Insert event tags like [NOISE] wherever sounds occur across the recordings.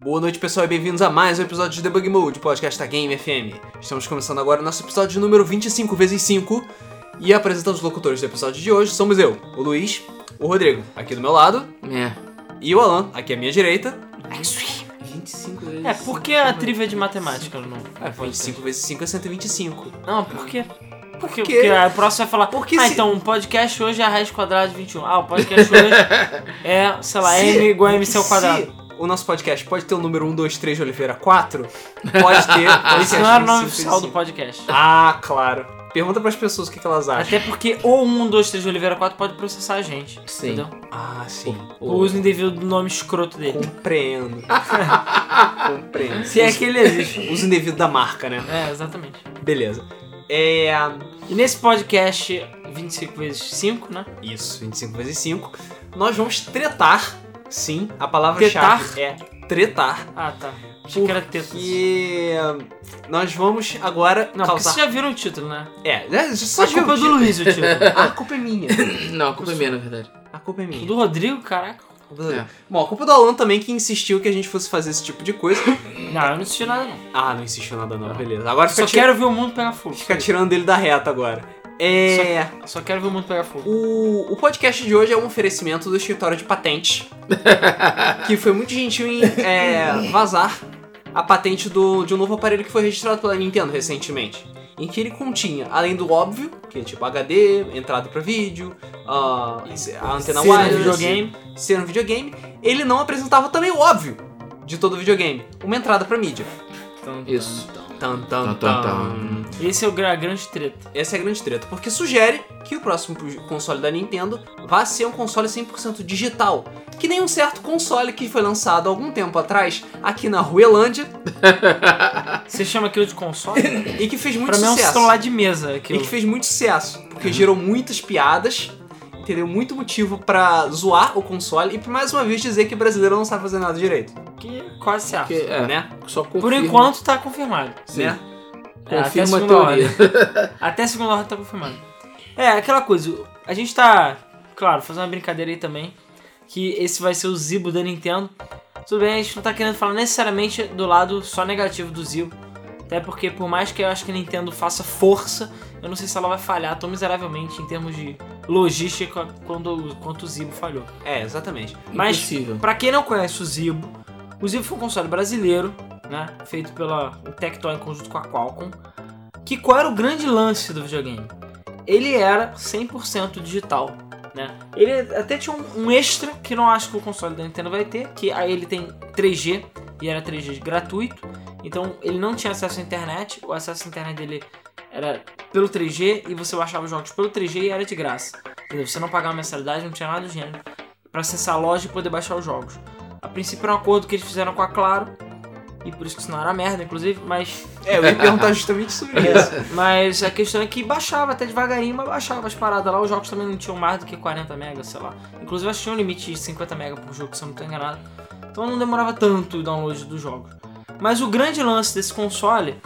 Boa noite, pessoal, e bem-vindos a mais um episódio de Debug Mode, podcast da Game FM. Estamos começando agora o nosso episódio número 25 vezes 5 e apresentando os locutores do episódio de hoje somos eu, o Luiz, o Rodrigo, aqui do meu lado, É. e o Alan, aqui à minha direita. 25 vezes. É, por que a trivia de matemática não? Ah, 25 vezes 5 é 125. Não, por quê? Porque, quê? porque a próxima vai falar. Porque ah, se- então um podcast hoje é a raiz quadrada de 21. Ah, o podcast hoje é, sei lá, m igual a mc ao quadrado. Se o nosso podcast pode ter o número 1, 2, 3 de Oliveira 4, pode ter. [LAUGHS] Ah, podcast Esse não era o 25 nome vezes oficial do 5. podcast. Ah, claro. Pergunta pras pessoas o que, que elas acham. Até porque ou 1, 2, 3 de Oliveira 4 pode processar a gente. Sim. Entendeu? Ah, sim. O uso indevido do nome escroto dele. [LAUGHS] Compreendo. Compreendo. Se é que ele existe. Uso indevido da marca, né? É, exatamente. Beleza. É. E nesse podcast, 25 vezes 5, né? Isso, 25 vezes 5. Nós vamos tretar. Sim, a palavra-chave é tretar. Ah, tá. Achei que era teto. E nós vamos agora Não, porque causar. vocês já viram o título, né? É, é, só A de culpa é do Luiz, o título. [LAUGHS] A culpa é [COUGHS] minha. Não, a culpa é minha, na verdade. A culpa é minha. Do Rodrigo, caraca. É. Bom, a culpa do Alan também que insistiu que a gente fosse fazer esse tipo de coisa. [COUGHS] Não, eu não assisti nada, não. Ah, não insistiu nada não, beleza. Agora Só fica, tira- quero ver o mundo pegar fogo. fica tirando ele da reta agora. É. Só quero ver o mundo pegar fogo. O, o podcast de hoje é um oferecimento do escritório de [LAUGHS] patentes, que foi muito gentil em é, vazar a patente do, de um novo aparelho que foi registrado pela Nintendo recentemente. Em que ele continha, além do óbvio, que é tipo HD, entrada pra vídeo, ah, a antena Ser um wireless, videogame. ser um videogame, ele não apresentava também o óbvio de todo videogame, uma entrada pra mídia. Isso. Tan, tan, Tan, tan, tan. Esse é o gra- grande treta. Essa é a grande treta, porque sugere que o próximo console da Nintendo vá ser um console 100% digital, que nem um certo console que foi lançado há algum tempo atrás aqui na Ruelândia Você chama aquilo de console? e que fez muito pra mim é um sucesso. celular de É. mesa e aquilo. que fez muito sucesso, porque gerou muitas piadas, entendeu? Muito motivo pra zoar o console e mais uma vez dizer que brasileiro não sabe fazer nada direito, Que quase se acha. Porque, é, né? só confirma. Por enquanto tá confirmado. Sim. Né? É, até Confirma a segunda teoria. [LAUGHS] Hora. Até segunda hora tá confirmado. É, aquela coisa. A gente tá, claro, fazendo uma brincadeira aí também. Que esse vai ser o Zibo da Nintendo. Tudo bem, a gente não tá querendo falar necessariamente do lado só negativo do Zibo. Até porque, por mais que eu acho que a Nintendo faça força, eu não sei se ela vai falhar tão miseravelmente em termos de logística quando, quanto o Zibo falhou. É, exatamente. Mas- Impossível. Pra quem não conhece o Zibo, o Zibo foi um console brasileiro, né? Feito pela Tectoy em conjunto com a Qualcomm. Que qual era o grande lance do videogame? Ele era 100% digital, né? Ele até tinha um, um extra que não acho que o console da Nintendo vai ter, que aí ele tem 3G e era 3G gratuito. Então ele não tinha acesso à internet, o acesso à internet dele era pelo 3G e você baixava os jogos pelo 3G e era de graça. Entendeu? Você não pagava mensalidade, não tinha nada do gênero para acessar a loja e poder baixar os jogos. A princípio era um acordo que eles fizeram com a Claro, e por isso que isso não era merda, inclusive, mas, É, eu [LAUGHS] ia perguntar justamente sobre isso. mas a questão é que baixava até devagarinho, mas baixava as paradas lá, os jogos também não tinham mais do que 40 mega, sei lá. Inclusive acho que tinha um limite de 50 mega por jogo, se eu não tô enganado. Então não demorava tanto o download dos jogos. Mas o grande lance desse console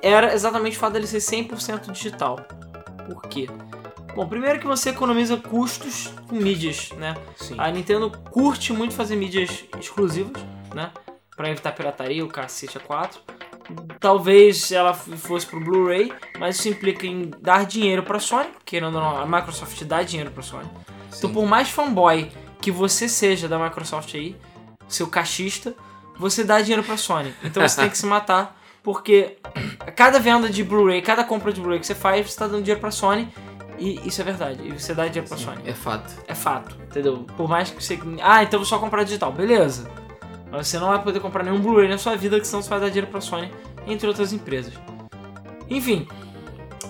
era exatamente o fato dele ser 100% digital. Por quê? Bom, primeiro que você economiza custos com mídias, né? Sim. A Nintendo curte muito fazer mídias exclusivas, né? Pra evitar pirataria, o cacete a 4. Talvez ela f- fosse pro Blu-ray, mas isso implica em dar dinheiro pra Sony, querendo ou não, a Microsoft dá dinheiro pra Sony. Então, por mais fanboy que você seja da Microsoft aí, seu cachista, você dá dinheiro pra Sony. Então você tem que se matar, porque a cada venda de Blu-ray, cada compra de Blu-ray que você faz, você tá dando dinheiro pra Sony, e isso é verdade, e você dá dinheiro pra Sony É fato. é fato, entendeu? Por mais que você. Ah, então eu vou só comprar digital, beleza. Mas você não vai poder comprar nenhum Blu-ray na sua vida, que senão você vai dar dinheiro pra Sony, entre outras empresas. Enfim.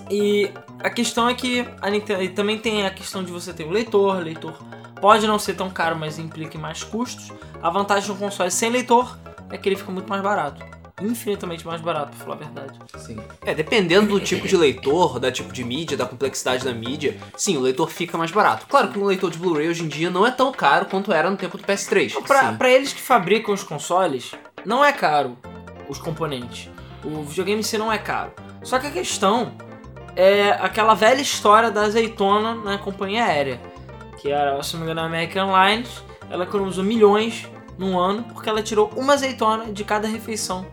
E a questão é que a Nintendo e também tem a questão de você ter o leitor, leitor pode não ser tão caro, mas implica em mais custos. A vantagem de um console sem leitor é que ele fica muito mais barato. Infinitamente mais barato, pra falar a verdade. Sim. É, dependendo do tipo de leitor, da tipo de mídia, da complexidade da mídia, sim, o leitor fica mais barato. Claro que um leitor de Blu-ray hoje em dia não é tão caro quanto era no tempo do PS3. Pra, Sim. pra eles que fabricam os consoles, não é caro os componentes. O videogame em si não é caro. Só que a questão é aquela velha história da azeitona na companhia aérea. Que era, se não me engano, a American Airlines. Ela economizou milhões num ano porque ela tirou uma azeitona de cada refeição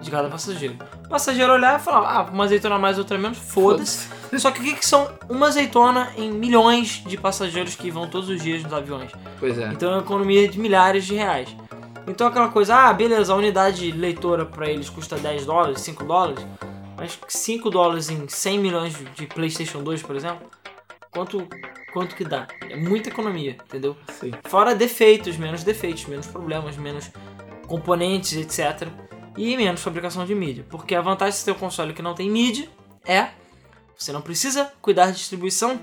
de cada passageiro. O passageiro olhava e falava, ah, uma azeitona a mais, outra a menos, foda-se. Só que o que, que são uma azeitona em milhões de passageiros que vão todos os dias nos aviões? Pois é. Então é uma economia de milhares de reais. Então aquela coisa, ah, beleza, a unidade leitora pra eles custa 10 dólares, 5 dólares, mas 5 dólares em 100 milhões de- de PlayStation 2, por exemplo, quanto, quanto que dá? É muita economia, entendeu? Sim. Fora defeitos, menos defeitos, menos problemas, menos componentes, etc. E menos fabricação de mídia. Porque a vantagem de ter um console que não tem mídia é você não precisa cuidar de distribuição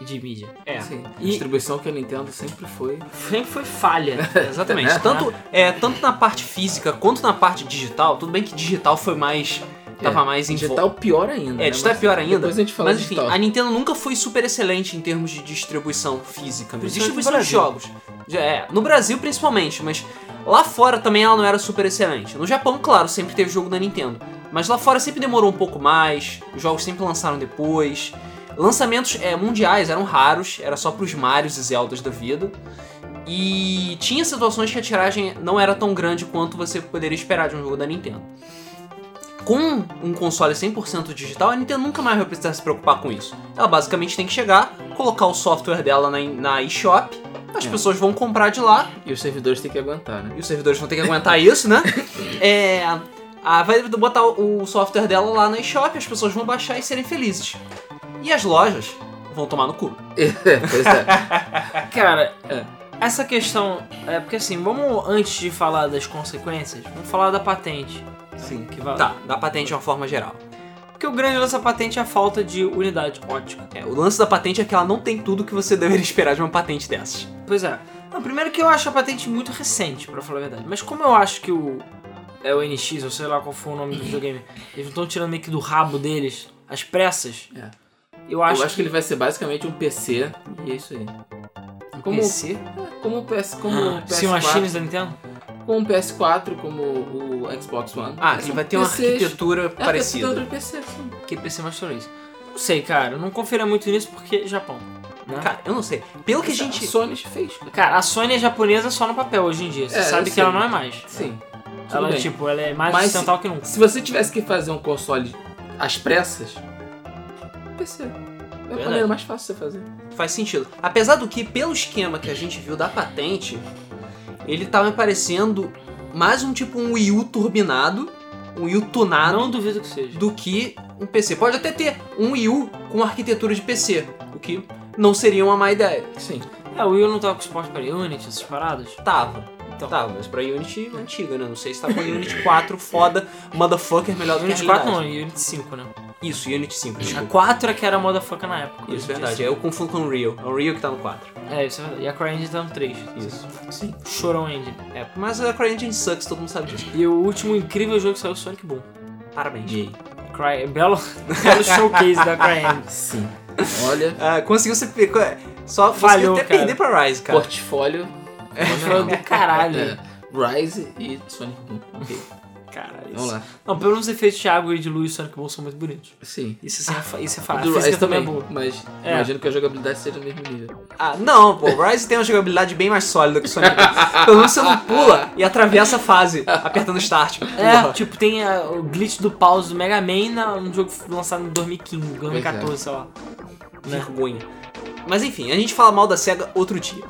e de mídia. É. Sim. A E- distribuição que a Nintendo sempre foi. Sempre foi falha. Exatamente. É, né? Tanto, é, tanto na parte física quanto na parte digital, tudo bem que digital foi mais. Tava É, mais em vo- Digital pior ainda. É, né? digital é Mas pior ainda. Depois a gente fala Mas de enfim, digital. a Nintendo nunca foi super excelente em termos de distribuição física, mesmo. Principalmente no distribuição de jogos. Já É, no Brasil principalmente, mas lá fora também ela não era super excelente. No Japão, claro, sempre teve jogo da Nintendo. Mas lá fora sempre demorou um pouco mais, os jogos sempre lançaram depois. Lançamentos é, mundiais eram raros, era só pros Marios e Zeldas da vida. E tinha situações que a tiragem não era tão grande quanto você poderia esperar de um jogo da Nintendo. Com um console 100% digital, a Nintendo nunca mais vai precisar se preocupar com isso. Ela basicamente tem que chegar, colocar o software dela na, na eShop, as É. pessoas vão comprar de lá, E os servidores têm que aguentar, [LAUGHS] né? e os servidores vão ter que aguentar isso, né? É, a, vai botar o o software dela lá na eShop, as pessoas vão baixar e serem felizes. E as lojas vão tomar no cu. É, pois é. Cara, é, essa questão. É porque assim, vamos antes de falar das consequências, vamos falar da patente. Sim. Que vai... Tá, da patente de uma forma geral. Porque o grande lance da patente é a falta de unidade ótica. É, o lance da patente é que ela não tem tudo que você [LAUGHS] deveria esperar de uma patente dessas. Pois é. Não, primeiro que eu acho a patente muito recente, pra falar a verdade. Mas como eu acho que o. É o NX, ou sei lá qual foi o nome do videogame. Eles não estão tirando meio que do rabo deles, as pressas. É. Eu acho, Eu acho que ele vai ser basicamente um PC e é isso aí. um Como, PC? como o PS, como Ah, o PS4, Sim, machines da Nintendo? como o PS4, como o Xbox One. Ah, ele vai ter uma PCs. arquitetura É, parecida. arquitetura do PC, sim. Que PC Master Race? Não sei, cara. eu Não confira muito nisso porque Japão. Né? Cara, eu não sei. Pelo que a gente. A Sony fez, né? cara. Cara, a Sony é japonesa só no papel hoje em dia. Você É, eu sabe que sei. ela não é mais. Sim. Tudo ela, bem. tipo, ela é mais Mas ocidental que nunca. Se você tivesse que fazer um console às pressas, PC. É a Verdade. maneira mais fácil de você fazer. Faz sentido. Apesar do que, pelo esquema que a gente viu da patente, ele tá me parecendo mais um tipo um Wii U turbinado, um Wii U tunado, Não duvido que seja. do que um PC. Pode até ter um Wii U com arquitetura de PC, o que não seria uma má ideia. Sim. É, o Will não tava com suporte para Unity, essas paradas. Tava. Então. Tava, mas pra Unity antiga, né? Não sei se tá com Unity 4 foda, motherfucker melhor do que a Unity 4 não, realidade. Unity 5, né? Isso, Unity 5, A desculpa. 4 é que era motherfucker na época. é Isso, Unity verdade. É, Eu confundo com o Unreal. É o Unreal que tá no 4. 5. É, isso é verdade. E a CryEngine tá no 3. Isso. Sim. Chorão Engine. É, mas a CryEngine sucks, todo mundo sabe disso. E o último incrível jogo que saiu, Sonic Boom. Parabéns. E aí? Cry... [LAUGHS] Belo... Belo showcase da CryEngine. Sim. Olha, Ah, conseguiu se. pe- co- Só Falhou, conseguiu até cara. perder pra Rise, cara. portfólio. Foi do caralho. É, Rise e Sonic Boom. Ok, Caralho. Vamos lá. Não, pelo menos os efeitos de água e de luz do Sonic Boom são muito bonitos. Sim. Isso, sim, é fa- isso é fácil. do A Rise física também também, é boa. mas É. imagino que a jogabilidade seja do mesmo nível. Ah, não, pô, o Rise tem uma jogabilidade bem mais sólida que o Sonic. Pelo menos você não pula e atravessa a fase apertando start. É, Porra. tipo, tem é, o glitch do pause do Mega Man na, num jogo lançado em 2015, 2014, sei lá. vergonha. Mas enfim, a gente fala mal da SEGA outro dia.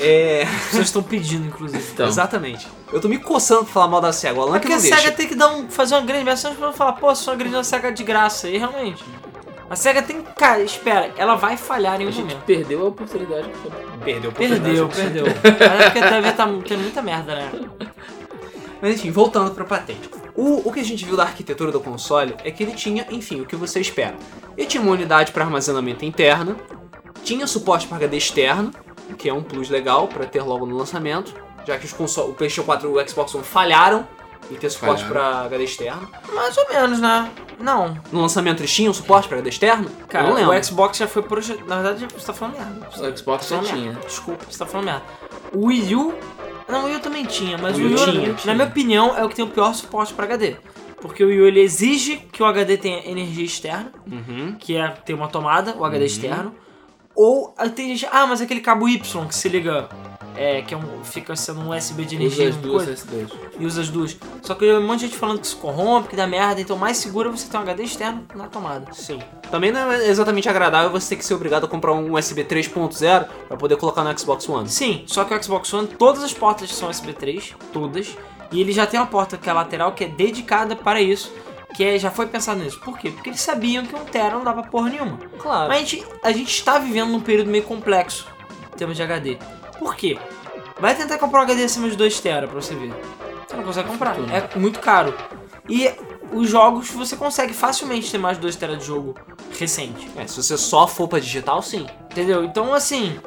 É. As pessoas estão pedindo, inclusive. Então, Exatamente. Eu tô me coçando pra falar mal da SEGA. O Alan É que porque não a deixa. SEGA tem que dar um, fazer uma grande versão pra falar, pô, só agrediu a é SEGA de graça. E realmente. A SEGA tem. Cara, espera, ela vai falhar em a um gente momento. perdeu a oportunidade. que foi- Perdeu, Perdeu, perdeu. Mas é porque deve estar tendo muita merda, né? Mas enfim, voltando pra patente. O, o que a gente viu da arquitetura do console é que ele tinha, enfim, o que você espera. Ele tinha uma unidade para armazenamento interna, tinha suporte para HD externo, o que é um plus legal para ter logo no lançamento, já que os console, o PlayStation 4 e o Xbox One falharam em ter suporte Falharam. para HD externo. Mais ou menos, né? Não. No lançamento eles tinham suporte para HD externo? Cara, Eu não lembro. o Xbox já foi projetado. Na verdade, você tá falando merda. O Xbox Você tá falando já tinha. merda. Desculpa, você tá falando merda. O Wii U. Não, o Wii U também tinha, mas o O Wii Wii U, U tinha, na tinha. minha opinião, é o que tem o pior suporte pra HD. Porque o Wii U ele exige que o HD tenha energia externa, Uhum. que é ter é uma tomada, o HD externo. Ou ah, tem gente, ah, mas aquele cabo Y que se liga é, que é um, fica sendo um USB de Usa energia as uma duas é. coisa, S2. e usa as duas. Só que um monte de gente falando que isso corrompe, que dá merda, então mais seguro é você ter um HD externo na tomada. Sim. Também não é exatamente agradável você ter que ser obrigado a comprar um USB 3.0 pra poder colocar no Xbox One. Sim, só que o Xbox One, todas as portas são USB 3, todas. E ele já tem uma porta que é lateral, que é dedicada para isso, que é- já foi pensado nisso. Por quê? Porque eles sabiam que um Tera não dava porra nenhuma. Claro. Mas a gente, a gente está vivendo num período meio complexo em termos de HD. Por quê? Vai tentar comprar um HD acima de 2 tera pra você ver. Você não consegue comprar, Tudo. é muito caro. E os jogos você consegue facilmente ter mais de 2 tera de jogo recente. É, se você só for pra digital, sim. Entendeu? Então assim,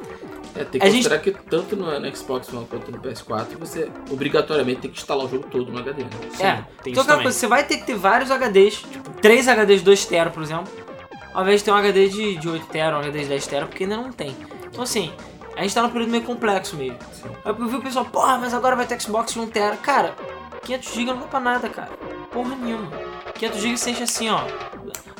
É, tem A que gente- considerar que tanto no, no Xbox One quanto no PS4 você obrigatoriamente tem que instalar o jogo todo no HD. Né? é. tem Então isso aquela também. coisa, você vai ter que ter vários HDs, tipo, 3 HDs de 2 tera, por exemplo, ao invés de ter um HD de, de 8 tera, um HD de 10 tera, porque ainda não tem. Então assim, a gente tá num período meio complexo mesmo. Sim. Aí eu vi o pessoal, porra, mas agora vai ter Xbox de 1TB. Cara, 500GB não dá pra nada, cara. Porra nenhuma. 500GB você enche assim, ó.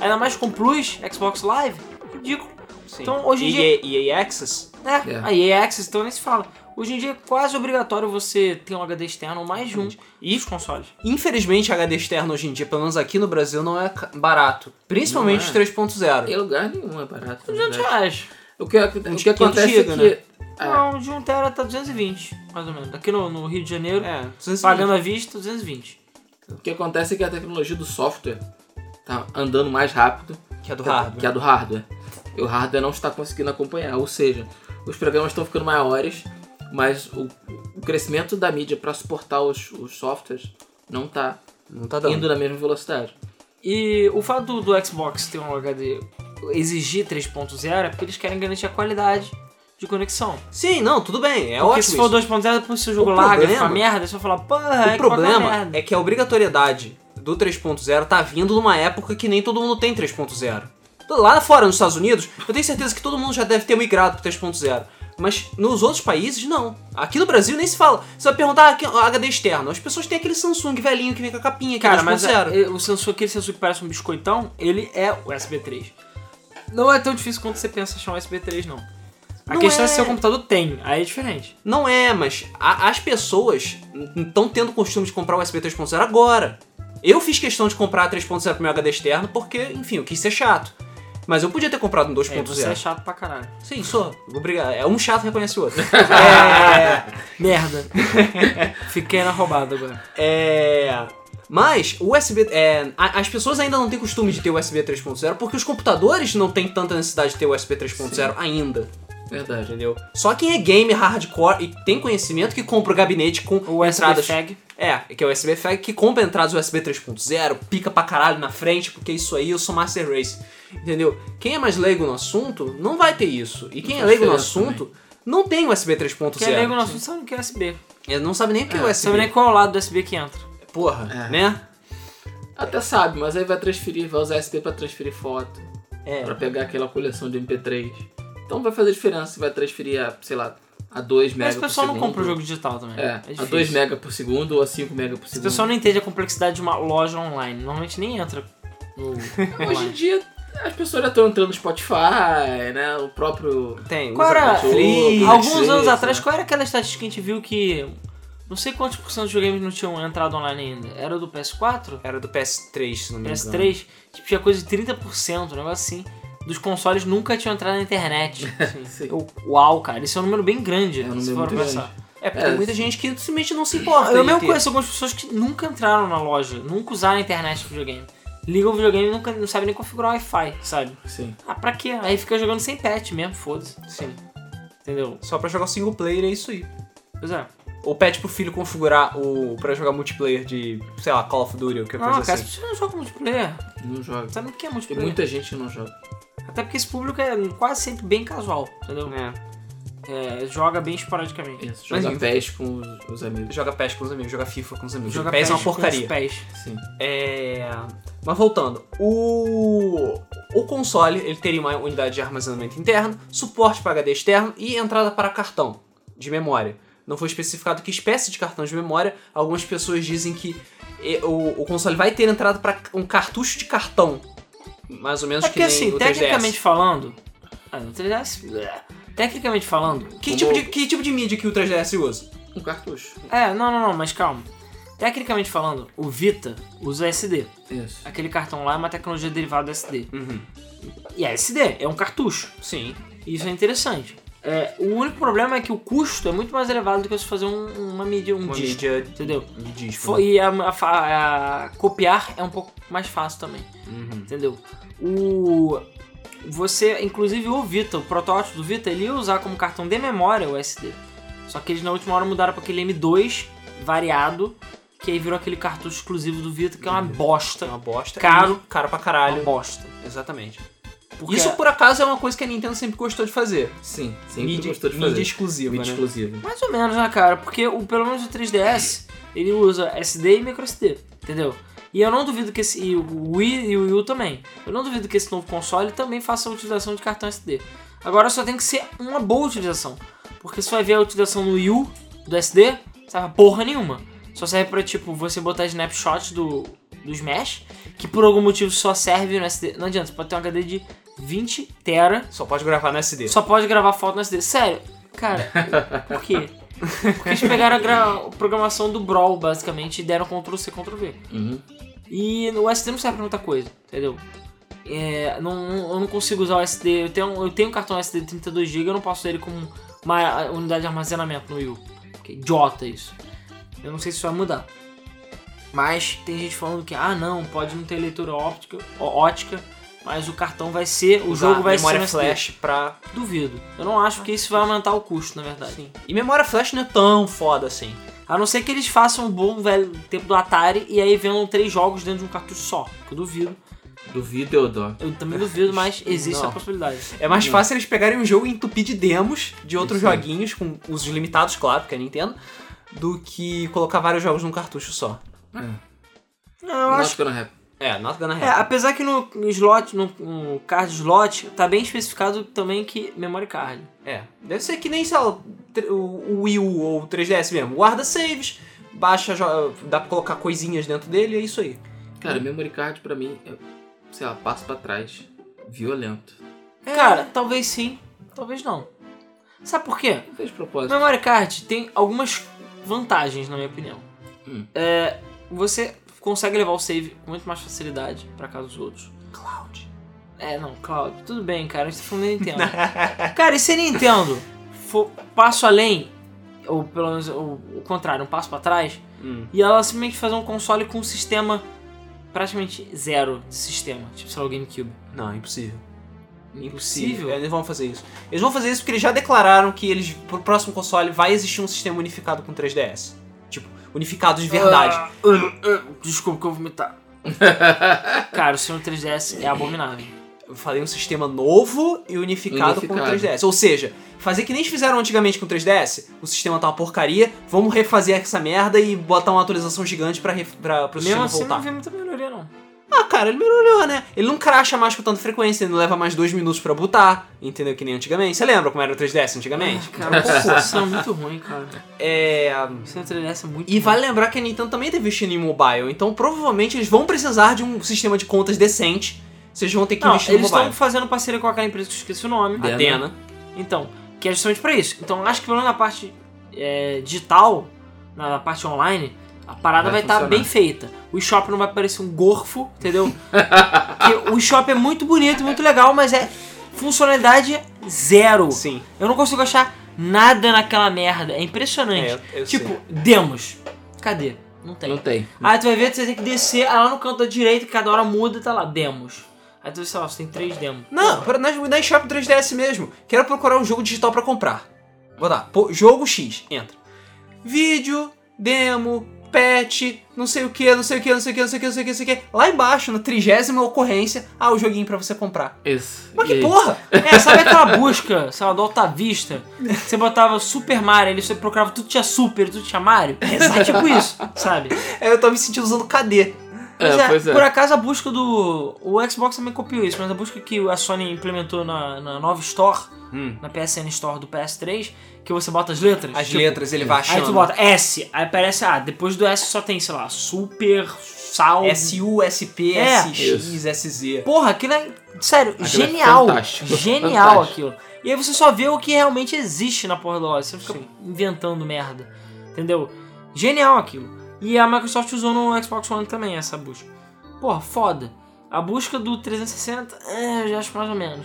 Ainda mais com Plus, Xbox Live. Ridículo. Sim. Então, hoje em EA, EA Access? né? É. Aí é Access, então nem se fala. Hoje em dia é quase obrigatório você ter um HD externo ou mais de um. E os consoles. Infelizmente, HD externo hoje em dia, pelo menos aqui no Brasil, não é ca- barato. Principalmente Não é. os 3.0. Em lugar nenhum é barato. na 200 verdade. reais. O que, o que 500 acontece giga, é que. É. Não, de 1TB tá 220, mais ou menos. Aqui no, no Rio de Janeiro, É, 220. pagando à vista, 220. O que acontece é que a tecnologia do software tá andando mais rápido Que é do que a- hardware. que a do hardware. E o hardware não está conseguindo acompanhar, ou seja, os programas estão ficando maiores, mas o, o crescimento da mídia para suportar os, os softwares não está Não tá dando. indo na mesma velocidade. E o fato do, do Xbox ter um HD exigir 3.0 é porque eles querem garantir a qualidade de conexão. Sim, não, tudo bem. É porque ótimo. se for isso. 2.0, depois se o jogo O larga, problema- fica merda, você vai falar, O porra, é que vai dar problema merda. é que a obrigatoriedade do 3.0 tá vindo numa época que nem todo mundo tem 3.0. Lá fora, nos Estados Unidos, eu tenho certeza que todo mundo já deve ter migrado pro 3.0. Mas nos outros países, não. Aqui no Brasil nem se fala. Você vai perguntar ah, que- HD externo. As pessoas têm aquele Samsung velhinho que vem com a capinha, que é Cara, mas 2.0. é- o Samsung, aquele Samsung que parece um biscoitão, ele é USB 3. Não é tão difícil quanto você pensa achar um USB 3, não. A Não questão é... é. se seu computador tem, aí é diferente. Não é, mas a- as pessoas estão tendo o costume de comprar o USB 3.0 agora. Eu fiz questão de comprar a 3.0 pro meu HD externo porque, enfim, eu quis ser chato. Mas eu podia ter comprado um 2.0. É, você é chato pra caralho. Sim, sou. Obrigado. É um chato reconhece o [LAUGHS] outro. é, [LAUGHS] Merda. Fiquei na roubada agora. é, mas o USB. é, a- as pessoas ainda não têm costume de ter USB 3.0 porque os computadores não têm tanta necessidade de ter USB 3.0 ainda, Verdade. entendeu? Só quem é gamer hardcore e tem conhecimento que compra o gabinete com O USB entradas. Fag. É, que é o USB Fag que compra entradas USB 3.0, pica pra caralho na frente, porque é isso aí eu sou Master Race. Entendeu? Quem é mais leigo no assunto não vai ter isso. E quem Não é faz leigo no diferença assunto não tem USB 3.0. Que é leigo no assunto, sabe o que é USB. Ele não sabe nem o que é, É, USB. Sabe nem qual é o lado do USB que entra. Porra, É. né? Até sabe, mas aí vai transferir, vai usar SP para transferir foto, É. para pegar aquela coleção de MP3. Então vai fazer diferença se vai transferir a, sei lá, a 2 mega Mas o por pessoal não segundo. compra o jogo digital também. É, a difícil. 2 mega por segundo ou a 5 mega por O segundo. pessoal não entende a complexidade de uma loja online. Normalmente nem entra no Hoje em online. dia as pessoas já estão entrando no Spotify, né? O próprio. Tem. Qual usa era- cachorro, Free, algum- Alguns Netflix, anos atrás, né? qual era aquela estatística que a gente viu que não sei quantos por cento dos videogames não tinham entrado online ainda? Era do PS4? Era do PS3, se não me engano. PS3? Tipo, tinha coisa de 30%, um negócio assim. Dos consoles nunca tinham entrado na [LAUGHS] internet. Sim. Eu- Uau, cara, isso é um número bem grande, É um se número for muito pensar. É, porque É. tem muita gente que simplesmente não se importa. Eu em mesmo ter. conheço algumas pessoas que nunca entraram na loja, nunca usaram a internet pro videogame. Ligam o videogame e nunca, não sabem nem configurar o Wi-Fi, sabe? Sim. Ah, pra quê? Aí fica jogando sem patch mesmo, foda-se. Sim. Entendeu? Só pra jogar single player é isso aí. Pois é. Ou pede pro filho configurar o. pra jogar multiplayer de, sei lá, Call of Duty ou qualquer Não, coisa cara, as assim. pessoas não jogam multiplayer. Não joga. Sabe o que é Tem multiplayer? muita gente que não joga. Até porque esse público é quase sempre bem casual, entendeu? É. É, joga bem esporadicamente. Isso, joga Mas- PES com os, os amigos. Joga PES com os amigos, joga FIFA com os amigos. Joga Joga PES é uma com os porcaria. pés. Sim. É. Mas voltando, o. O console ele teria uma unidade de armazenamento interno, suporte para HD externo e entrada para cartão de memória. Não foi especificado que espécie de cartão de memória. Algumas pessoas dizem que e- o, o console vai ter entrada para um cartucho de cartão. Mais ou menos É que porque nem assim, o 3DS. tecnicamente falando. Ah, no 3DS. bleh. Tecnicamente falando, Que Como- tipo, de, que tipo de mídia que o 3DS usa? Um cartucho. é, não, não, não, mas calma. Tecnicamente falando, o Vita usa SD. Isso. Aquele cartão lá é uma tecnologia derivada do SD. Uhum. E é SD, é um cartucho. Sim. Isso é interessante. É, o único problema é que o custo é muito mais elevado do que você fazer um- uma mídia, um Uma disco, mídia Uhum. entendeu? de disco. né? Foi- E a, a fa- a copiar é um pouco mais fácil também, Uhum. entendeu? O você, inclusive o Vita, o protótipo do Vita, ele ia usar como cartão de memória o SD. Só que eles na última hora mudaram para aquele M2 variado, que aí virou aquele cartucho exclusivo do Vita, que é uma É bosta, uma bosta. Caro. E Caro pra uma caralho. bosta. Exatamente. Porque- Isso, por acaso, é uma coisa que a Nintendo sempre gostou de fazer. É. Sim, sempre Mídia, gostou de mídia fazer. exclusiva, Mídia né? exclusiva. Mais ou menos, né, cara? Porque o, pelo menos o 3DS, ele usa SD e micro SD, entendeu? E eu não duvido que esse. E o Wii e o Wii U também. Eu não duvido que esse novo console também faça a utilização de cartão SD. Agora só tem que ser uma boa utilização. Porque você vai ver a utilização no Wii U, do SD, sabe? Porra nenhuma. Só serve pra, tipo, você botar snapshot do, do Smash, que por algum motivo só serve no SD. Não adianta, você pode ter um HD de 20 tera Só pode gravar no SD. só pode gravar foto no SD. Sério, [LAUGHS] cara, por quê? Porque eles pegaram a gra- a programação do Brawl, basicamente, e deram Ctrl C, Ctrl V. Uhum. E o SD não serve pra muita coisa, entendeu? É, não, não- eu não consigo usar o SD. Eu tenho, eu tenho um cartão SD de 32GB, eu não posso usar ele como uma unidade de armazenamento no Wii U. Que idiota isso. Eu não sei se isso vai mudar. Mas tem gente falando que, ah não, pode não ter leitura óptica, ó- ótica, mas o cartão vai ser, o Usar jogo vai ser memória no SD. flash pra... Duvido. Eu não acho que isso vai aumentar o custo, na verdade. Sim. E memória flash não é tão foda assim. A não ser que eles façam um bom velho tempo do Atari e aí vendam três jogos dentro de um cartucho só. Que eu duvido. Duvido, Eudó. Eu também [LAUGHS] duvido, mas existe Não. a possibilidade. É mais Não. fácil eles pegarem um jogo e entupir de demos de outros Sim. joguinhos, com usos limitados, claro, porque é Nintendo, do que colocar vários jogos num cartucho só. Não, eu Not acho. gonna happen. É, not gonna É, happen. apesar que no, no slot, no, no card slot, tá bem especificado também que memory card. É. Deve ser que nem, sei lá, o tre- o Wii U ou o 3DS mesmo. Guarda saves, baixa, jo- dá pra colocar coisinhas dentro dele, é isso aí. Cara, memory card pra mim, é, sei lá, passo pra trás. Violento. Cara, talvez sim, talvez não. Sabe por quê? Não fez O propósito. memory card tem algumas vantagens, na minha opinião. Hum. É, você consegue levar o save com muito mais facilidade pra casa dos outros. Cloud. É, não, Cláudio, tudo bem, cara, a gente tá falando da Nintendo. [LAUGHS] cara, e se a Nintendo for passo além, ou pelo menos ou, o contrário, um passo pra trás, Hum. e ela simplesmente fazer um console com um sistema praticamente zero de sistema, tipo, sei lá, o GameCube. Não, é impossível. Impossível? É, eles vão fazer isso. Eles vão fazer isso porque eles já declararam que eles, pro próximo console, vai existir um sistema unificado com 3DS. Tipo, unificado de verdade. Ah, ah, ah, desculpa que eu vou vomitar. [LAUGHS] cara, o sistema 3DS é abominável. Eu falei um sistema novo e unificado, com o Unificado. 3DS. Ou seja, fazer que nem eles fizeram antigamente com o 3DS, o sistema tá uma porcaria, vamos refazer essa merda e botar uma atualização gigante pra, ref- pra, pro Mesmo sistema assim, voltar. não vi muita melhoria, não. Ah, cara, ele melhorou, né? Ele não cracha mais com tanta frequência, ele não leva mais dois minutos pra botar, entendeu? Que nem antigamente. Você lembra como era o 3DS antigamente? Ah, cara, o console [LAUGHS] é muito ruim, cara. É. O sistema 3DS é muito E ruim. vale lembrar que a Nintendo também tá investindo em mobile, então provavelmente eles vão precisar de um sistema de contas decente. Vocês vão ter que Não, investir eles no estão mobile. fazendo parceria com aquela empresa que eu esqueci o nome. Adena. Então, que é justamente pra isso. Então, acho que pelo menos na parte é, digital, na, na parte online, a parada vai Vai estar funcionar. bem feita. O eShop não vai parecer um gorfo, entendeu? Porque o eShop é muito bonito, muito legal, mas é funcionalidade zero. Sim. Eu não consigo achar nada naquela merda. É impressionante. É, eu tipo, sei. demos. Cadê? Não tem. Não tem. Aí tu vai ver, tu vai ter que descer ah, lá no canto da direita, que cada hora muda e tá lá, demos. Aí tu vai, sei lá, você tem três demos. Não, para na, na eShop 3DS mesmo. Quero procurar um jogo digital pra comprar. Vou dar. pô, jogo X, entra. Vídeo, demo, patch, não sei o que, não sei o que, não sei o que, não sei o que, não sei o que, não sei o que. Lá embaixo, na trigésima ocorrência, ah, o joguinho pra você comprar. Isso. Mas E que aí? porra! É, sabe aquela busca, sei lá, do Alta Vista? Você botava Super Mario, ele você procurava tudo tinha Super, tudo tinha Mario. É tipo isso, sabe? É, eu tô me sentindo usando KD. Mas É, pois é. Por acaso a busca do. O Xbox também copiou isso, mas a busca que a Sony implementou na, na nova Store, na PSN Store do PS3, que você bota as letras. As tipo, letras ele vai achando. Aí tu bota S, aí aparece, ah, depois do S só tem, sei lá, Super salvo. SU, SP, É. SX, SZ. Porra, aquilo é. Sério, Aquilo é genial. fantástico. Genial Fantástico. aquilo. E aí você só vê o que realmente existe na porra do loja. Você não fica inventando merda. Entendeu? Genial aquilo. E a Microsoft usou no Xbox One também essa busca. Porra, foda. A busca do 360, é, eu já acho mais ou menos.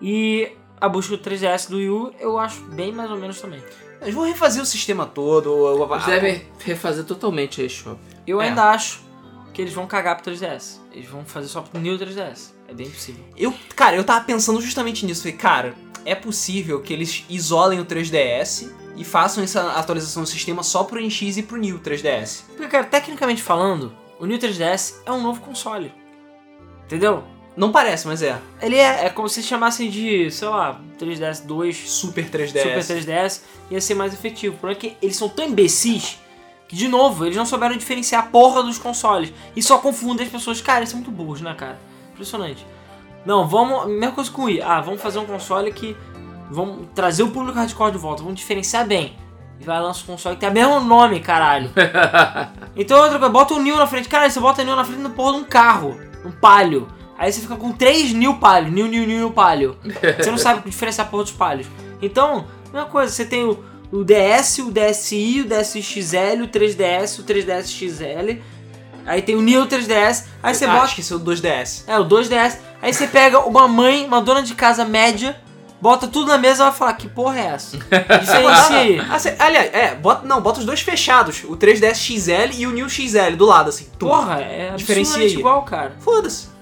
E a busca do 3DS do Wii U, eu acho bem mais ou menos também. Eles vão refazer o sistema todo. o- o- Eles devem refazer totalmente a eShop. Eu É. ainda acho que eles vão cagar pro 3DS. Eles vão fazer só pro New 3DS. É bem possível. Eu, cara, eu tava pensando justamente nisso. Falei, cara, é possível que eles isolem o 3DS e façam essa atualização do sistema só pro NX e pro New 3DS. Porque, cara, tecnicamente falando, o New 3DS é um novo console. Entendeu? Não parece, mas é. Ele é, é como se chamassem de, sei lá, 3DS 2, Super 3DS. Super 3DS, ia ser mais efetivo. O problema é que eles são tão imbecis que, de novo, eles não souberam diferenciar a porra dos consoles. E só confundem as pessoas. Cara, eles são muito burros, né, cara? Impressionante. Não, vamos. Mesma coisa com o Wii. Ah, vamos fazer um console que. Vamos trazer o público hardcore de volta, vamos diferenciar bem. E vai lançar um console que tem o mesmo nome, caralho. Então outra coisa, bota um New na frente. Cara, você bota New na frente do porra de um carro, um palio. Aí você fica com três New palio, New, New, New, New palio. Você não sabe diferenciar a porra dos palhos. Então, mesma coisa, você tem o, o DS, o DSi, o DSXL, o 3DS, o 3DS XL. Aí tem o New 3DS, aí você ah, bota... esqueceu do 2DS. É, o 2DS. Aí você pega uma mãe, uma dona de casa média, bota tudo na mesa e vai falar, que porra é [LAUGHS] essa? Diferencia aí. Ah, cê- aliás, é, bota, não, bota os dois fechados. O 3DS XL e o New XL do lado, assim. Tum. Porra, é Diferencia absolutamente aí. igual, cara. Foda-se.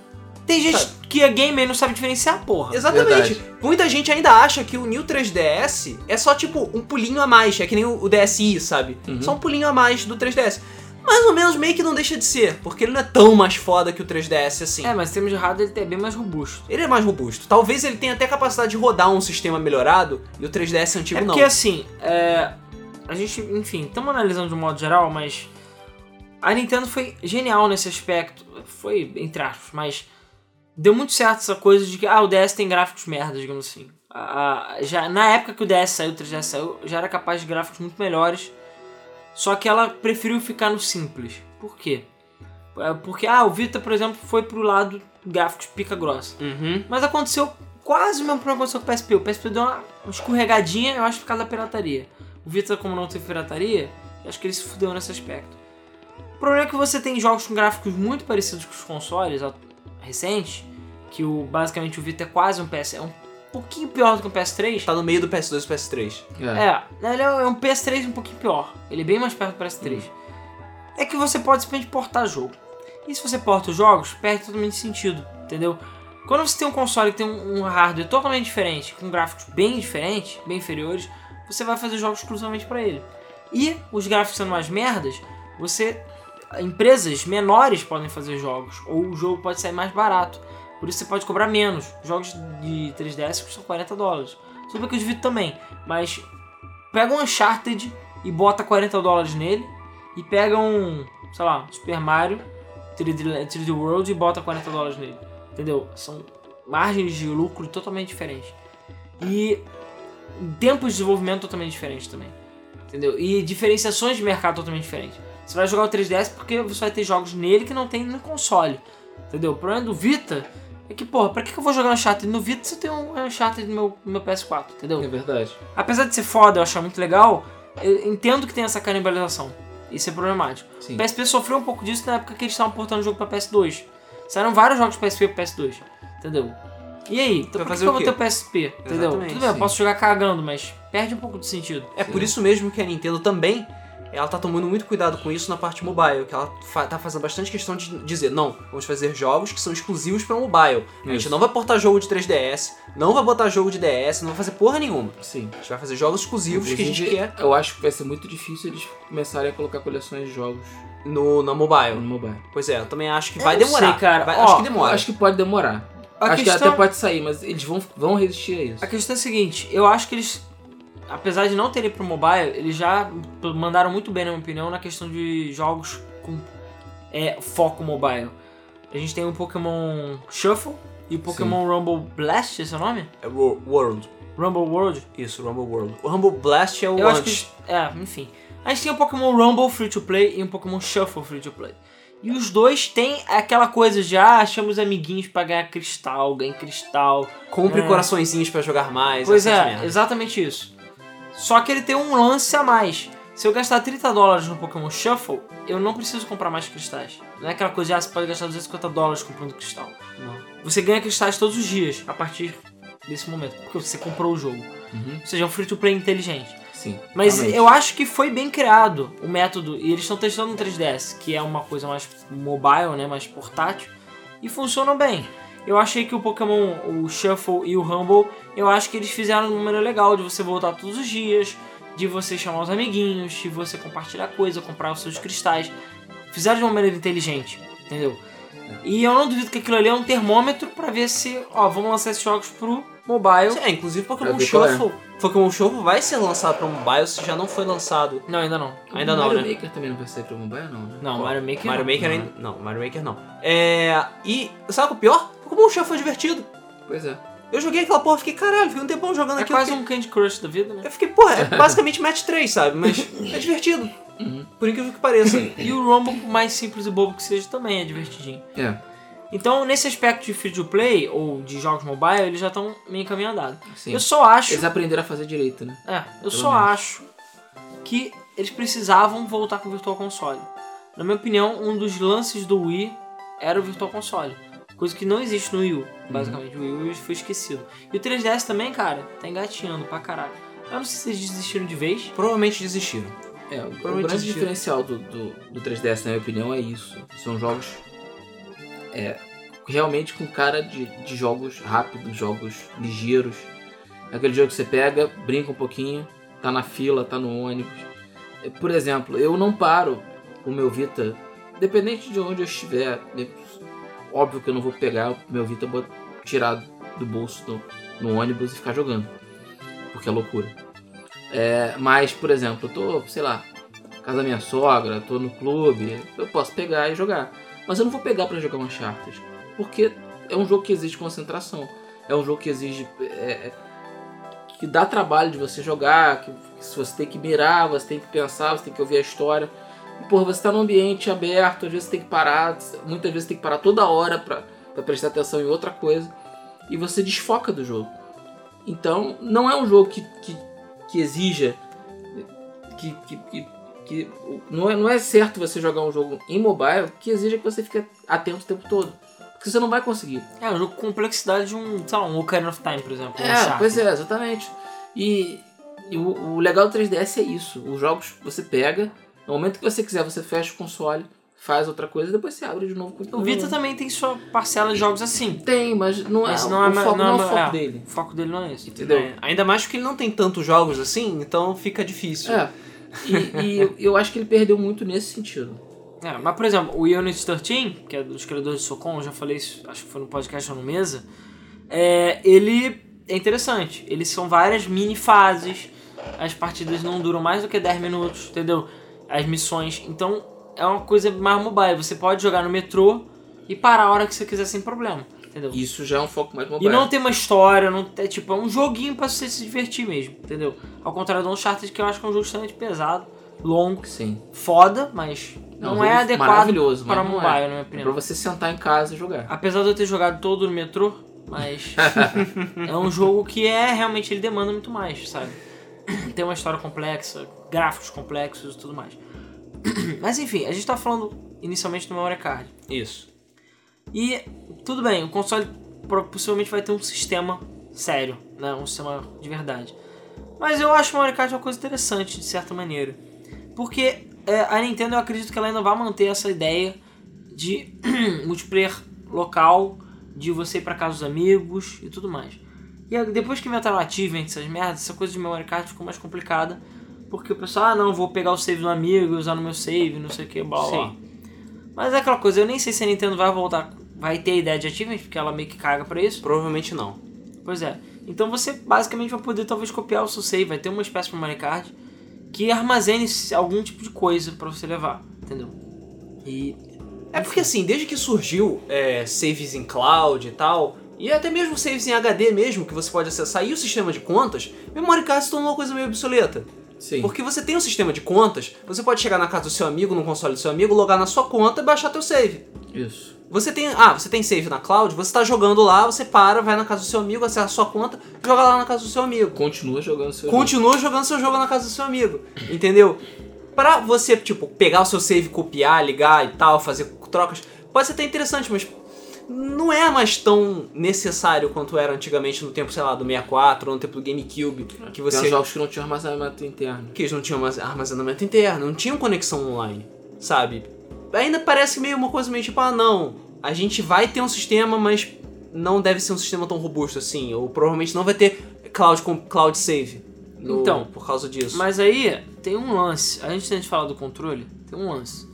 Tem gente que é gamer e não sabe diferenciar, porra. Ah, Exatamente. Verdade. Muita gente ainda acha que o New 3DS é só tipo um pulinho a mais, é que nem o o DSi, sabe? Uhum. Só um pulinho a mais do 3DS. Mais ou menos meio que não deixa de ser, porque ele não é tão mais foda que o 3DS assim. É, mas em termos de errado ele é bem mais robusto. Ele é mais robusto. Talvez ele tenha até capacidade de rodar um sistema melhorado e o 3DS antigo é não. porque assim, é, a gente, enfim, estamos analisando de um modo geral, mas a Nintendo foi genial nesse aspecto. Foi, entre aspas, mas deu muito certo essa coisa de que ah, o DS tem gráficos merda, digamos assim. A- a- já, na época que o DS saiu, o 3DS saiu, já era capaz de gráficos muito melhores. Só que ela preferiu ficar no simples. Por quê? É, Porque, ah, o Vita, por exemplo, foi pro lado gráficos pica grossa. Uhum. Mas aconteceu quase o mesmo problema que aconteceu com o PSP. O PSP deu uma escorregadinha, eu acho, por causa da pirataria. O Vita, como não teve pirataria, eu acho que ele se fudeu nesse aspecto. O problema é que você tem jogos com gráficos muito parecidos com os consoles a- recentes, que o, basicamente o Vita é quase um PS... É um pouquinho pior do que um PS3. Tá no meio do PS2 e PS3. É. É, ele é um PS3 um pouquinho pior. Ele é bem mais perto do PS3. É que você pode simplesmente portar jogo. E se você porta os jogos, perde totalmente sentido, entendeu? Quando você tem um console que tem um, um hardware totalmente diferente, com gráficos bem diferentes, bem inferiores, você vai fazer jogos exclusivamente pra ele. E os gráficos sendo mais merdas, você. Empresas menores podem fazer jogos, ou o jogo pode sair mais barato. Por isso você pode cobrar menos. Jogos de 3DS custam 40 dólares. Tudo bem que eu divido também, mas pega um Uncharted e bota 40 dólares nele, e pega um, sei lá, Super Mario 3D, 3D World e bota 40 dólares nele. Entendeu? São margens de lucro totalmente diferentes. E tempos de desenvolvimento totalmente diferentes também. Entendeu? E diferenciações de mercado totalmente diferentes. Você vai jogar o 3DS porque você vai ter jogos nele que não tem no console. Entendeu? O problema do Vita é que, porra, pra que que eu vou jogar Uncharted no Vita se eu tenho um Uncharted no meu, no meu PS4? Entendeu? É verdade. Apesar de ser foda, eu achar muito legal, eu entendo que tem essa canibalização. Isso é problemático. Sim. O PSP sofreu um pouco disso na época que eles estavam portando o jogo pra PS2. Saíram vários jogos pra PSP e pra PS2, entendeu? E aí, então Vai por fazer que eu o vou quê? ter o PSP, entendeu? Tudo Exatamente, bem, eu sim. posso jogar cagando, mas perde um pouco de sentido. É por isso mesmo que a Nintendo também ela tá tomando muito cuidado com isso na parte mobile, que ela fa- tá fazendo bastante questão de dizer, não, vamos fazer jogos que são exclusivos pra mobile. A gente Isso. não vai portar jogo de 3DS, não vai botar jogo de DS, não vai fazer porra nenhuma. Sim. A gente vai fazer jogos exclusivos que a gente quer Eu acho que vai ser muito difícil eles começarem a colocar coleções de jogos no, na no mobile. mobile. Pois é, eu também acho que Eu vai não demorar. sei, cara. Vai- Ó, acho que Eu demora. acho que pode demorar. A acho que questão- é até pode sair, mas eles vão, vão resistir a isso. A questão é a seguinte, eu acho que eles, apesar de não terem pro mobile, eles já p- mandaram muito bem, na minha opinião, na questão de jogos com é, foco mobile. A gente tem o Pokémon Shuffle e o Pokémon Rumble Blast, esse é o nome? É Wo- World. Rumble World. Isso, Rumble World. O Rumble Blast é o Eu acho antes. que. É, enfim. A gente tem o Pokémon Rumble Free to Play e um Pokémon Shuffle Free to Play. E os dois têm aquela coisa de, ah, achamos amiguinhos pra ganhar cristal, ganha cristal. Compre É. coraçõezinhos pra jogar mais. pois essas é, merdas. exatamente isso. Só que ele tem um lance a mais. Se eu gastar 30 dólares no Pokémon Shuffle, eu não preciso comprar mais cristais. Não é aquela coisa de, ah, você pode gastar 250 dólares comprando cristal. Não. Você ganha cristais todos os dias, a partir desse momento, porque você comprou o jogo. Uhum. Ou seja, é um free-to-play inteligente. Sim. Mas realmente. eu acho que foi bem criado o método. E eles estão testando no 3DS, que é uma coisa mais mobile, né? Mais portátil. E funcionam bem. Eu achei que o Pokémon, o Shuffle e o Rumble, eu acho que eles fizeram de uma maneira legal de você voltar todos os dias, de você chamar os amiguinhos, de você compartilhar coisa, comprar os seus cristais. Fizeram de uma maneira inteligente, entendeu? E eu não duvido que aquilo ali é um termômetro pra ver se, ó, vamos lançar esses jogos pro mobile. É, inclusive Eu Pokémon vi qual é. Shuffle. Pokémon Shuffle vai ser lançado pra mobile se já não foi lançado. Não, ainda não. Ainda não, Mario né? Maker também não vai sair pra mobile, não, né? Não, Mario Maker. Mario não. Uhum. Maker ainda. Não, Mario Maker não. É. E sabe o pior? Pokémon Shuffle foi divertido. Pois é. Eu joguei aquela porra, fiquei caralho, fiquei um tempão jogando É aquilo. quase fiquei- um Candy Crush da vida, né? Eu fiquei, porra, é basicamente match 3, sabe? Mas é divertido. Por incrível que pareça. E o Rumble, por mais simples e bobo que seja, também é divertidinho. É, Então, nesse aspecto de free to play ou de jogos mobile, eles já estão meio caminho andado. sim. Eu só acho. Eles aprenderam a fazer direito, né? É, eu Pelo só menos. acho que eles precisavam voltar com o Virtual Console. Na minha opinião, um dos lances do Wii era o Virtual Console. Coisa que não existe no Wii U, Uhum. basicamente. O Wii U foi esquecido. E o 3DS também, cara, tá engatinhando pra caralho. Eu não sei se eles desistiram de vez. Provavelmente desistiram. É, o, o Provavelmente grande existia. diferencial do, do, do 3DS, na minha opinião, é isso. São jogos é, realmente com cara de, de jogos rápidos, jogos ligeiros. É Aquele jogo que você pega, brinca um pouquinho, tá na fila, tá no ônibus. É, Por exemplo, eu não paro o meu Vita, dependente de onde eu estiver. né, Óbvio que eu não vou pegar o meu Vita, bot- tirar do bolso do- no ônibus e ficar jogando. Porque é loucura. É, mas, por exemplo, eu tô, sei lá, casa da minha sogra, tô no clube, eu posso pegar e jogar. Mas eu não vou pegar pra jogar umas chartas. Porque é um jogo que exige concentração. É um jogo que exige. é, é, que dá trabalho de você jogar, que, que se você tem que mirar, você tem que pensar, você tem que ouvir a história. E, porra, você tá num ambiente aberto, às vezes você tem que parar, muitas vezes você tem que parar toda hora pra, pra prestar atenção em outra coisa. E você desfoca do jogo. Então, não é um jogo que, que, que exija. Que, que, que, que- não, é, não é certo você jogar um jogo em mobile que exija que você fique atento o tempo todo. Porque você não vai conseguir. É, um jogo com complexidade de um, sei lá, um Ocarina of Time, por exemplo. um É, Uncharted. pois é, exatamente. E, e o, o legal do 3DS é isso. Os jogos você pega, no momento que você quiser, você fecha o console, faz outra coisa e depois você abre de novo. O Vita também tem sua parcela de jogos assim. Tem, mas não é, Mas não não é, o ma- foco, não é o ma- foco é, dele. O foco dele não é esse. Entendeu? É, ainda mais que ele não tem tantos jogos assim, então fica difícil. É. E, e eu- eu acho que ele perdeu muito nesse sentido. É, mas, por exemplo, o Unity 13, que é dos criadores de Socom, eu já falei isso, acho que foi no podcast ou no Mesa, é, ele é interessante. Eles são várias mini fases, as partidas não duram mais do que 10 minutos, entendeu? As missões. Então, é uma coisa mais mobile. Você pode jogar no metrô e parar a hora que você quiser sem problema, entendeu? Isso já é um foco mais E mobile. não tem uma história, não é tipo, é um joguinho pra você se divertir mesmo, entendeu? Ao contrário do Uncharted, que eu acho que é um jogo extremamente pesado, longo, Sim. foda, mas não, um é jogo adequado maravilhoso, mas para não mobile, é. na minha É pra opinião. você sentar em casa e jogar. Apesar de eu ter jogado todo no metrô, mas [LAUGHS] é um jogo que é realmente ele demanda muito mais, sabe? Tem uma história complexa, gráficos complexos e tudo mais. [CLEARS THROAT] Mas enfim, a gente tá falando inicialmente do Memory Card. Isso. E tudo bem, o console pro- possivelmente vai ter um sistema sério, né? Um sistema de verdade. Mas eu acho o Mario Kart uma coisa interessante, de certa maneira. Porque é, a Nintendo, eu acredito que ela ainda vai manter essa ideia de [CLEARS THROAT] multiplayer local, de você ir pra casa dos amigos e tudo mais. E a- depois que inventaram o Achievement, essas merdas, essa coisa de memory card ficou mais complicada. Porque o pessoal, ah não, vou pegar o save do amigo, usar no meu save, não sei o que, blá blá, blá. Sim. Mas é aquela coisa, eu nem sei se a Nintendo vai voltar, vai ter a ideia de achievement, porque ela meio que caga pra isso. Provavelmente não. Pois é. Então você basicamente vai poder talvez copiar o seu save, vai ter uma espécie de memory card que armazene algum tipo de coisa pra você levar, entendeu? E É porque assim, desde que surgiu é, saves em cloud e tal, e até mesmo saves em HD mesmo, que você pode acessar, e o sistema de contas, Memory Card se tornou uma coisa meio obsoleta. Sim. Porque você tem um sistema de contas, você pode chegar na casa do seu amigo, no console do seu amigo, logar na sua conta e baixar teu save. Isso. Você tem, ah, você tem save na cloud, você tá jogando lá, você para, vai na casa do seu amigo, acessa a sua conta, joga lá na casa do seu amigo. Continua jogando seu jogo. Continua jogando seu jogo na casa do seu amigo, entendeu? Pra você, tipo, pegar o seu save, copiar, ligar e tal, fazer trocas, pode ser até interessante, mas não é mais tão necessário quanto era antigamente no tempo, sei lá, do 64 ou no tempo do GameCube, que Tem você uns jogos que não tinham armazenamento interno. que eles não tinham mais armazenamento interno, não tinham conexão online, sabe? Ainda parece meio uma coisa meio tipo, ah não, a gente vai ter um sistema, mas não deve ser um sistema tão robusto assim, ou provavelmente não vai ter cloud com cloud save. no- Então, por causa disso. Mas aí tem um lance. A gente tem de falar do controle, tem um lance.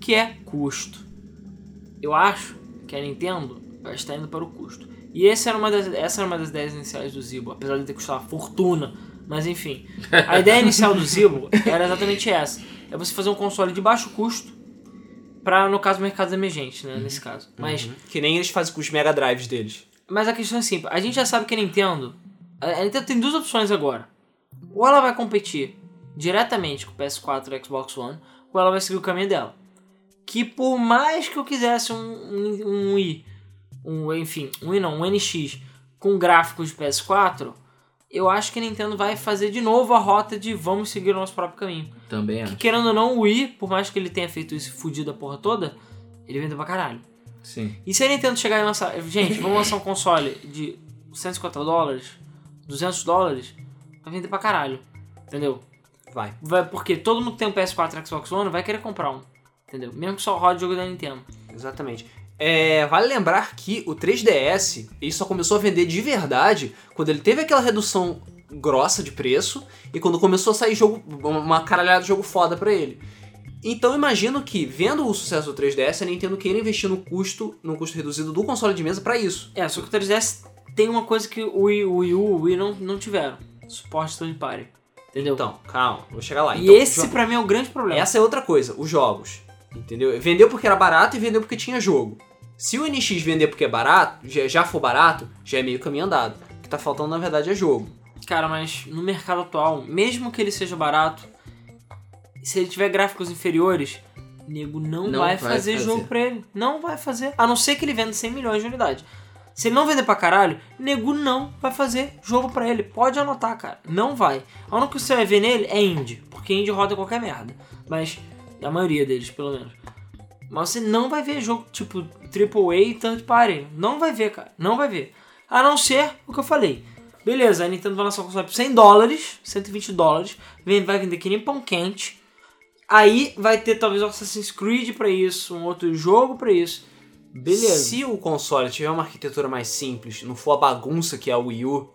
Que é custo. Eu acho que a Nintendo vai estar indo para o custo. E essa era uma das, essa era uma das ideias iniciais do Zibo, apesar de ter custado uma fortuna. Mas enfim, a ideia inicial do Zibo era exatamente essa. É você fazer um console de baixo custo para, no caso, mercados emergentes, né? Nesse caso. Mas Que nem eles fazem com os Mega Drives deles. mas a questão é simples. A gente já sabe que a Nintendo. A a Nintendo tem duas opções agora. Ou ela vai competir diretamente com o PS4 e o Xbox One, ou ela vai seguir o caminho dela. Que por mais que eu quisesse um, um, um Wii, um, enfim, um Wii não, um NX com gráficos de PS4, eu acho que a Nintendo vai fazer de novo a rota de vamos seguir o nosso próprio caminho. Também Que acho. querendo ou não, o Wii, por mais que ele tenha feito isso fudido a porra toda, ele vendeu pra caralho. Sim. E se a Nintendo chegar e lançar. Gente, vamos lançar um console de 150 dólares, 200 dólares, vai vender pra caralho. Entendeu? Vai. Vai, porque todo mundo que tem um PS4 e Xbox One vai querer comprar um. Entendeu? Mesmo que só rode jogo da Nintendo. Exatamente. É, vale lembrar que o 3DS ele só começou a vender de verdade quando ele teve aquela redução grossa de preço e quando começou a sair jogo, uma caralhada de jogo foda pra ele. Então imagino que, vendo o sucesso do 3DS, a Nintendo queira investir no custo, no custo reduzido do console de mesa pra isso. É, só que o 3DS tem uma coisa que o Wii, o Wii U o Wii não, não tiveram. Suporte third party. Entendeu? Então, calma, vou chegar lá. e Então, esse jo- pra mim é o grande problema. Essa é outra coisa, os jogos. Entendeu? Vendeu porque era barato e vendeu porque tinha jogo. Se o NX vender porque é barato, já, já for barato, já é meio caminho andado. O que tá faltando, na verdade, é jogo. Cara, mas no mercado atual, mesmo que ele seja barato, se ele tiver gráficos inferiores, nego não, Não vai, vai fazer, fazer. jogo pra ele. Não vai fazer. A não ser que ele venda 100 milhões de unidades. Se ele não vender pra caralho, nego não vai fazer jogo pra ele. Pode anotar, cara. Não vai. A única que você vai ver nele é indie. Porque indie roda qualquer merda. Mas, a maioria deles, pelo menos. Mas você não vai ver jogo tipo AAA e third party. Não vai ver, cara. Não vai ver. A não ser o que eu falei. Beleza, a Nintendo vai lançar um console por 100 dólares, 120 dólares, vem- vai vender que nem pão quente. Aí vai ter talvez um Assassin's Creed pra isso, um outro jogo pra isso. Beleza. Se o console tiver uma arquitetura mais simples, não for a bagunça que é o Wii U,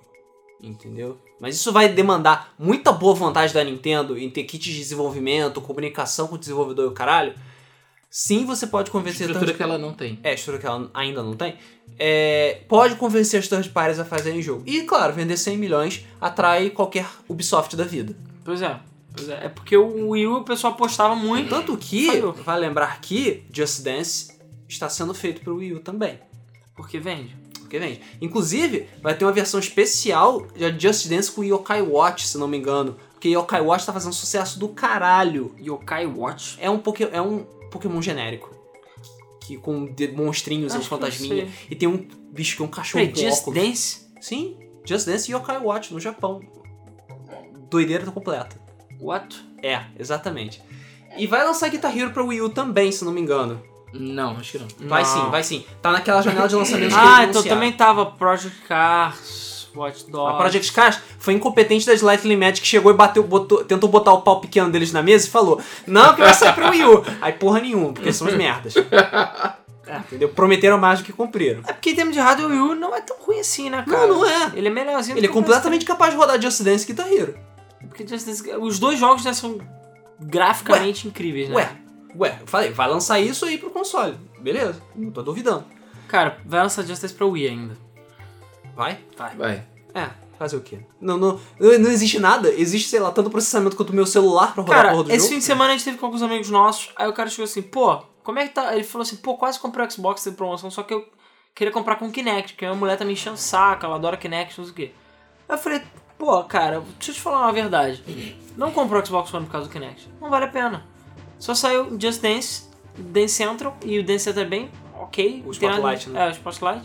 entendeu? Mas isso vai demandar muita boa vontade da Nintendo em ter kits de desenvolvimento, comunicação com o desenvolvedor e o caralho. Sim, você pode convencer Estrutura tanto... que ela não tem. É, a estrutura que ela ainda não tem. É, pode convencer as third parties a fazerem jogo. E, claro, vender 100 milhões atrai qualquer Ubisoft da vida. Pois é. Pois é. É porque o Wii U o pessoal apostava muito. Tanto que, Falhou. vai lembrar que Just Dance está sendo feito pro Wii U também. Porque vende. Porque vende. Inclusive, vai ter uma versão especial de Just Dance com Yokai Watch, se não me engano. Porque Yokai Watch tá fazendo sucesso do caralho. Yokai Watch. É um, poké, é um Pokémon genérico. Que com de- monstrinhos, Acho uns que eu fantasminha. E tem um bicho que é um cachorro Peraí, com Just óculos. Dance? Sim, Just Dance e Yokai Watch no Japão. Doideira completa. What? É, exatamente. E vai lançar Guitar Hero pra Wii U também, se não me engano. Não, acho que não. Vai Não. sim, vai sim. Tá naquela janela de lançamento que Ah, eles então anunciaram. também tava Project Cars, Watch Dogs. é. A Project Cars foi incompetente da Slightly Magic que chegou e bateu, botou- tentou botar o pau pequeno deles na mesa e falou: Não, que vai sair pro Wii U. Aí porra nenhuma, porque são as [LAUGHS] merdas. É, entendeu? Prometeram mais do que cumpriram. É porque em termos de hardware, o Wii U não é tão ruim assim, né, Não, cara? não é. Ele é melhorzinho. do Ele é que o completamente capaz de rodar Just Dance e Guitar Hero. PS3. Porque Just Dance- os dois jogos já são graficamente incríveis, né? Ué, ué, eu falei, vai lançar isso aí pro console. Beleza, não tô duvidando. Cara, vai lançar Just Dance pra Wii ainda. Vai? Vai. É, fazer o quê? Não, não, não não existe nada. Existe, sei lá, tanto processamento quanto o meu celular pra rodar a Cara, porra do esse jogo. fim de semana a gente teve com alguns amigos nossos, aí o cara chegou assim, pô, como é que tá? Ele falou assim, pô, quase comprei o Xbox de promoção, só que eu queria comprar com Kinect, porque minha mulher tá me enchendo o saco, ela adora Kinect, não sei o quê. Aí eu falei, Pô, cara, deixa eu te falar uma verdade. Não comprou o Xbox One por causa do Kinect. Não vale a pena. Só saiu Just Dance, Dance Central, e o Dance Central é bem ok. O Tem nada- Spotlight, né? É, o Spotlight.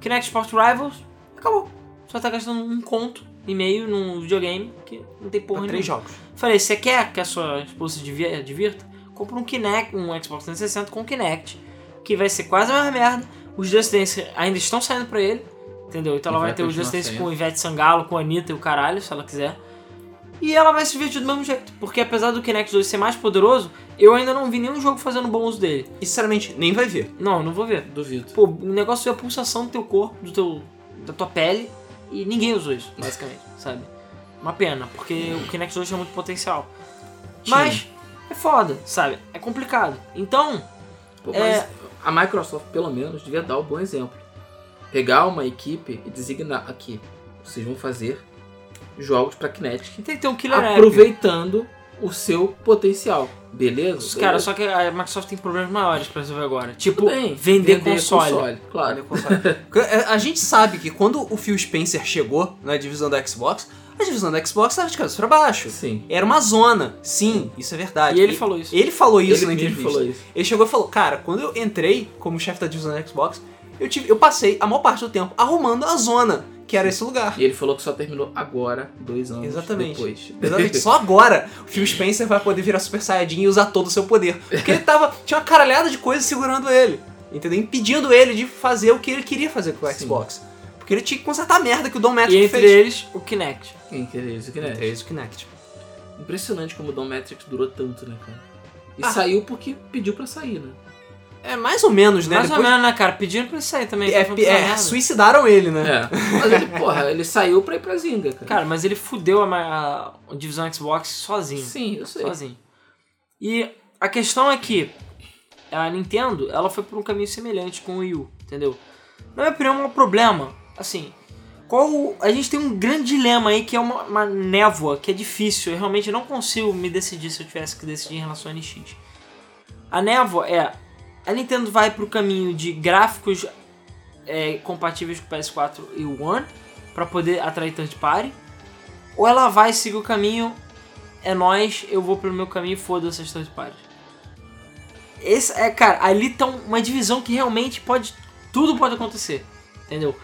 Kinect Sport Rivals, acabou. Só tá gastando um conto e meio num videogame que não tem porra Pra nenhuma. três jogos. Falei, você quer que a sua esposa se divi- divirta? Compra um Kinect, um Xbox 360 com Kinect, que vai ser quase a mesma merda. Os Just Dance ainda estão saindo pra ele, entendeu? Então E ela vai vai ter os Just continuar Dance saindo. com o Ivete Sangalo, com a Anitta e o caralho, se ela quiser. E ela vai se divertir do mesmo jeito, porque apesar do Kinect 2 ser mais poderoso, eu ainda não vi nenhum jogo fazendo bom uso dele. E sinceramente, nem vai ver. Não, não vou ver. Duvido. Pô, o negócio é a pulsação do teu corpo, do teu, da tua pele, e ninguém usou isso, basicamente, [LAUGHS] sabe? Uma pena, porque o Kinect 2 tinha muito potencial. Tinha. Mas é foda, sabe? É complicado. Então, Pô, É. mas a Microsoft, pelo menos, devia dar o bom exemplo. Pegar uma equipe e designar aqui. Vocês vão fazer jogos pra Kinetic, tem que ter um killer app. aproveitando o seu potencial. Beleza? Cara, Beleza. só que a Microsoft tem problemas maiores pra resolver agora. Tudo Tipo, bem, vender, console. Claro. [LAUGHS] Porque, é, A gente sabe que quando o Phil Spencer chegou na divisão da Xbox, a divisão da Xbox estava de cabeça pra baixo. Sim. Era uma zona. Sim, isso é verdade. E ele falou isso. Ele falou isso Ele na mesmo entrevista. falou isso. Ele chegou e falou, cara, quando eu entrei como chefe da divisão da Xbox, eu, tive, eu passei a maior parte do tempo arrumando a zona, que era esse lugar. E ele falou que só terminou agora, dois anos Exatamente. depois. [LAUGHS] Exatamente. Só agora o Phil Spencer vai poder virar Super Saiyajin e usar todo o seu poder. Porque ele tava. Tinha uma caralhada de coisa segurando ele. Entendeu? Impedindo ele de fazer o que ele queria fazer com o Sim. Xbox. Porque ele tinha que consertar a merda que o Dom Matrix E entre né? fez. É, eles, o Kinect. Quem quer isso, Entre Kinect? eles o Kinect. Impressionante como o Dom Matrix durou tanto, né, cara? E Ah. saiu porque pediu pra sair, né? É mais ou menos, né? Mais ou Depois- menos, né, cara? Pedindo pra ele sair também. É, então não precisa é, nada. suicidaram ele, né? É. Mas ele, porra, ele saiu pra ir pra Zinga, cara. Cara, mas ele fudeu a, ma- a divisão Xbox sozinho. Sim, eu sei. sozinho. E a questão é que a Nintendo, ela foi por um caminho semelhante com o Wii U, entendeu? Na minha opinião, é um problema. Assim, qual o- a gente tem um grande dilema aí que é uma, uma névoa, que é difícil. Eu realmente não consigo me decidir se eu tivesse que decidir em relação a NX. A névoa é a Nintendo vai pro caminho de gráficos é, compatíveis com o PS4 e o One para poder atrair third party, ou ela vai seguir o caminho é nós, eu vou pelo meu caminho e foda-se as third parties. Esse é, cara, ali tá uma divisão que realmente pode. Tudo pode acontecer. Entendeu?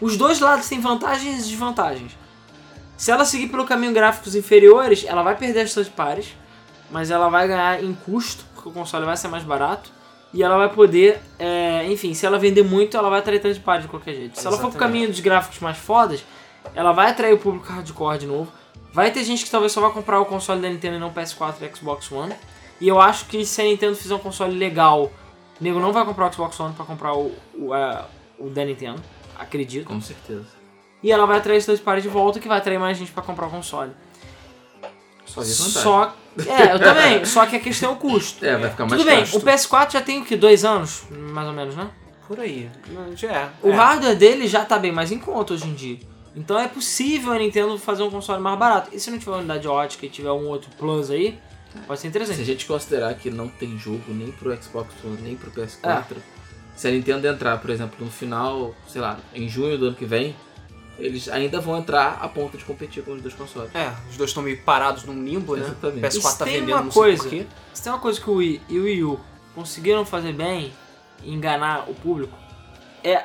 Os dois lados têm vantagens e desvantagens. Se ela seguir pelo caminho gráficos inferiores, ela vai perder as third parties, mas ela vai ganhar em custo, porque o console vai ser mais barato. E ela vai poder, é, enfim, se ela vender muito, ela vai atrair third parties de qualquer jeito. Se ela for pro Exatamente. caminho dos gráficos mais fodas, ela vai atrair o público hardcore de novo. Vai ter gente que talvez só vai comprar o console da Nintendo e não o PS4 e Xbox One. E eu acho que se a Nintendo fizer um console legal, o nego não vai comprar o Xbox One pra comprar o, o, a- o da Nintendo. Acredito. Com certeza. E ela vai atrair os dois pares de volta, que vai atrair mais gente pra comprar o console. Só de vantagem. Só. É, eu também. [LAUGHS] Só que a questão é o custo. É, vai ficar mais Tudo bem, gasto. o PS4 já tem o que? Dois anos? Mais ou menos, né? Por aí. Já O é. hardware dele já tá bem mais em conta hoje em dia. Então é possível a Nintendo fazer um console mais barato. E se não tiver uma unidade ótica e tiver um outro Plus aí, pode ser Se a interessante. gente considerar que não tem jogo nem pro Xbox One, nem pro PS4, se a Nintendo entrar, por exemplo, no final, sei lá, em junho do ano que vem, eles ainda vão entrar a ponto de competir com os dois consoles. É, os dois estão meio parados num limbo, né? Exatamente. O PS4 Isso tá tem vendendo uma não coisa. sei porquê. Se tem uma coisa que o Wii e o Wii U conseguiram fazer bem, e enganar o público, é.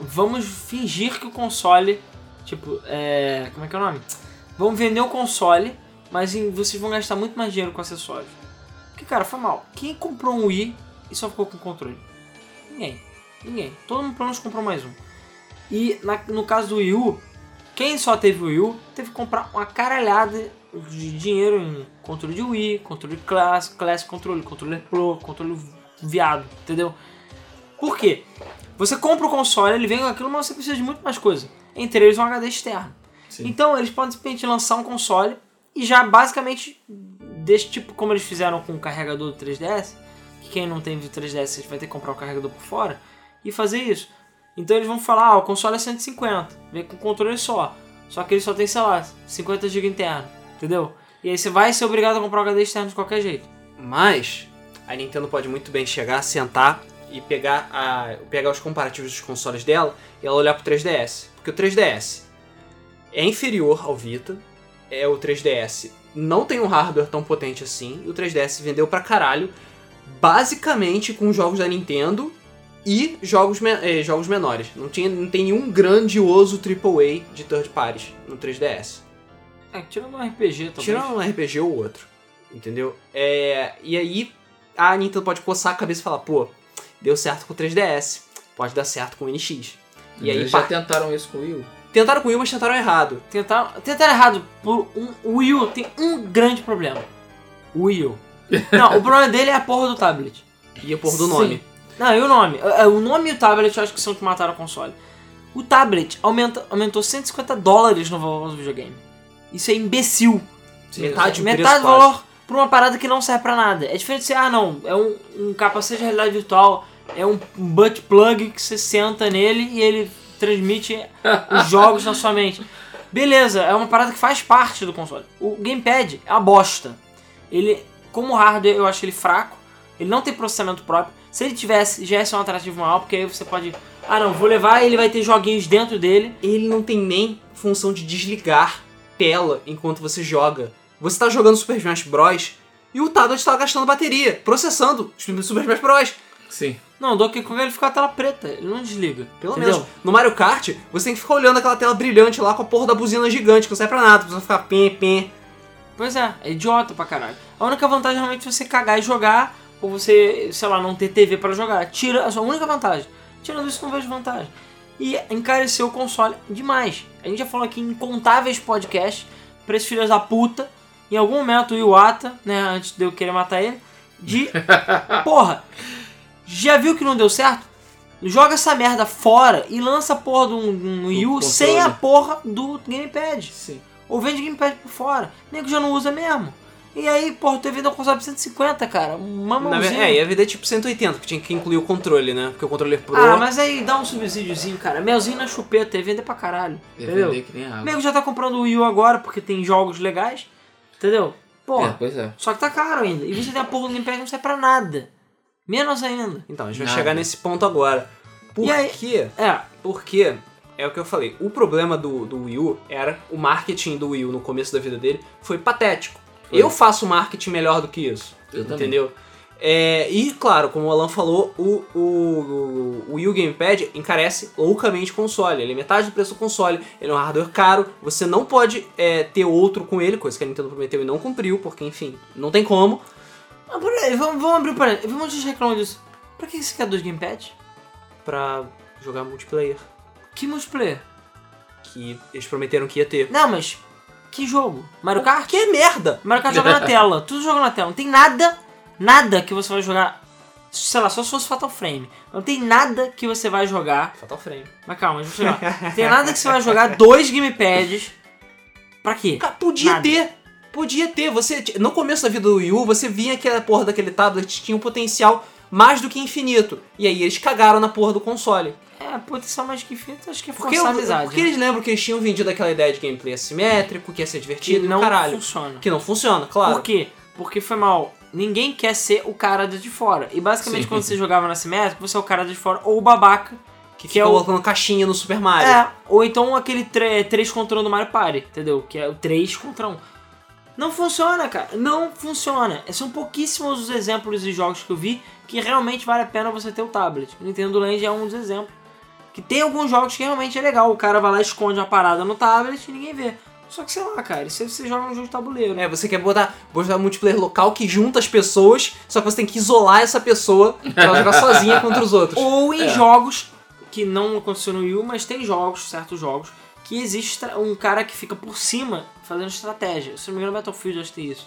Vamos fingir que o console. Tipo, é. Como é que é o nome? Vamos vender o console, mas em- vocês vão gastar muito mais dinheiro com acessórios. Porque, cara, foi mal. Quem comprou um Wii e só ficou com o controle? Ninguém. Ninguém. Todo mundo, pelo menos, comprou mais um. E na- no caso do Wii U, quem só teve o Wii U teve que comprar uma caralhada de dinheiro em controle de Wii, controle Classic, Classic Controle, controle Pro, controle viado, entendeu? Por quê? Você compra o console, ele vem com aquilo, mas você precisa de muito mais coisa. Entre eles um HD externo. Sim. Então eles podem simplesmente lançar um console e já basicamente desse tipo como eles fizeram com o carregador do 3DS, que quem não tem 3DS você vai ter que comprar o carregador por fora e fazer isso. Então eles vão falar, ah, o console é 150, vem com controle só. Só que ele só tem, sei lá, 50 GB interno, entendeu? E aí você vai ser obrigado a comprar o HD externo de qualquer jeito. Mas a Nintendo pode muito bem chegar, sentar e pegar, a, pegar os comparativos dos consoles dela e ela olhar pro 3DS. Porque o 3DS é inferior ao Vita. É o 3DS. Não tem um hardware tão potente assim. E o 3DS vendeu pra caralho. Basicamente com jogos da Nintendo e jogos, me- eh, jogos menores. Não, tinha, não tem nenhum grandioso AAA de third parties no 3DS. É, tirando um RPG também. Tirando um RPG ou outro. Entendeu? É, e aí a Nintendo pode coçar a cabeça e falar, pô, deu certo com o 3DS. Pode dar certo com o NX. E aí, Eles já pá. tentaram isso com o Will? Tentaram com o Wii, mas tentaram errado. Tentaram, tentaram errado por um. O Wii U tem um grande problema. O Wii U. Não, o problema dele é a porra do tablet. E a porra do Sim. nome. Não, e o nome? É, O nome e o tablet eu acho que são que mataram o console. O tablet aumenta, aumentou 150 dólares no valor do videogame. Isso é imbecil. Metade do É, Metade preço do valor pra uma parada que não serve pra nada. É diferente de ser, ah não, é um, um capacete de realidade virtual, é um butt plug que você senta nele e ele [LAUGHS] transmite os jogos na sua mente. Beleza, é uma parada que faz parte do console. O gamepad é uma bosta. Ele, como hardware, eu acho ele fraco. Ele não tem processamento próprio. Se ele tivesse, já ia ser um atrativo maior, porque aí você pode. Ah não, vou levar e ele vai ter joguinhos dentro dele. ele não tem nem função de desligar tela enquanto você joga. Você tá jogando Super Smash Bros. e o tablet tá gastando bateria, processando Super Smash Bros. Sim. Não, o Donkey Kong ele fica a tela preta, ele não desliga. Pelo entendeu? menos no Mario Kart, você tem que ficar olhando aquela tela brilhante lá com a porra da buzina gigante, que não serve pra nada, precisa ficar pim, pim. Pois é, é idiota pra caralho. A única vantagem realmente é você cagar e jogar, ou você, sei lá, não ter TV pra jogar. Tira a sua única vantagem. Tirando isso, não vejo vantagem. E encareceu o console demais. A gente já falou aqui em incontáveis podcasts pra esses filhos da puta. Em algum momento, o Iwata, né, antes de eu querer matar ele, de. Porra! Já viu que não deu certo? Joga essa merda fora e lança a porra de um, um Wii U controle. sem a porra do Gamepad Sim. ou vende gamepad por fora. Nem que já não usa mesmo. E aí, porra, tu vendeu um console por 150, cara. Um Uma Na ve- mãozinha. é, e a vida é tipo 180, porque tinha que incluir o controle, né? Porque o controle pro. ah, mas aí dá um subsídiozinho, cara. Melzinho na chupeta, e vender pra caralho. É Ele Entendeu? vender que nem água. Nego já tá comprando o Wii U agora porque tem jogos legais. Entendeu? Porra. É, pois é. Só que tá caro ainda. E você tem a porra do gamepad que não serve pra nada. Menos ainda. Então, a gente vai Nada. chegar nesse ponto agora. Por E aí- quê? É, Porque é o que eu falei, o problema do, do Wii U era o marketing do Wii U no começo da vida dele foi patético. Foi. Eu faço marketing melhor do que isso. Eu também. entendeu? É, e claro, como o Alan falou, o, o, o Wii U Gamepad encarece loucamente o console. Ele é metade do preço do console, ele é um hardware caro, você não pode é, ter outro com ele, coisa que a Nintendo prometeu e não cumpriu, porque enfim, não tem como. Mas peraí, vamos, vamos abrir o parênteses. Eu vi um monte de gente reclamando disso. Pra que você quer dois gamepads? Pra jogar multiplayer, Que multiplayer? que eles prometeram que ia ter. Ah, Não, mas que jogo? Mario Kart? Que merda! Mario Kart joga na tela, tudo joga na tela. Não tem nada, nada que você vai jogar. Sei lá, só se fosse Fatal Frame. Não tem nada que você vai jogar. Fatal Frame. Mas calma, a gente vai chegar. Não tem nada que você vai jogar dois gamepads. Pra quê? Cara, podia Nada. ter. Podia ter. Você, no começo da vida do Wii U, você vinha que a porra daquele tablet tinha um potencial mais do que infinito. E aí eles cagaram na porra do console. É, potencial mais que feito, acho que é Porque, forçar a amizade. porque eles lembram que eles tinham vendido aquela ideia de gameplay assimétrico, que ia ser que divertido e o não é caralho. funciona. Que não funciona, claro. Por quê? Porque foi mal. Ninguém quer ser o cara de fora. E basicamente Sim. quando você jogava na Simétrica, você é o cara de fora ou o babaca. que que é fica o- colocando caixinha no Super Mario. É, ou então aquele 3 contra 1 do Mario Party, entendeu? Que é o 3 contra 1. Não funciona, cara. Não funciona. São pouquíssimos os exemplos de jogos que eu vi que realmente vale a pena você ter o tablet. O Nintendo Land é um dos exemplos. Que tem alguns jogos que realmente é legal. O cara vai lá, esconde a parada no tablet e ninguém vê. Só que sei lá, cara, isso aí você joga um jogo de tabuleiro. É, você quer botar, botar um multiplayer local que junta as pessoas, só que você tem que isolar essa pessoa pra ela jogar [LAUGHS] sozinha contra os outros. Ou em jogos, que não aconteceu no Wii U, mas tem jogos, certos jogos, que existe estra- um cara que fica por cima fazendo estratégia. Se não me engano, Battlefield acho que tem isso.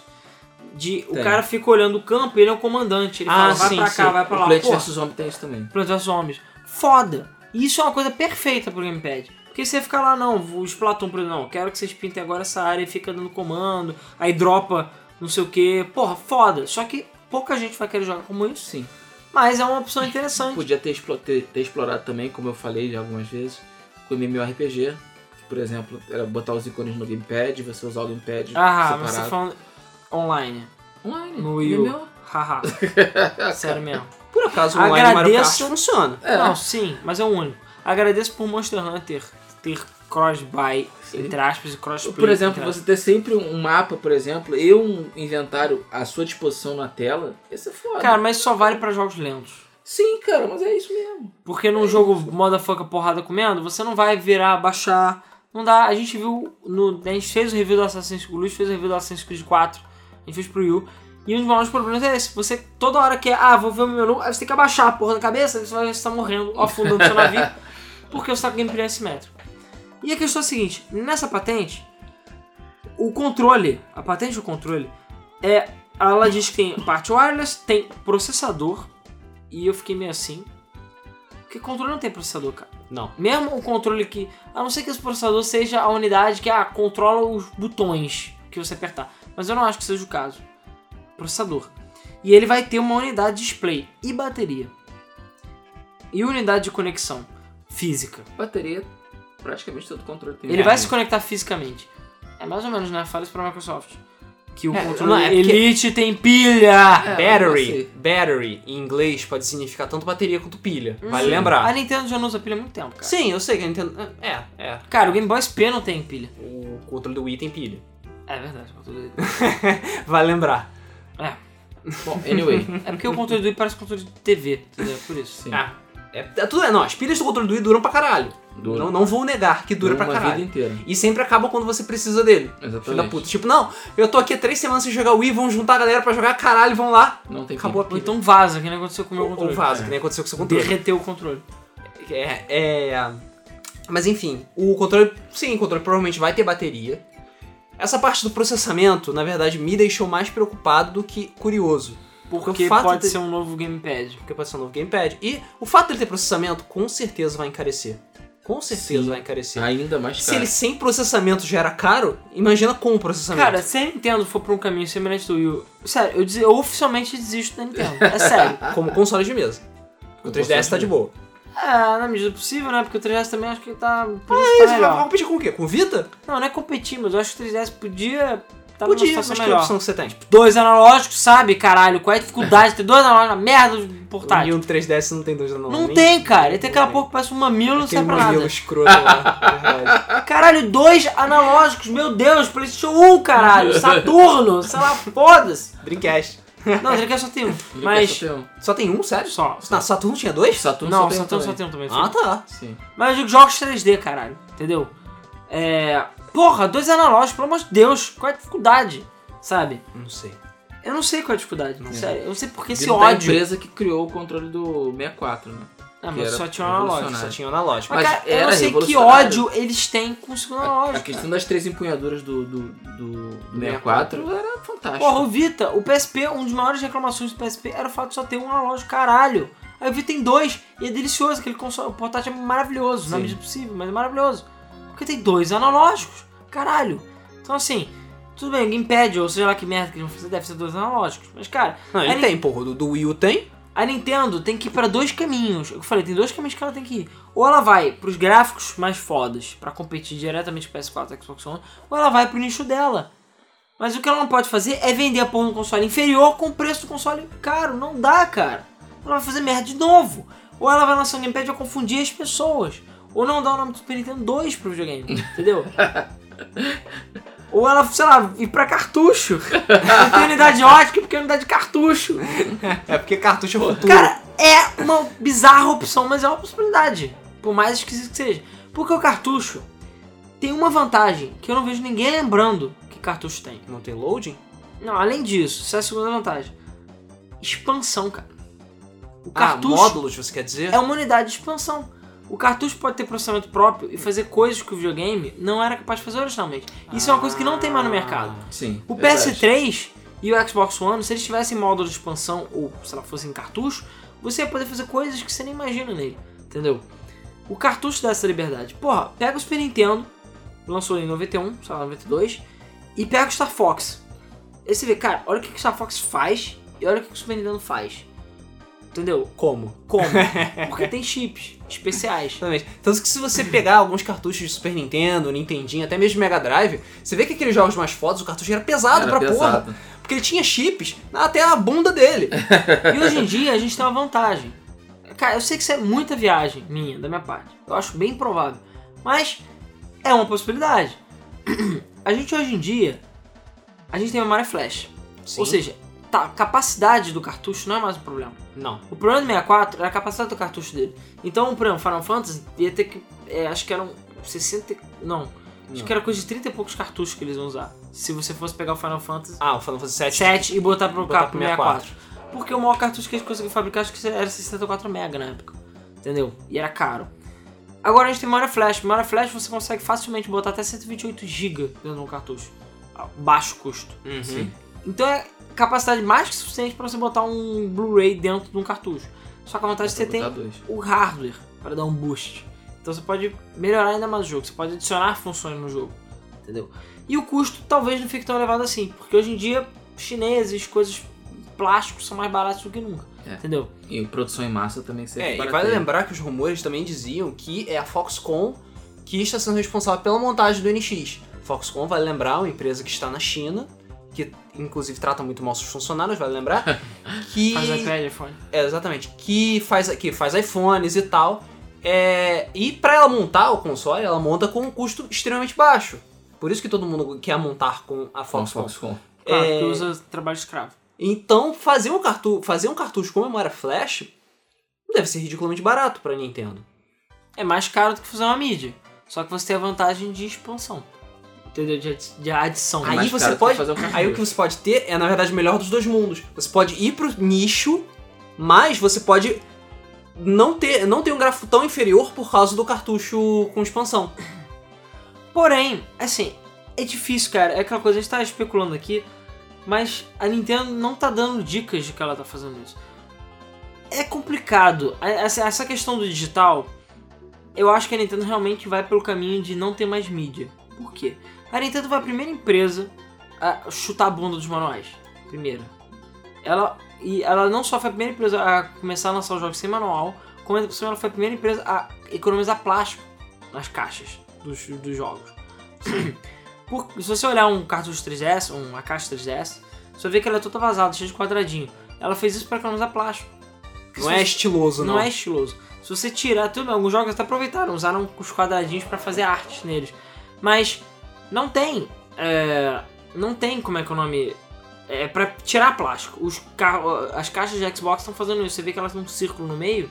De, o Tem. cara fica olhando o campo e ele é o comandante. Ele Ah, fala, vai sim, pra cá, sim. vai pra O lá. Plants Pô, vs. Zombies tem isso também. Plants vs Zombies. Foda! E isso é uma coisa perfeita pro Gamepad. Porque você fica lá, não, o Splatoon, por exemplo, não, quero que vocês pintem agora essa área e fica dando comando, aí dropa não sei o que. Porra, foda! Só que pouca gente vai querer jogar como isso, Sim. mas é uma opção interessante. Podia ter, explo- ter- ter explorado também, como eu falei já algumas vezes, com o MMORPG. Que, por exemplo, era botar os ícones no gamepad, você usar o gamepad Ah, mas você separado. falando online. Online. No Wii U. MMO. [LAUGHS] Haha. Sério mesmo. Por acaso, online Mario Kart Agradeço- funciona. É. Não, sim, mas é o único. Agradeço por Monster Hunter ter cross-buy, entre aspas, e cross-play. Por exemplo, entre você ter sempre um mapa, por exemplo, e um inventário à sua disposição na tela, isso é foda. Cara, mas isso só vale pra jogos lentos. Sim, cara, mas é isso mesmo. Porque num jogo motherfucker porrada comendo, você não vai virar, baixar. Não dá. A gente viu. No, a gente fez o review do Assassin's Creed, o Luiz fez o review do Assassin's Creed 4, a gente fez pro Yu. E um dos maiores problemas é esse. Você toda hora quer, ah, vou ver o menu, aí você tem que abaixar a porra da cabeça, aí você vai estar morrendo, afundando seu navio, porque você tá com gameplay assimétrico. E a questão é a seguinte: nessa patente, o controle, a patente do controle, é. Ela diz que tem parte wireless, tem processador, e eu fiquei meio assim. Porque controle não tem processador, cara. Não. Mesmo o controle que. A não ser que esse processador seja a unidade que ah, controla os botões que você apertar. Mas eu não acho que seja o caso. Processador. E ele vai ter uma unidade de display e bateria. E unidade de conexão física. Bateria, praticamente todo controle tem. Ele vai né? se conectar fisicamente. É mais ou menos, né? Fala isso pra Microsoft. Que o É, controle não, é porque- Elite tem pilha! É, eu Battery. sei. Battery, em inglês, pode significar tanto bateria quanto pilha. Uhum. Vale Sim. A É. lembrar. Nintendo já não usa pilha há muito tempo, cara. Sim, eu sei que a Nintendo... É, é. Cara, o Game Boy SP não tem pilha. O controle do Wii tem pilha. [LAUGHS] É verdade. o controle- Vale lembrar. É, Bom, anyway. [LAUGHS] É porque o controle do Wii parece controle de TV, entendeu? Por isso. Sim. Ah, é, é tudo é, não, as pilhas do controle do Wii duram pra caralho. Dura. Não, não vou negar que dura, Dura pra uma caralho. vida inteira. E sempre acaba quando você precisa dele. Exatamente. Filho da puta. Tipo, não, eu tô aqui há três semanas sem jogar Wii, vamos juntar a galera pra jogar, caralho, vamos lá. Não tem Acabou a Ou pilha. então vaza, que nem aconteceu com o meu Ou, controle. ou vaso, que nem aconteceu com o seu controle. Derreteu o controle. É, é... Mas enfim, o controle... Sim, o controle provavelmente vai ter bateria. Essa parte do processamento, na verdade, me deixou mais preocupado do que curioso. Porque o fato pode de- ser um novo gamepad. Porque pode ser um novo gamepad. E o fato dele ter processamento, com certeza vai encarecer. Com certeza Sim. é. vai encarecer. Ainda mais Se caro. ele sem processamento já era caro, imagina com o processamento. Cara, se a Nintendo for pra um caminho semelhante do Wii U... Sério, eu, des... eu oficialmente desisto da Nintendo. [LAUGHS] É sério. como console de mesa. O Com 3DS tá console de de boa. É, na medida do possível, né? Porque o 3DS também acho que tá... Mas Podia tá vai- vai melhor. competir com o quê? Com o Vita? Não, não é competir, mas eu acho que o 3DS podia... Tá Podia, numa mas situação que melhor. opção que você tem? Dois analógicos, sabe, caralho? Qual é a dificuldade de ter dois analógicos na merda do E portátil? um 3DS não tem dois não. Não nem- né? tem, cara. Ele tem aquela nem- porra que parece um mamilo, não Aquele serve pra nada. mamilo escroto lá. [LAUGHS] verdade. Caralho, dois analógicos, meu Deus, Playstation 1, [LAUGHS] caralho, Saturno, sei lá, foda-se. Dreamcast. Não, o Dreamcast só tem um, Ele mas... quer só ter Só tem um, sério? Só, só. Na Saturno tinha dois? um. Saturno Não, só tem um Saturno só também. tem um também. Ah, tá. Sim. Mas eu digo jogos 3D, caralho, entendeu? É... Porra, dois analógicos, pelo amor de Deus, qual é a dificuldade, sabe? Não sei. Eu não sei qual é a dificuldade, sério, eu não sei porque esse Vindo da ódio... empresa que criou o controle do 64, né? Ah, que mas era só tinha um analógico. Só revolucionário. tinha um analógico. Mas, Mas cara, eu era não sei que revolucionário. ódio eles têm com o É segundo A analógico, cara. questão das três empunhaduras do, do, do 64 era fantástica. Porra, o Vita, o PSP, um dos maiores reclamações do PSP era o fato de só ter um analógico, caralho. Aí o Vita tem dois, e é delicioso, aquele console, o portátil é maravilhoso, na Sim. medida do possível, mas é maravilhoso. Porque tem dois analógicos, caralho. Então assim, tudo bem, o Gamepad, ou seja lá que merda que eles vão fazer, deve ser dois analógicos. Mas cara, Não, ele Aí- tem, porra. Do, do Wii U tem. a Nintendo tem que ir pra dois caminhos. Eu falei, tem dois caminhos que ela tem que ir. Ou ela vai pros gráficos mais fodas pra competir diretamente com o PS4 e Xbox One, ou ela vai pro nicho dela. Mas o que ela não pode fazer é vender a porra do console inferior com o preço do console caro. Não dá, cara. Ela vai fazer merda de novo. Ou ela vai lançar um gamepad e vai confundir as pessoas. Ou não dá o nome do Super Nintendo 2 pro videogame, entendeu? Ou ela, sei lá, ir pra cartucho. [LAUGHS] Não tem unidade ótica porque é unidade de cartucho. É porque cartucho é futuro. Cara, é uma bizarra opção, mas é uma possibilidade. Por mais esquisito que seja. Porque o cartucho tem uma vantagem que eu não vejo ninguém lembrando que cartucho tem. Não tem loading? Não, além disso, essa é a segunda vantagem. Expansão, cara. O Ah, cartucho módulos, você quer dizer? é uma unidade de expansão. O cartucho pode ter processamento próprio e fazer coisas que o videogame não era capaz de fazer originalmente. Isso é uma coisa que não tem mais no mercado. Sim. O É verdade. é PS3 e o Xbox One, se eles tivessem módulo de expansão ou se ela fosse em cartucho, você ia poder fazer coisas que você nem imagina nele, entendeu? O cartucho dá essa liberdade. Porra, pega o Super Nintendo, lançou em 91, sei lá, 92, e pega o Star Fox. Aí você vê, cara, olha o que que o Star Fox faz e olha o que que o Super Nintendo faz. Entendeu? Como? Como? Porque tem chips especiais. Exatamente. Tanto que se você pegar alguns cartuchos de Super Nintendo, Nintendinho, até mesmo Mega Drive, você vê que aqueles jogos mais fodas, o cartucho era pesado Era pra porra. pesado. Porque ele tinha chips até a bunda dele. E hoje em dia a gente tem uma vantagem. Cara, eu sei que isso é muita viagem minha, da minha parte. Eu acho bem provável. Mas É uma possibilidade. [CLEARS THROAT] A gente hoje em dia, a gente tem memória flash. [LAUGHS] Sim. Ou seja, tá, a capacidade do cartucho não é mais um problema. Não. O problema do 64 era a capacidade do cartucho dele. Então, por exemplo, Final Fantasy ia ter que. é, acho que eram 60. e- Não, acho Não. que era coisa de 30 e poucos cartuchos que eles iam usar. Se você fosse pegar o Final Fantasy Ah, o Final Fantasy VII. 7 e botar pro Botar carro pro 64. Porque o maior cartucho que eles conseguiram fabricar acho que era 64 mega na época. Entendeu? E era caro. Agora a gente tem memória flash. Memória flash você consegue facilmente botar até 128 GB dentro de um cartucho. A baixo custo. Uhum. Sim. Então é capacidade mais que suficiente pra você botar um Blu-ray dentro de um cartucho. Só que a vantagem é que você tem Botar dois. o hardware para dar um boost. Então você pode melhorar ainda mais o jogo, você pode adicionar funções no jogo, entendeu? E o custo talvez não fique tão elevado assim, porque hoje em dia chineses, coisas plásticos são mais baratos do que nunca, É. entendeu? E produção em massa também serve É, e para vale ter. lembrar que os rumores também diziam que é a Foxconn que está sendo responsável pela montagem do NX. Foxconn, vale lembrar, é uma empresa que está na China, que inclusive trata muito mal seus funcionários, vale [LAUGHS] lembrar, que... Faz iPad, iPhone. É, exatamente. Que faz, que faz iPhones e tal. É, e pra ela montar o console, ela monta com um custo extremamente baixo. Por isso que todo mundo quer montar com a Com a Foxconn. Foxconn. Claro, que usa trabalho escravo. Então, fazer um, cartu fazer um cartucho com memória flash deve ser ridiculamente barato pra Nintendo. É mais caro do que fazer uma mídia, só que você tem a vantagem de expansão, entendeu? De, adi- de adição. Aí mais você caro do que pode- fazer um cartucho. Aí o que você pode ter é, na verdade, o melhor dos dois mundos. Você pode ir pro nicho, mas você pode não ter, não ter um gráfico tão inferior por causa do cartucho com expansão. Porém, assim, é difícil, cara. É aquela coisa, a gente tá especulando aqui, mas a Nintendo não tá dando dicas de que ela tá fazendo isso. É complicado. A- Essa essa questão do digital, eu acho que a Nintendo realmente vai pelo caminho de não ter mais mídia. Por quê? A Nintendo foi a primeira empresa a chutar a bunda dos manuais. Primeira. Ela, e ela não só foi a primeira empresa a começar a lançar os jogos sem manual, como ainda por cima ela foi a primeira empresa a economizar plástico nas caixas dos, dos jogos. [CLEARS THROAT] Por- se você olhar um cartucho 3DS, uma caixa 3DS, você vai ver que ela é toda vazada, cheia de quadradinho. Ela fez isso para economizar plástico. Não é estiloso, não. Não é estiloso. Se você tirar, tudo bem, alguns jogos até aproveitaram, usaram os quadradinhos pra fazer arte neles. Mas não tem. é, não tem como é que é o nome. É pra tirar plástico. Os ca- as caixas de Xbox estão fazendo isso. Você vê que elas têm um círculo no meio.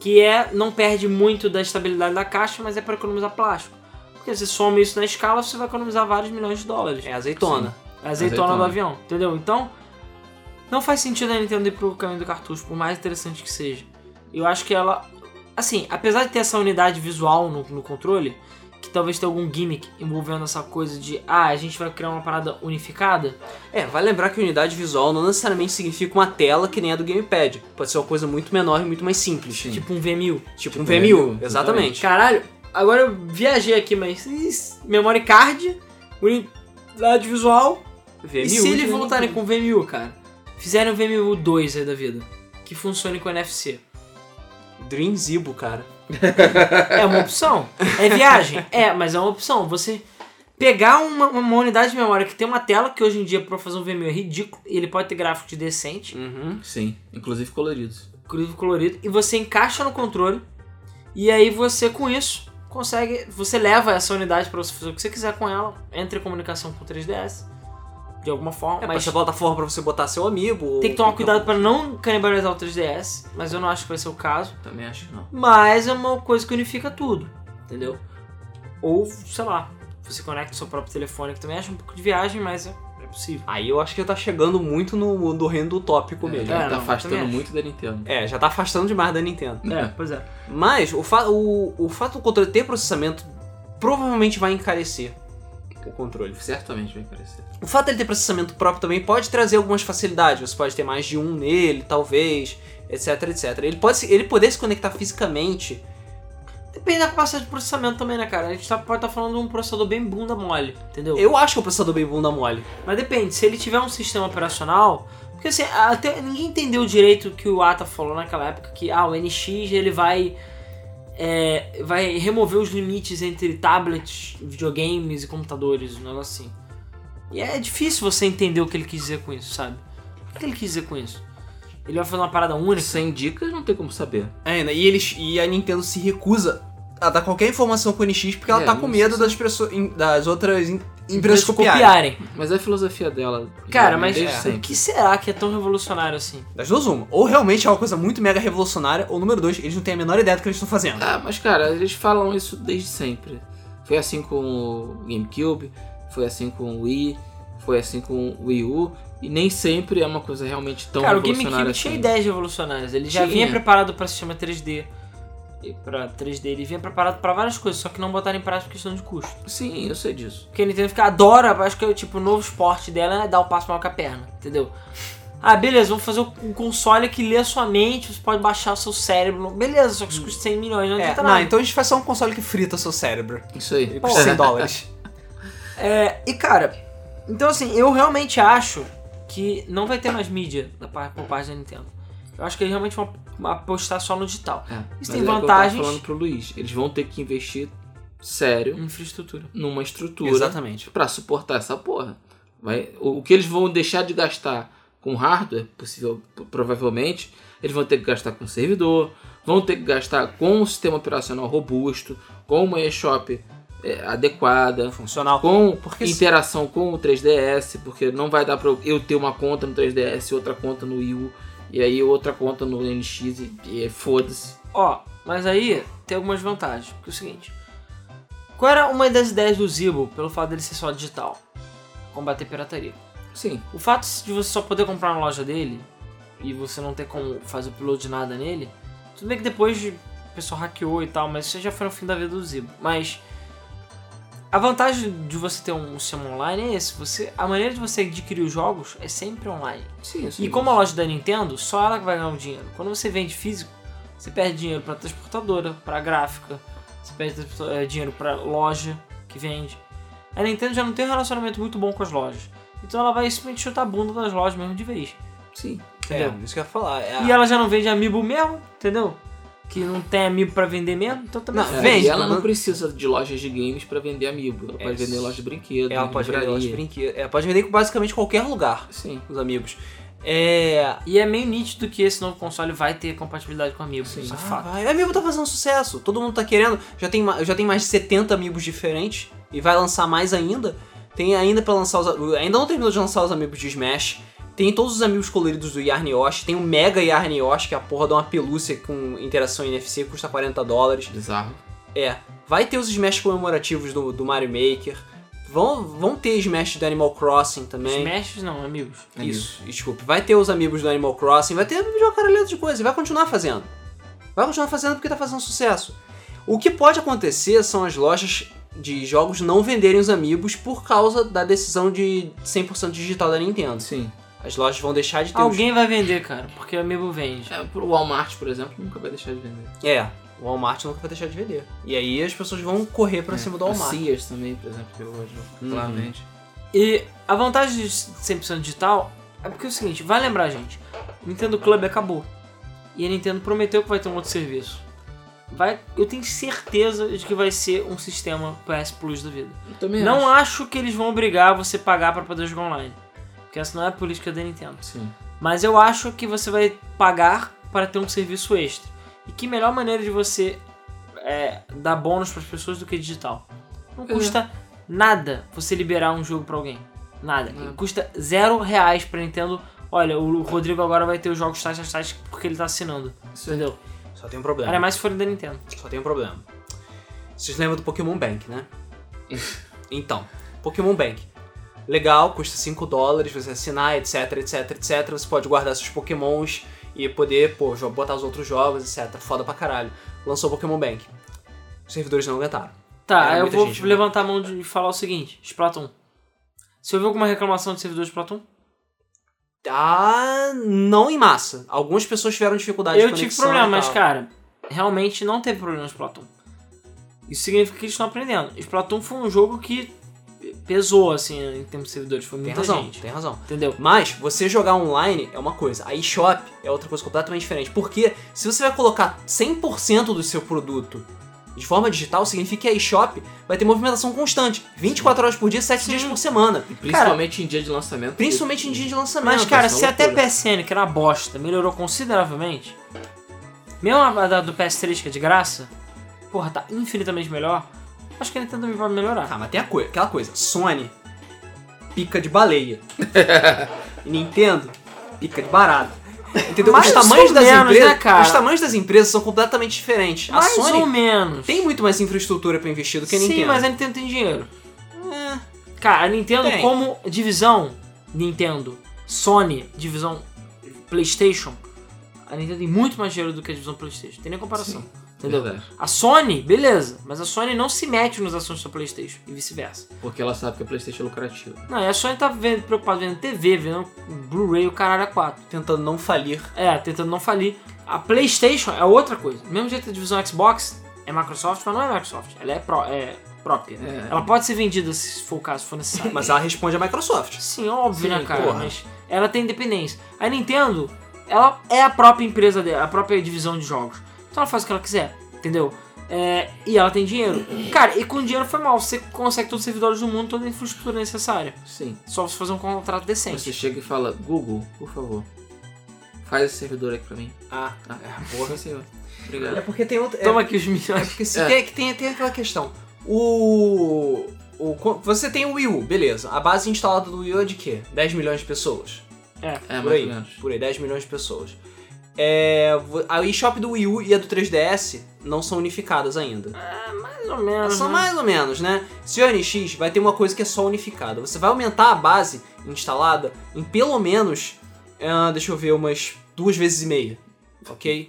Que é. Não perde muito da estabilidade da caixa, mas é pra economizar plástico. Porque se soma isso na escala, você vai economizar vários milhões de dólares. É azeitona. A azeitona, Azeitona. do avião, entendeu? Então, não faz sentido a Nintendo ir pro caminho do cartucho, por mais interessante que seja. Eu acho que ela. Assim, apesar de ter essa unidade visual no, no controle, que talvez tenha algum gimmick envolvendo essa coisa de, ah, a gente vai criar uma parada unificada, É, vai lembrar que unidade visual não necessariamente significa uma tela que nem a do gamepad. Pode ser uma coisa muito menor e muito mais simples. Sim. Tipo, tipo um VMU. tipo um VMU, VMU, exatamente. Caralho, agora eu viajei aqui, mas. Ih, Memory card, unidade visual, VMU. e se eles né? voltarem com o VMU, cara? Fizerem o VMU 2 aí da vida, que funcione com NFC. Dream Zibo, cara. É uma opção. É viagem? É, mas é uma opção. Você pegar uma, uma unidade de memória que tem uma tela, que hoje em dia pra fazer um VMU é ridículo, e ele pode ter gráfico de decente, Uhum. Sim, inclusive coloridos. inclusive colorido, e você encaixa no controle, e aí você com isso consegue. Você leva essa unidade pra você fazer o que você quiser com ela, entre em comunicação com o 3DS, de alguma forma, É, mas... mas. essa plataforma pra um você botar seu amigo. Tem que tomar cuidado pra não canibalizar o 3DS, mas eu não acho que vai ser o caso. Também acho que não. Mas é uma coisa que unifica tudo, entendeu? Ou, sei lá, você conecta o seu próprio telefone, que também acho um pouco de viagem, mas é, é possível. Aí eu acho que tá chegando muito no, no reino do tópico É, mesmo. tá não, também afastando acho. muito da Nintendo. É, já tá afastando demais da Nintendo. É, pois é. Mas o, fa o, o fato do controle ter processamento provavelmente vai encarecer o controle. Certamente vai aparecer. O fato dele ter processamento próprio também pode trazer algumas facilidades. Você pode ter mais de um nele, talvez, etc, etc. Ele pode se- ele poder se conectar fisicamente. Depende da capacidade de processamento também, né, cara? A gente tá, pode estar falando de um processador bem bunda mole, entendeu? Eu acho que é o processador bem bunda mole. Mas depende, se ele tiver um sistema operacional. Porque assim, até ninguém entendeu direito o que o Ata falou naquela época, que ah, o NX ele vai. é, vai remover os limites entre tablets, videogames e computadores, um negócio assim. E é difícil você entender o que ele quis dizer com isso, sabe? O que ele quis dizer com isso? Ele vai fazer uma parada única? Sem dicas não tem como saber. É, né? e, eles, e a Nintendo se recusa a dar qualquer informação pro NX porque ela É, tá com isso, medo isso. das, pessoas, em- das outras em- Eles empresas copiarem. copiarem. Mas é a filosofia dela. Cara, né, mas desde é. o sempre. que será que é tão revolucionário assim? Das duas, uma. Ou realmente é uma coisa muito mega revolucionária, ou número dois, eles não têm a menor ideia do que eles estão É. fazendo. Ah, mas cara, eles falam isso desde sempre. Foi assim com o GameCube, foi assim com o Wii, foi assim com o Wii U, e nem sempre é uma coisa realmente tão Cara, o GameCube revolucionária tinha assim. ideias revolucionárias. Ele já Tinha. vinha preparado pra sistema 3D. E pra 3D ele vinha preparado pra várias coisas, só que não botaram em prática por questão de custo. Sim, eu sei disso. Porque a Nintendo fica, adora, acho que é tipo, o novo esporte dela é dar o passo maior com a perna, entendeu? Ah, beleza, vamos fazer um console que lê a sua mente, você pode baixar o seu cérebro. Beleza, só que isso custa 100 milhões, não É, adianta não, nada. então a gente faz só um console que frita seu cérebro. Isso aí. Por 100 dólares. É, e cara, então assim, eu realmente acho que não vai ter mais mídia da par- por parte da Nintendo. Eu acho que eles realmente vão apostar só no digital. É, mas Isso é tem o que eu tava vantagens. falando pro Luiz, eles vão ter que investir sério Infraestrutura. numa estrutura Exatamente. pra suportar essa porra. Vai, o, o que eles vão deixar de gastar com hardware, possível, provavelmente, eles vão ter que gastar com servidor, vão ter que gastar com um sistema operacional robusto, com uma eShop é, adequada, Funcional. com Porque se- interação com o 3DS, porque não vai dar pra eu- eu ter uma conta no 3DS, outra conta no Wii U, e aí outra conta no NX, e, e foda-se. Ó, mas aí tem algumas vantagens. Porque é o seguinte: qual era uma das ideias do Zibo pelo fato dele ser só digital? Combater pirataria. Sim, O fato de você só poder comprar na loja dele e você não ter como fazer upload de nada nele, tudo bem que depois de- o pessoal hackeou e tal, mas isso já foi no fim da vida do Zibo. Mas a vantagem de você ter um sistema online é esse: você, a maneira de você adquirir os jogos é sempre online. sim, isso E mesmo. como a loja da Nintendo, só ela que vai ganhar o dinheiro. Quando você vende físico, você perde dinheiro pra transportadora, pra gráfica, você perde eh, dinheiro pra loja que vende. A Nintendo já não tem um relacionamento muito bom com as lojas. Então ela vai simplesmente chutar a bunda das lojas mesmo de vez. Sim. É, Entendeu? isso que eu ia falar. É, E ela já não vende amiibo mesmo, entendeu? Que não tem amiibo pra vender mesmo, então também Não, É, vende, e ela não- não precisa de lojas de games pra vender amiibo. Ela pode É, vender loja de brinquedo. ela pode vender livraria. loja de brinquedo. Ela é, pode vender com basicamente qualquer lugar, Sim. os amigos. É. E é meio nítido que esse novo console vai ter compatibilidade com amiibo, isso é Ah, fato. vai. Amiibo tá fazendo sucesso, todo mundo tá querendo. Já tem, ma- já tem mais de 70 amigos diferentes e vai lançar mais ainda. Tem ainda pra lançar os. Ainda não terminou de lançar os amigos de Smash. Tem todos os amigos coloridos do Yarn Yoshi. Tem o Mega Yarn Yoshi, que é a porra de uma pelúcia com interação NFC, custa 40 dólares. Bizarro. É, vai ter os Smash comemorativos do, do Mario Maker. Vão, vão ter Smash do Animal Crossing também. Smash não, amigos. Isso, desculpe. Vai ter os amigos do Animal Crossing, vai ter um caralhada de coisa. e Vai continuar fazendo. Vai continuar fazendo porque tá fazendo sucesso. O que pode acontecer são as lojas de jogos não venderem os amigos por causa da decisão de 100% digital da Nintendo. Sim. As lojas vão deixar de ter Alguém vai vender, cara, porque amiibo vende. É, pro Walmart, por exemplo, nunca vai deixar de vender. os... É, o Walmart nunca vai deixar de vender. E aí as pessoas vão correr pra cima do A Walmart. Sears também, por exemplo, que eu hoje Uhum. Hum. claramente. E a vantagem de 100% digital é porque é o seguinte, vai lembrar, gente, o Nintendo Club acabou. E a Nintendo prometeu que vai ter um outro serviço. Vai, eu tenho certeza de que vai ser um sistema PS Plus da vida. Eu também não acho. acho que eles vão obrigar você a pagar pra poder jogar online. Porque essa não é a política da Nintendo. Sim. Mas eu acho que você vai pagar para ter um serviço extra. E que melhor maneira de você é, dar bônus para as pessoas do que digital? Não É. custa nada você liberar um jogo para alguém. Nada. É. Nada. Custa zero reais para Nintendo. Olha, o Rodrigo agora vai ter os jogos tais, tais, tais, porque ele tá assinando. Isso aí. Entendeu? Só tem um problema. Ainda mais se for da Nintendo. Só tem um problema. Vocês lembram do Pokémon Bank, [LAUGHS] né? então, Pokémon Bank. Legal, custa 5 dólares, você assinar, etc, etc, etc. Você pode guardar seus Pokémons e poder, pô, jo- botar os outros jogos, etc. Foda pra caralho. Lançou o Pokémon Bank. Os servidores não aguentaram. É, Tá, eu muita vou gente, né? levantar a mão de- e falar o seguinte: Splatoon. Você ouviu alguma reclamação de servidor de Splatoon? Ah, não em massa. Algumas pessoas tiveram dificuldade Eu de tive conexão problema, e mas tal. cara, realmente não teve problema de Splatoon. Isso significa que eles estão aprendendo. Splatoon foi um jogo que pesou, assim, em termos de servidores. Foi Tem muita razão, gente. tem razão. Entendeu? Mas você jogar online é uma coisa, a eShop é outra coisa completamente diferente. Porque se você vai colocar 100% do seu produto de forma digital, significa que a eShop vai ter movimentação constante, 24 horas por dia, 7 dias por semana. E Principalmente em dia de lançamento. Principalmente em dia de lançamento. Mas, cara, isso é se uma até a loucura. PSN, que era uma bosta, melhorou consideravelmente, mesmo a da- do PS3, que é de graça, porra, tá infinitamente melhor, acho que a Nintendo também vai melhorar. Ah, mas tem a coi- aquela coisa. Sony, pica de baleia. E [LAUGHS] Nintendo, pica de barata. Entendeu? Mais os tamanhos ou das menos, empresas, né, cara? os tamanhos das empresas são completamente diferentes. Mais a Sony ou menos. tem muito mais infraestrutura pra investir do que a Sim, Nintendo. mas a Nintendo tem dinheiro. É. Cara, a Nintendo Tem. como divisão Nintendo, Sony, divisão PlayStation, a Nintendo tem muito mais dinheiro do que a divisão PlayStation. Tem nem comparação. Entendeu? é Verdade. A Sony, beleza, mas a Sony não se mete nos assuntos da PlayStation e vice-versa. Porque ela sabe que a Playstation é lucrativa. Não, e a Sony tá vendo, preocupada vendo TV, vendo Blu-ray, o caralho a 4. Tentando não falir. É, tentando não falir. A PlayStation é outra coisa. Do mesmo jeito que a divisão Xbox é Microsoft, mas não é Microsoft. Ela é, pró- é própria. É. Ela pode ser vendida se for o caso, se for necessário. Mas ela responde a Microsoft. Sim, óbvio, Sim, né, cara? porra. Mas ela tem independência. A Nintendo, ela é a própria empresa dela, a própria divisão de jogos. Então ela faz o que ela quiser, entendeu? É, e ela tem dinheiro. Cara, e com dinheiro foi mal. Você consegue todos os servidores do mundo, toda a infraestrutura necessária. Sim. Só você fazer um contrato Você decente. chega e fala, Google, por favor, faz esse servidor aqui pra mim. Ah, Ah, porra, senhor. é Obrigado. porque tem outra. Toma aqui os milhões. É porque se É. Tem, que tem, tem aquela questão. O, o. co- Você tem o Wii U, beleza. A base instalada do Wii U é de quê? 10 milhões de pessoas. É, por mais aí. ou menos. Por aí, 10 milhões de pessoas. É, vo- a eShop do Wii U e a do 3DS não são unificadas ainda. Mais ou menos. São né? mais ou menos, né? Se o NX vai ter uma coisa que é só unificada. Você vai aumentar a base instalada em pelo menos, ah, deixa eu ver, umas duas vezes e meia, ok?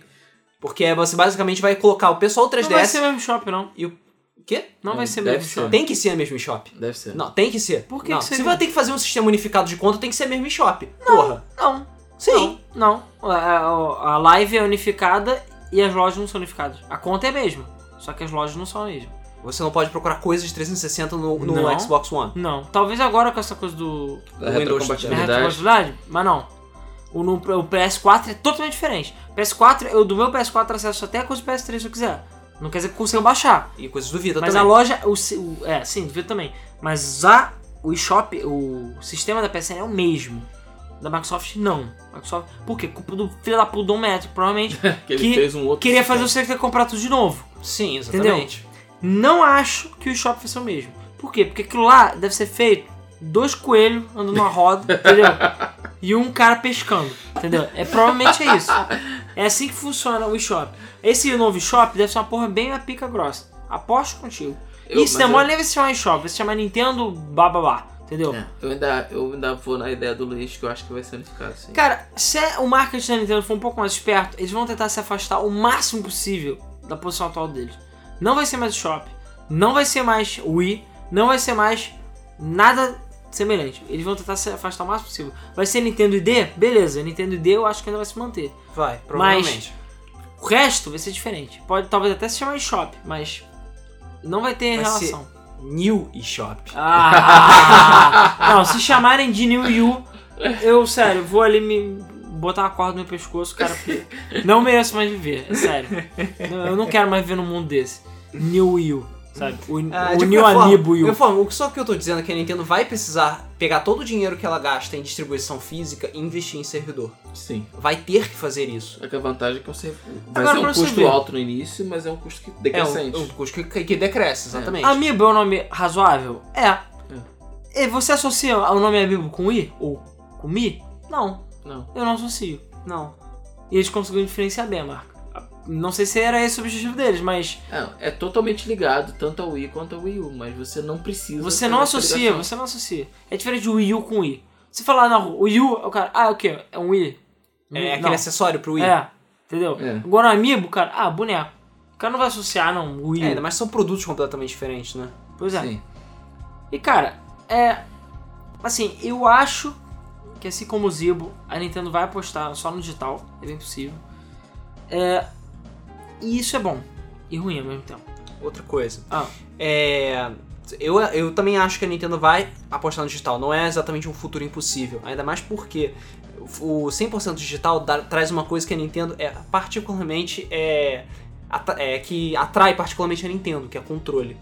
Porque você basicamente vai colocar o pessoal do 3DS... Não vai ser mesmo shopping, não. O quê? Não É, vai ser deve mesmo ser. shopping. Tem que ser a mesma eShop. Deve ser. Não, tem que ser. Por que não. que Se seria? vai ter que fazer um sistema unificado de conta, tem que ser a mesma eShop. Porra. Não. Sim. Não. não. A, a- a live é unificada e as lojas não são unificadas. A conta é a mesma. Só que as lojas não são a mesma. Você não pode procurar coisas de 360 no, no Não. Xbox One. Não, talvez agora com essa coisa do Da Windows- da retrocompatibilidade. retrocompatibilidade, mas não. O, no- o PS4 é totalmente diferente. PS4, eu do meu PS4 acesso até a coisa do PS3 se eu quiser. Não quer dizer que eu consiga baixar. E coisas do Vita mas também. a loja, o, si- o- é, sim, duvido também. Mas a, o eShop, o sistema da PSN é o mesmo. Da Microsoft, não. Microsoft, por quê? Culpa do filho da puta do Matt, provavelmente. [LAUGHS] Que ele que fez um outro. queria fazer sistema. você ter comprar tudo de novo. Sim, Entendeu? exatamente. Não acho que o eShop vai ser o mesmo. Por quê? Porque aquilo lá deve ser feito dois coelhos andando numa [LAUGHS] roda, entendeu? E um cara pescando, entendeu? É provavelmente é isso. É assim que funciona o eShop. Esse novo eShop deve ser uma porra bem a pica grossa. Aposto contigo. Eu- e se mas demora, nem vai se chamar eShop, vai se chamar Nintendo bababá, entendeu? eu- é, Eu ainda, eu ainda vou na ideia do Luiz que eu acho que vai ser unificado, sim. Cara, se é o marketing da Nintendo for um pouco mais esperto, eles vão tentar se afastar o máximo possível da posição atual deles. Não vai ser mais Shop, não vai ser mais Wii, não vai ser mais nada semelhante. Eles vão tentar se afastar o máximo possível. Vai ser Nintendo ID? Beleza, Nintendo ID eu acho que ainda vai se manter. Vai, provavelmente. O resto vai ser diferente. Pode talvez até se chamar Shop, mas não vai ter Vai ser- relação. New eShop. [LAUGHS] Ah! não, se chamarem de New You, eu, sério, vou ali me botar uma corda no meu pescoço, cara, porque não mereço mais viver, é sério. Não, Eu não quero mais viver num mundo desse. New You, sabe? O, Ah, o de New qualquer forma- Anibo de You. qualquer forma, o que- só que eu tô dizendo é que a Nintendo vai precisar pegar todo o dinheiro que ela gasta em distribuição física e investir em servidor. Sim. Vai ter que fazer isso. É que a vantagem é que você vai Agora, ser um pra você custo ver. alto no início, mas é um custo que decrescente. É um, um custo que, que decresce, exatamente. Amiibo é um nome razoável? É. E você associa o nome Amiibo com I? Ou com Mi? Não, Não. eu não associo. Não. E eles conseguiram diferenciar bem a marca. Não sei se era esse o objetivo deles, mas É, é totalmente ligado, tanto ao Wii quanto ao Wii U, mas você não precisa. Você fazer não essa associa, ligação. você não associa. É diferente do Wii U com Wii. Você fala na rua, o Wii U, o cara, ah, é o quê? É um Wii? É aquele Não. acessório pro Wii. É, entendeu? É. Agora o Amiibo, cara, ah, boneco. O cara não vai associar, não, Wii. É, U. ainda mais são produtos completamente diferentes, né? Pois é. Sim. E, cara, é... Assim, eu acho que assim como o Zibo, a Nintendo vai apostar só no digital. É bem possível. É... E isso é bom. E ruim ao mesmo tempo. Outra coisa. Ah. É. Eu, eu também acho que a Nintendo vai apostar no digital. Não é exatamente um futuro impossível. Ainda mais porque o 100% digital dá- traz uma coisa que a Nintendo é particularmente. É, atra- é, que atrai particularmente a Nintendo, que é controle.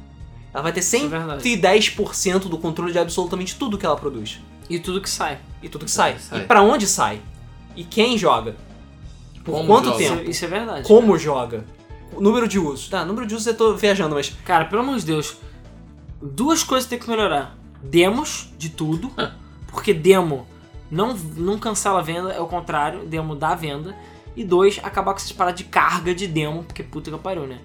Ela vai ter Isso é verdade. 110% do controle de absolutamente tudo que ela produz. E tudo que sai. E tudo que é sai. Sai. E pra onde sai? E quem joga? Por Como quanto joga? Isso, tempo? é- isso é verdade. Como joga? O número de usos. Tá, número de usos eu tô viajando, mas. Cara, pelo amor de Deus, duas coisas tem que melhorar: demos de tudo, porque demo não, não cancela a venda, é o contrário, demo dá a venda. E dois, acabar com essas paradas de carga de demo, porque puta que pariu, né?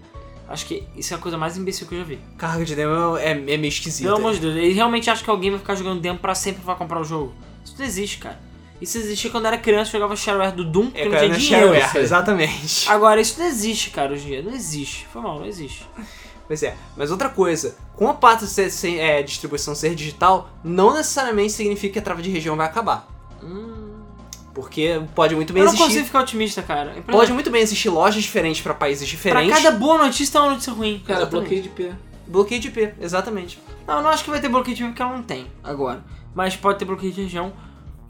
Acho que isso é a coisa mais imbecil que eu já vi. Carga de demo é, é meio esquisita. Pelo amor de Deus, ele realmente acha que alguém vai ficar jogando demo pra sempre vai comprar o jogo. Isso não existe, cara. Isso existia quando eu era criança, eu jogava shareware do Doom, porque É, não cara, tinha não é dinheiro. Ah. shareware, [LAUGHS] exatamente. Agora, isso não existe, cara, hoje em dia. Não existe. Foi mal, não existe. Pois é, mas outra coisa, com a parte de ser, ser- é, distribuição ser digital, não necessariamente significa que a trava de região vai acabar. Hum. Porque pode muito bem Eu não existir. consigo ficar otimista, cara. É pra- Pode muito bem existir lojas diferentes pra países pra diferentes. cada boa notícia tem uma notícia ruim. né? Cara, Exatamente. bloqueio de pé. Bloqueio de IP, exatamente. Não, eu não acho que vai ter bloqueio de região, porque ela não tem agora. Mas pode ter bloqueio de região,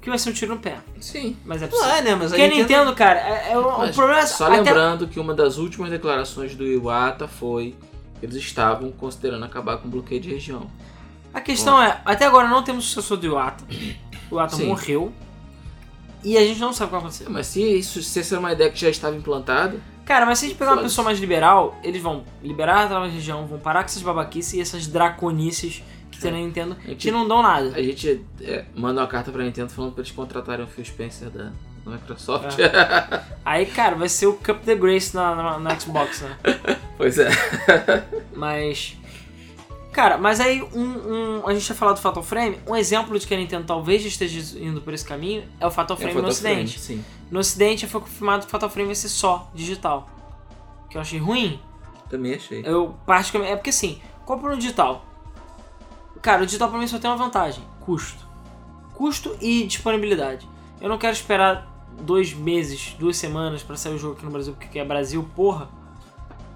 que vai ser um tiro no pé. Sim. Mas é possível. Não é, né? Mas a Porque a Nintendo... Nintendo, cara, é, é o, o Mas problema é Só até- lembrando que uma das últimas declarações do Iwata foi que eles estavam considerando acabar com o bloqueio de região. A questão é, até agora não temos sucessor do Iwata. O Iwata Sim. morreu. E a gente não sabe o que vai acontecer. É, Mas se isso se essa era uma ideia que já estava implantada, Cara, mas se a gente pegar uma Foda-se. pessoa mais liberal, eles vão liberar a nova região, vão parar com essas babaquices e essas draconices que tem na Nintendo, É que- que não dão nada. a gente é, manda uma carta pra Nintendo falando pra eles contratarem o Phil Spencer da, da Microsoft. Ah. Aí, cara, vai ser o Cup the Grace na, na, na Xbox, né? [LAUGHS] pois é. Mas. Cara, mas aí um, um- A gente tinha falado do Fatal Frame. Um exemplo de que a Nintendo talvez esteja indo por esse caminho é o Fatal Frame É, no Fatal Frame, Ocidente. Sim. No Ocidente foi confirmado que o Fatal Frame vai ser só digital. Que eu achei ruim. Também achei. Eu particularmente. É porque assim, qual o problema do digital? Cara, o digital pra mim só tem uma vantagem: custo. Custo e disponibilidade. Eu não quero esperar dois meses, duas semanas pra sair o jogo aqui no Brasil, porque é Brasil, porra.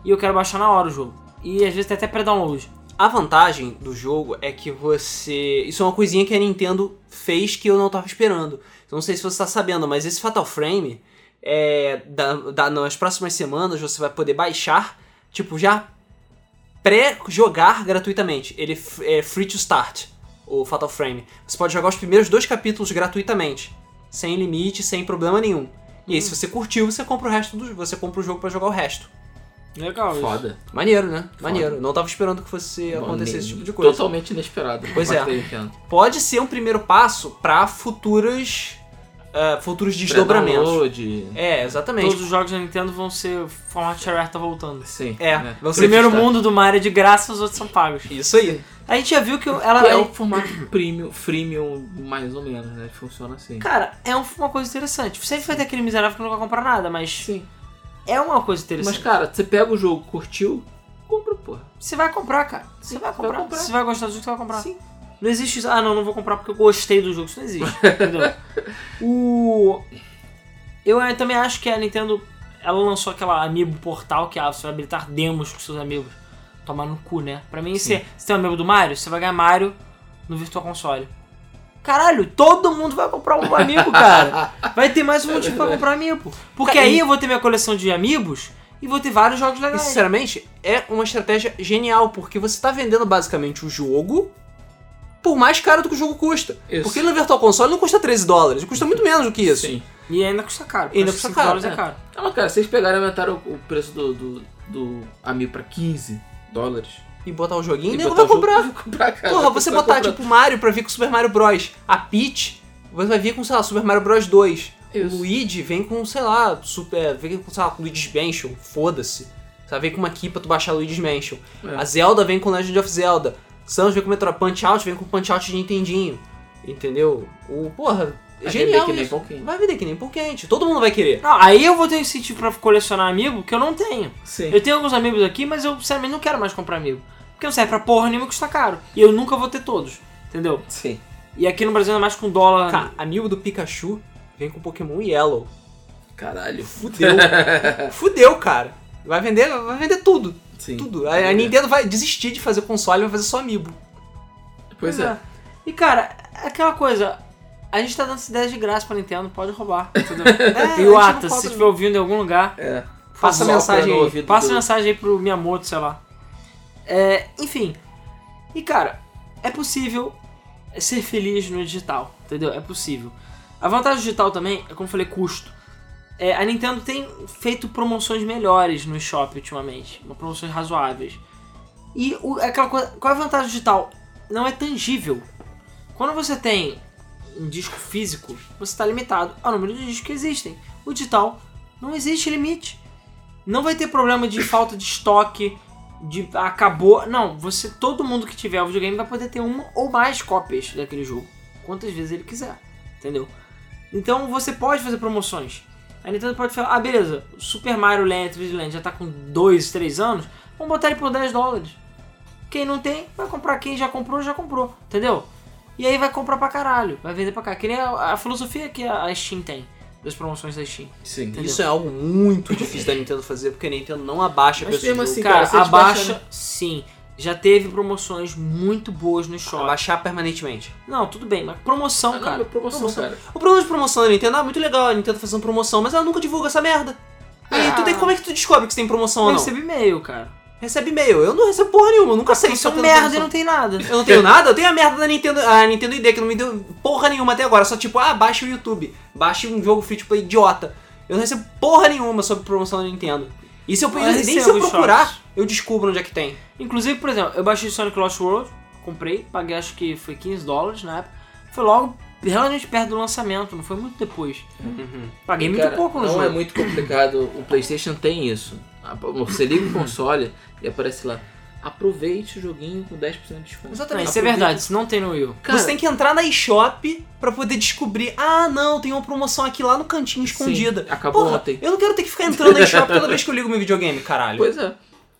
E eu quero baixar na hora o jogo. E às vezes tem até pré-download. A vantagem do jogo é que você. Isso é uma coisinha que a Nintendo fez que eu não tava esperando. Não sei se você tá sabendo, mas esse Fatal Frame, é, da, da- nas próximas semanas você vai poder baixar, tipo, já pré-jogar gratuitamente. Ele f- é free to start, o Fatal Frame. Você pode jogar os primeiros dois capítulos gratuitamente, sem limite, sem problema nenhum. E aí, se Hum. você curtiu, você compra o resto do Você compra o jogo pra jogar o resto. Legal, isso. Foda. Maneiro, né? Maneiro. Não tava esperando que fosse acontecer Bom, esse tipo de coisa. Totalmente inesperado. Pois por é. parte da Nintendo. pode ser um primeiro passo para futuras ah, futuros desdobramentos. Pré-download. É, Todos exatamente. os jogos da Nintendo vão ser. O formato shareware tá voltando. Sim. É, né? vão O ser primeiro Free to mundo do Mario é de graça, os outros são pagos. Isso aí. A gente já viu que start. ela É o formato [COUGHS] premium, freemium, mais ou menos, né? Funciona assim. Cara, é um- uma coisa interessante. Sempre vai ter aquele miserável que não vai comprar nada, mas. É uma coisa Mas, interessante. cara, você pega o jogo, curtiu, compra, porra. Você vai comprar, cara. Você Sim, vai vai comprar. comprar. Você vai gostar do jogo, você vai comprar. Sim. Não existe isso. Ah, não, não vou comprar porque eu gostei do jogo. Isso não existe. entendeu? [LAUGHS] o. Eu eh, também acho que a Nintendo. Ela lançou aquela Amiibo Portal que ah, você vai habilitar demos com seus amigos. Tomar no cu, né? Pra mim, você, você tem um amigo do Mario, você vai ganhar Mario no Virtual Console. Caralho, todo mundo vai comprar um [LAUGHS] amigo, cara. Vai ter mais um motivo pra comprar amiibo. Porque Cara, aí e- eu vou ter minha coleção de amigos e vou ter vários jogos E, legais. sinceramente, é uma estratégia genial, porque você tá vendendo basicamente o jogo por mais caro do que o jogo custa. Isso. Porque no Virtual Console não custa 13 dólares, custa muito menos do que isso. Sim. E ainda custa caro. é- Ainda parece custa que caro, né? dólares é é. caro. Ah, mas, cara, vocês pegaram e aumentaram o o preço do, do, do amigo pra 15 dólares. E botar o joguinho, E nego botar vai o comprar. jogo, vai [LAUGHS] comprar, cara. Porra, você Vai botar comprar. tipo Mario pra vir com Super Mario Bros. A Peach, você vai vir com, sei lá, Super Mario Bros 2. tipo, O Isso. Luigi vem com, sei lá, super. Vem com, sei lá, Luigi's Mansion, foda-se. Sabe, vem com uma aqui pra tu baixar Luigi's Mansion. É. A Zelda vem com Legend of Zelda. Samus vem com Metro Punch Out, vem com Punch Out de Nintendinho. Entendeu? O, porra, é Vai genial. vender que nem isso. pão quente. Vai vender que nem pão quente. Todo mundo vai querer. Não, aí eu vou ter um incentivo pra colecionar amigo que eu não tenho. Sim. Eu tenho alguns amigos aqui, mas eu sinceramente não quero mais comprar amigo. Porque não serve pra porra nenhuma e custa caro. E eu nunca vou ter todos. Entendeu? Sim. E aqui no Brasil ainda mais com dólar. Cara, amigo do Pikachu vem com Pokémon Yellow. Caralho. Fudeu. Fudeu, cara. Vai vender, vai vender tudo. Sim. Tudo. A, a Nintendo vai desistir de fazer console e vai fazer só amiibo. Pois é. E cara, é aquela coisa. A gente tá dando essa ideia de graça pra Nintendo, pode roubar. Entendeu? [LAUGHS] É, e o a gente não Atas, cobra, se não. estiver ouvindo em algum lugar, É. Passa Sopra mensagem no aí. ouvido passa do- mensagem aí pro Miyamoto, sei lá. É, enfim. E cara, é possível ser feliz no digital, entendeu? É possível. A vantagem do digital também é, como eu falei, custo. É, a Nintendo tem feito promoções melhores no eShop ultimamente, uma- promoções razoáveis. E o- é aquela coisa, qual é a vantagem digital? Não é tangível. Quando você tem um disco físico, você está limitado ao número de discos que existem. O digital não existe limite. Não vai ter problema de falta de estoque, de ah, acabou. Não, você todo mundo que tiver o videogame vai poder ter uma ou mais cópias daquele jogo, quantas vezes ele quiser, entendeu? Então você pode fazer promoções. A Nintendo pode falar, ah, beleza, o Super Mario Land 3D Land já tá com 2, 3 anos, vamos botar ele por 10 dólares. Quem não tem, vai comprar. Quem já comprou, já comprou, entendeu? E aí vai comprar pra caralho, vai vender pra cá. Que nem a, a filosofia que a a Steam tem, das promoções da Steam. Sim. Entendeu? Isso é algo muito difícil da Nintendo fazer, porque a Nintendo não abaixa Mas preço do mesmo assim, jogo. cara, Cara, se eles abaixa, baixarem- sim. Já teve promoções muito boas no shopping. Abaixar permanentemente. Não, tudo bem, mas promoção, Ah, não, cara. é promoção, cara. O problema de promoção da Nintendo, ah, muito legal a Nintendo fazendo promoção, mas ela nunca divulga essa merda. Aí Ah. tu tem, como é que tu descobre que você tem promoção Eu ou não? recebi e-mail, cara. Recebe e-mail. Eu não recebo porra nenhuma, eu nunca sei. Vocês se são tá tendo é um merda e promoção. não tem nada. Eu não tenho nada, eu tenho a merda da Nintendo, a Nintendo ID que não me deu porra nenhuma até agora. Só tipo, ah, baixa o YouTube, baixa um jogo free to play idiota. Eu não recebo porra nenhuma sobre promoção da Nintendo. E se eu, Eu nem se recebo eu os procurar, shots. eu descubro onde é que tem. Inclusive, por exemplo, eu baixei Sonic Lost World, comprei, paguei acho que foi 15 dólares na época. Foi logo relativamente perto do lançamento, não foi muito depois. Paguei muito Cara, né, pouco no não jogo. é muito complicado. O PlayStation tem isso. A- [LAUGHS] Você liga o console e aparece lá. Aproveite o joguinho com 10% de desconto. Não, Exatamente, isso é verdade, isso não tem no Will. Cara, Você tem que entrar na eShop pra poder descobrir, ah, não, tem uma promoção aqui lá no cantinho escondida. Sim, acabou Porra, ontem. Eu não quero ter que ficar entrando na eShop toda vez que eu ligo meu videogame, caralho. Pois é.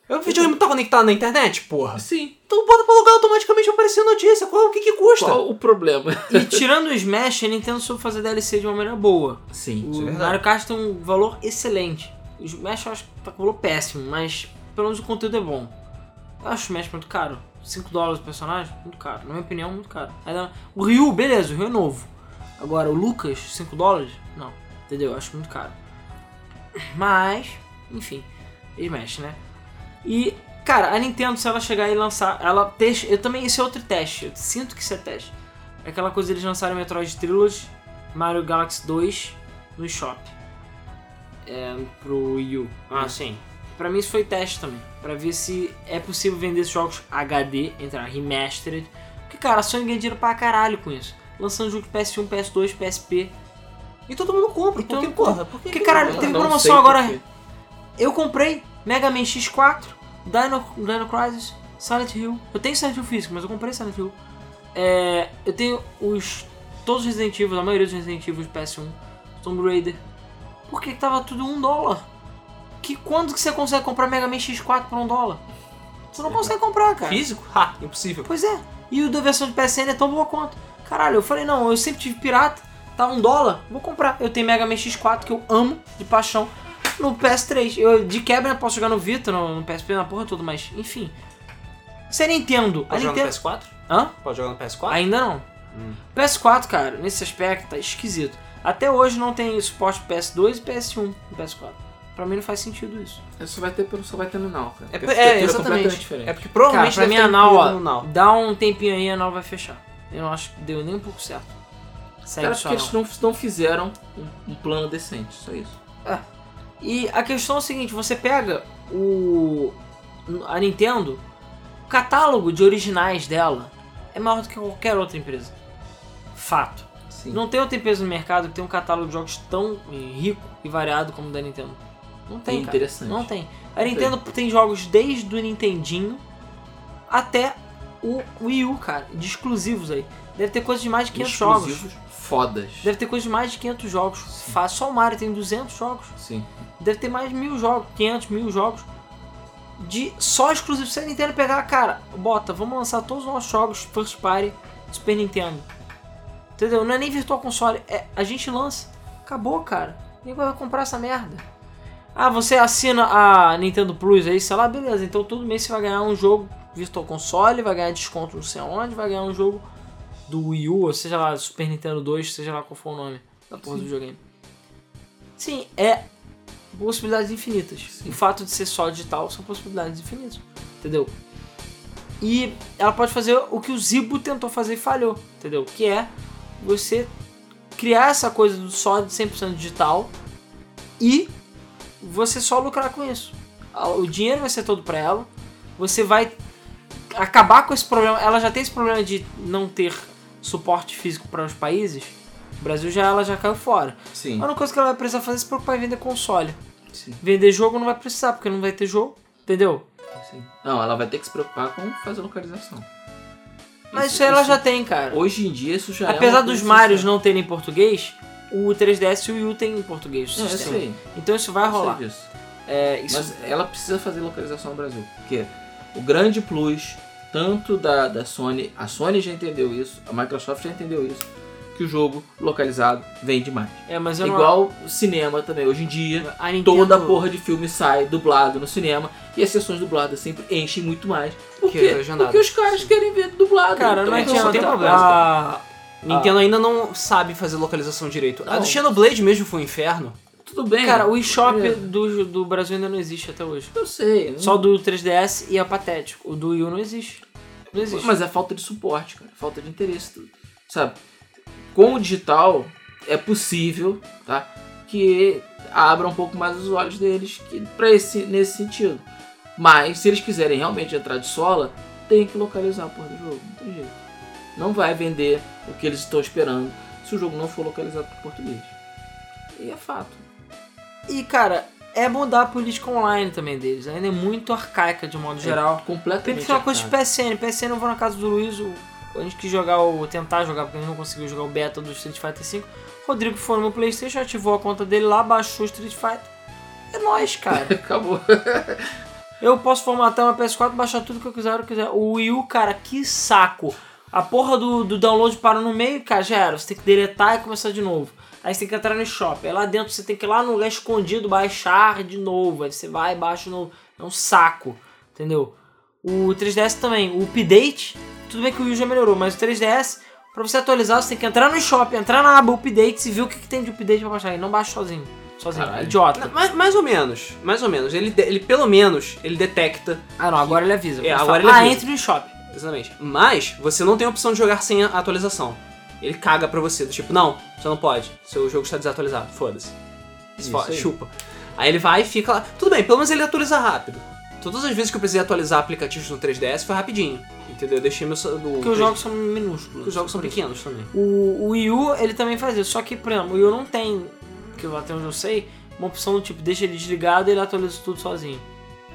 Meu videogame não tá conectado na internet, porra. Sim. Então bota pra lugar automaticamente vai aparecer notícia. Qual, o que que custa? Qual o problema? E tirando o Smash, a Nintendo soube fazer DLC de uma maneira boa. Sim. Isso é O verdade. Mario Kart tem um valor excelente. O Smash eu acho que tá com valor péssimo, mas pelo menos o conteúdo é bom. Eu acho o Smash muito caro. 5 dólares o personagem? Muito caro. Na minha opinião, muito caro. Ainda- O Ryu, beleza, o Ryu é novo. Agora, o Lucas, 5 dólares? Não. Entendeu? Eu acho muito caro. Mas, enfim, Smash, né? E, cara, a Nintendo, se ela chegar e lançar, ela testa. Eu também, isso é outro teste. Eu sinto que isso é teste. É aquela coisa eles lançaram Metroid Trilogy, Mario Galaxy 2 no shop. É, pro Wii U. Ah, sim. Pra mim isso foi teste também, Pra ver se é possível vender esses jogos HD, entrar remastered. Porque cara, a Sony ganha dinheiro pra caralho com isso. Lançando jogo de PS1, PS2, PSP. E todo mundo compra, Então, porque, porra, por que porque, que caralho, não? tem Não promoção sei agora. porquê. Eu comprei Mega Man X4, Dino, Dino Crisis, Silent Hill. Eu tenho Silent Hill físico, mas eu comprei Silent Hill. É, eu tenho os todos os Resident Evil, a maioria dos Resident Evil de PS1, Tomb Raider. Porque tava tudo um dólar. Que quando que você consegue comprar Mega Man X4 por um dólar? Você não consegue comprar, cara. Físico? Ha, Ah, impossível. Pois é. E o da versão de PSN é tão boa quanto. Caralho, eu falei, não, eu sempre tive pirata, tá um dólar, vou comprar. Eu tenho Mega Man X4 que eu amo de paixão no PS3. Eu de quebra eu posso jogar no Vita, no, no PSP, na porra toda, mas enfim. Isso é Nintendo. A Pode jogar no Nintendo. PS4? Hã? Pode jogar no PS4? Ainda não. Hum. PS4, cara, nesse aspecto tá esquisito. Até hoje não tem suporte PS2 e PS1 no PS4. Pra mim não faz sentido isso. É, Só vai ter, só vai ter no Now, cara. É, Porque a é, estrutura completamente exatamente. diferente. É porque provavelmente Cara, pra deve mim a ter Now, incluído ó, no Now. Dá um tempinho aí e a Nau vai fechar. Eu não acho que deu nem um pouco certo. Segue Cara, Tá só porque eles não, não fizeram um, um plano decente, só isso. E a questão é o seguinte, você pega o a Nintendo, o catálogo de originais dela é maior do que qualquer outra empresa. Fato. Sim. Não tem outra empresa no mercado que tem um catálogo de jogos tão rico e variado como o da Nintendo. Não tem, é cara. interessante. Não tem. A Nintendo tem. jogos desde o Nintendinho até o Wii U, cara, de exclusivos aí. Deve ter coisa de mais de 500 jogos. Exclusivos fodas. Deve ter coisa de mais de 500 jogos. Fa- Só o Mario tem 200 jogos. Sim. Deve ter mais de mil jogos, 500 mil jogos. De só exclusivo se a Nintendo pegar, cara, bota, vamos lançar todos os nossos jogos First Party Super Nintendo. Entendeu? Não é nem virtual console, é a gente lança. Acabou, cara. Ninguém vai comprar essa merda. Ah, você assina a Nintendo Plus aí, sei lá, beleza. Então todo mês você vai ganhar um jogo Virtual Console, vai ganhar desconto não sei aonde, vai ganhar um jogo do Wii U, ou seja lá, Super Nintendo 2, seja lá qual for o nome da porra do videogame. Sim, é possibilidades infinitas. O fato de ser só digital são possibilidades infinitas. Entendeu? E ela pode fazer o que o Zibo tentou fazer e falhou, entendeu? Que é você criar essa coisa do só de 100% digital e você só lucrar com isso. O dinheiro vai ser todo pra ela, você vai acabar com esse problema. Ela já tem esse problema de não ter suporte físico para os países. O Brasil já ela já caiu fora. Sim. A única coisa que ela vai precisar fazer é se preocupar em vender console. Sim. Vender jogo não vai precisar, porque não vai ter jogo, entendeu? Sim. Não, ela vai ter que se preocupar com fazer localização. Mas Isso- isso, ela isso- já tem, cara. Hoje em dia isso já é. Apesar uma dos coisa Marios sincera. não terem em português, o 3DS e o Wii U tem em português. o Não, eu sistema. sei. Então isso vai eu sei rolar. disso. É, isso- Mas ela precisa fazer localização no Brasil. Porque o grande plus, tanto da, da Sony, a Sony já entendeu isso, a Microsoft já entendeu isso, que o jogo localizado vende mais. é, mas eu não- Igual o cinema também. Hoje em dia, a Nintendo- toda porra de filme sai dublado no cinema e as sessões dubladas sempre enchem muito mais. Por Que quê? legendado. Porque os caras querem ver dublado. Cara, Então, não então, adianta. Ah, tem problema. A... Nintendo ainda não sabe fazer localização direito. A Não. do Xenoblade mesmo foi um inferno. Tudo bem. Cara, o eShop É. Hum. do, do Brasil ainda não existe até hoje. eu sei. eu Só o do 3DS e é patético. O do Wii U não existe. Não Existe. existe. Mas é falta de suporte, cara. Falta de interesse. tudo. Sabe? Com o digital, é possível, tá? Que abra um pouco mais os olhos deles que, pra esse, nesse sentido. Mas, se eles quiserem realmente entrar de sola, tem que localizar a porra do jogo. Não tem jeito. Não vai vender o que eles estão esperando se o jogo não for localizado para português. E é fato. E, cara, é mudar a política online também deles. Ainda é muito arcaica de modo geral. É Tem que completamente. ser uma coisa de arcaico. PSN. PSN eu vou na casa do Luiz, o- a gente quis jogar o. tentar jogar, porque a gente não conseguiu jogar o beta do Street Fighter V. Rodrigo foi no meu Playstation, ativou a conta dele lá, baixou o Street Fighter. É nóis, cara. [LAUGHS] Acabou. Eu posso formatar uma PS4, baixar tudo que eu quiser, o que eu quiser. O Wii U, cara, que saco. A porra do, do download para no meio, cara, já era. Você tem que deletar e começar de novo. Aí você tem que entrar no shopping. Aí lá dentro você tem que ir lá no lugar escondido, baixar de novo. Aí você vai, baixa de novo. É um saco, entendeu? O 3DS também. O update, tudo bem que o Wii U já melhorou, mas o 3DS, pra você atualizar, você tem que entrar no shopping, entrar na aba updates e ver o que, que tem de update pra baixar. E não baixa sozinho. Sozinho, Caralho. Não, idiota. mais, mais ou menos, mais ou menos. Ele, de- ele pelo menos, ele detecta, Ah, não, agora ele avisa. É, Ele agora fala, ele ah, avisa." entre no shopping. exatamente. Mas você não tem a opção de jogar sem a atualização. Ele caga pra você, do tipo, não, você não pode. Seu jogo está desatualizado, foda-se. Isso Fo- aí. Chupa. Aí ele vai e fica lá. Tudo bem, pelo menos ele atualiza rápido. Todas as vezes que eu precisei atualizar aplicativos no 3DS foi rapidinho. Entendeu? Eu deixei meu. so- do- Porque os jogos são minúsculos. Porque os jogos são pequenos também. O, o Wii U, ele também faz isso. Só que, por exemplo, o Wii U não tem, que eu- até onde eu sei, uma opção do tipo, deixa ele desligado e ele atualiza tudo sozinho.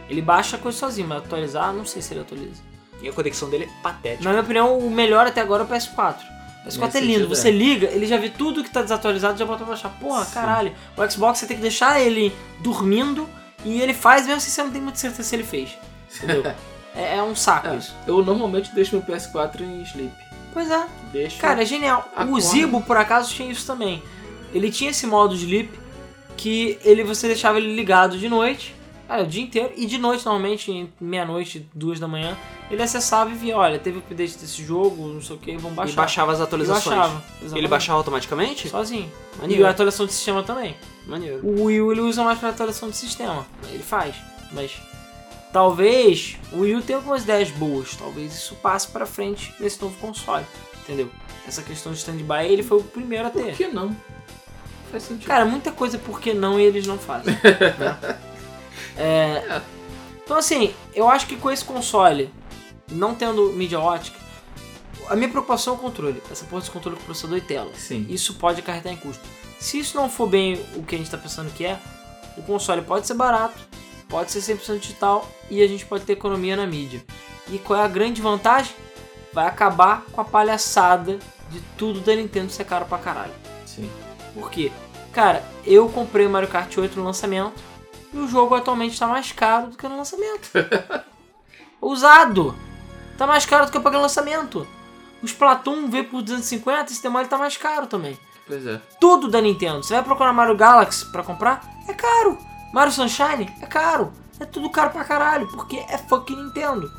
Ele baixa a coisa sozinho, mas atualizar, não sei se ele atualiza. E a conexão dele é patética. Na minha opinião, o melhor até agora é o PS4. O PS4 Nesse é lindo, sentido, você é. liga, ele já vê tudo que tá desatualizado e já bota pra baixar. Porra, Sim. caralho. O Xbox você tem que deixar ele dormindo e ele faz mesmo se você não tem muita certeza se ele [LAUGHS] fez. Entendeu? é, é um saco É, isso. eu normalmente deixo meu PS4 em sleep. Pois é. Deixo. Cara, é genial. O Acorda. Zibo, por acaso, tinha isso também. Ele tinha esse modo sleep que ele você deixava ele ligado de noite, cara, o dia inteiro, e de noite, normalmente, em meia-noite, duas da manhã, ele acessava e via, olha, teve update desse jogo, não sei o que, vamos baixar. E baixava as Ele atualizações. baixava, Ele exatamente. baixava automaticamente? sozinho. Maneiro. E a atualização de sistema também. Maneiro. O Wii U ele usa mais pra atualização de sistema. Ele faz, mas talvez o Wii U tenha algumas ideias boas. Talvez isso passe pra frente nesse novo console, entendeu? Essa questão de stand-by ele foi o primeiro a Por ter. que não? Faz sentido. Cara, muita coisa porque não e eles não fazem. né? É, Então assim, eu acho que com esse console, não tendo mídia ótica, a minha preocupação é o controle. Essa porra desse controle com processador e tela Sim. isso pode acarretar em custo. Se isso não for bem o que a gente está pensando que é, o console pode ser barato, pode ser 100% digital e a gente pode ter economia na mídia. E qual é a grande vantagem? Vai acabar com a palhaçada de tudo da Nintendo ser caro pra caralho. Sim. Por quê? Cara, eu comprei o Mario Kart 8 no lançamento e o jogo atualmente está mais caro do que no lançamento. Usado! Tá mais caro do que eu paguei no lançamento. O Splatoon veio por 250 e esse demônio tá mais caro também Pois é. tudo da Nintendo. Você vai procurar Mario Galaxy pra comprar? É caro. Mario Sunshine? É caro. É tudo caro pra caralho, porque é fucking Nintendo.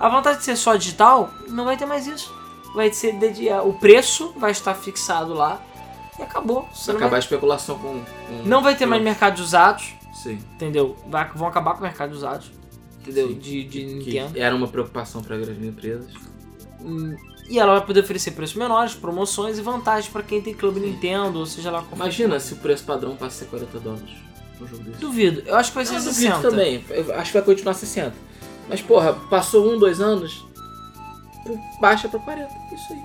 A vantagem de ser só digital, não vai ter mais isso. Vai ser dedi- o preço vai estar fixado lá e acabou. Você não, acabar a vai, especulação com. com- não vai ter mais mercados usados, Sim. entendeu? Vai- vão acabar com mercados usados, entendeu? Sim. De, de Que Nintendo. era uma preocupação para grandes empresas. Hum, E ela vai poder oferecer preços menores, promoções e vantagens pra quem tem clube Nintendo, ou seja lá como Imagina se o preço padrão passa a ser 40 dólares. pra um jogo desse. Duvido. Eu acho que vai ser Ah, duvido 60. também. Eu acho que vai continuar 60. Mas, porra, passou um, dois anos, pô, baixa pra 40. Isso aí.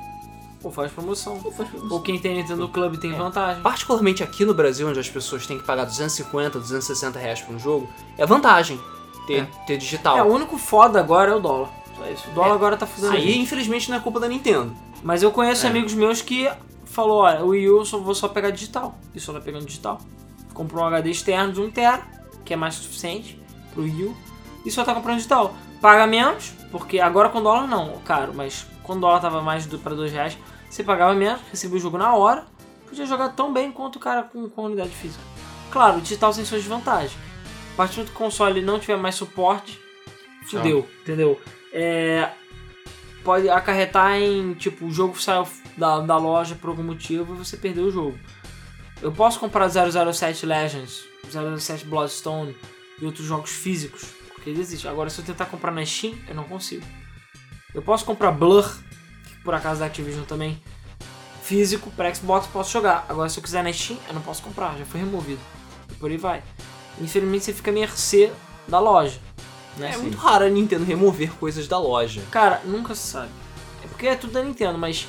Ou faz promoção. Pô, faz pra você. Ou quem tem Nintendo Club É. tem vantagem. Particularmente aqui no Brasil, onde as pessoas têm que pagar 250, 260 reais por um jogo, é vantagem ter, É. ter É, o digital. único foda agora é o dólar. Só isso. O dólar É. agora tá fudendo. Aí, gente. infelizmente, não é culpa da Nintendo. Mas eu conheço É. amigos meus que falou, olha, o Wii U eu só vou só pegar digital. E só tá pegando digital. Comprou um HD externo de 1 tera, que é mais que o suficiente pro Wii U. E só tá comprando digital. Paga menos, porque agora com dólar não, caro. Mas quando o dólar tava mais do, pra 2 reais, você pagava menos, recebia o jogo na hora. Podia jogar tão bem quanto o cara com, com unidade física. Claro, o digital tem suas desvantagens. A partir do momento que o console não tiver mais suporte, Tchau. fudeu, entendeu? É, pode acarretar em, tipo, o jogo saiu da, da loja por algum motivo e você perdeu o jogo. Eu posso comprar 007 Legends, 007 Bloodstone e outros jogos físicos, porque eles existem. Agora, se eu tentar comprar na Steam, eu não consigo. Eu posso comprar Blur, que por acaso é da Activision também, físico, pra Xbox posso jogar. Agora, se eu quiser na Steam, eu não posso comprar, já foi removido. E por aí vai. Infelizmente, você fica à mercê da loja. Né? É Sim. muito raro a Nintendo remover coisas da loja. Cara, nunca se sabe. É porque é tudo da Nintendo, mas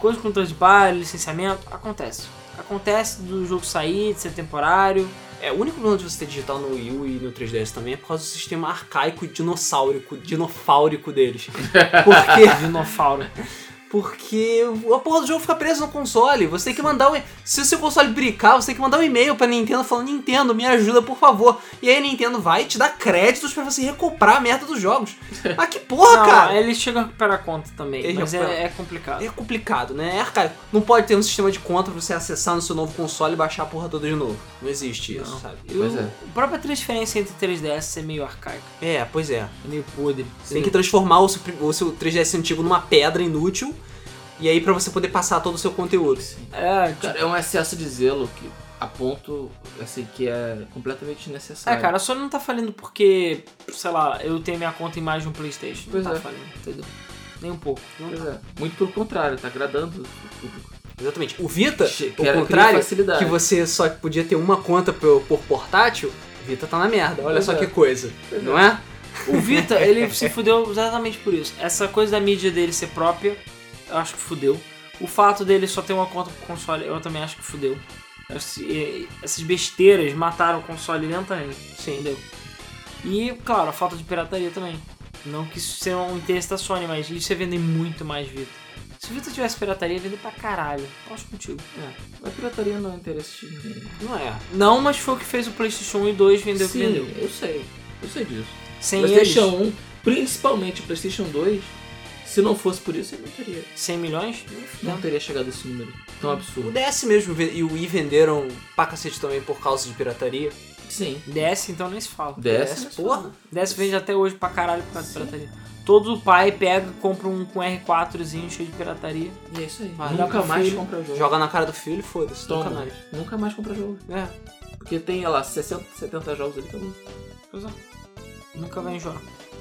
coisas com de bar, licenciamento, acontece. Acontece do jogo sair, de ser temporário. É, o único problema de você ter digital no Wii U e no 3DS também é por causa do sistema arcaico e dinossáurico, dinofáurico deles. Porque, Dinofauro. porque a porra do jogo fica presa no console. Você tem que mandar um. Se o seu console brincar, você tem que mandar um e-mail pra Nintendo falando: Nintendo, me ajuda, por favor. E aí a Nintendo vai te dar créditos pra você recomprar a merda dos [LAUGHS] jogos. Ah, que porra, Não, cara! ele chega a recuperar a conta também, Ele mas recupera. é, é complicado. É complicado, né? É arcaico. Não pode ter um sistema de conta pra você acessar no seu novo console e baixar a porra toda de novo. Não existe isso, Não. sabe? E Pois o, é. a própria transferência entre 3DS é meio arcaica, É, pois é. é meio podre. Você tem que transformar o seu, o seu 3DS antigo numa pedra inútil. E aí pra você poder passar todo o seu conteúdo. É, tipo, Cara, é um excesso de zelo que a ponto, assim, que é completamente é, necessário. cara, a Sony não tá falindo porque, sei lá, eu tenho minha conta em mais de um Playstation. Pois não tá é. falindo, entendeu? Nem um pouco. Não Pois é. Muito pelo contrário, tá agradando o público. Exatamente. O Vita, Che- que ao era- contrário, cria facilidade. que você só podia ter uma conta por, por portátil, o Vita tá na merda. Olha Pois só é. que coisa. Não é? O Vita, ele se fudeu exatamente por isso. Essa coisa da mídia dele ser própria, eu acho que fudeu. O fato dele só ter uma conta pro console, eu também acho que fudeu. Esse- e- Essas besteiras mataram o console lentamente, Sim. entendeu? E, claro, a falta de pirataria também. Não que isso seja um interesse da Sony, mas isso é vender muito mais Vita. Se o Vita tivesse pirataria, ia vender pra caralho. Posso contigo. É. Mas pirataria não é interesse de ninguém. Não é. Não, mas foi o que fez o PlayStation 1 e 2 vender o que Sim, vendeu. eu sei. Eu sei disso. Sem eles, PlayStation 1, principalmente o PlayStation 2, se não fosse por isso, eu não teria, 100 milhões? Tá. não teria chegado a esse número tão O absurdo. DS mesmo ve- e o Wii venderam pra cacete também por causa de pirataria. Sim. DS, então nem se fala. É DS, mas porra. DS vende até hoje pra caralho por causa de pirataria. Todo pai pega, compra um com R4zinho cheio de pirataria. E é isso aí. Mas dá nunca pro mais filho. compra jogo. Joga na cara do filho e foda-se. Toma. Nunca mais. Nunca mais compra jogo. É. Porque tem, olha lá, 60, 70 jogos ali então também. Pois é. Nunca vai enjoar.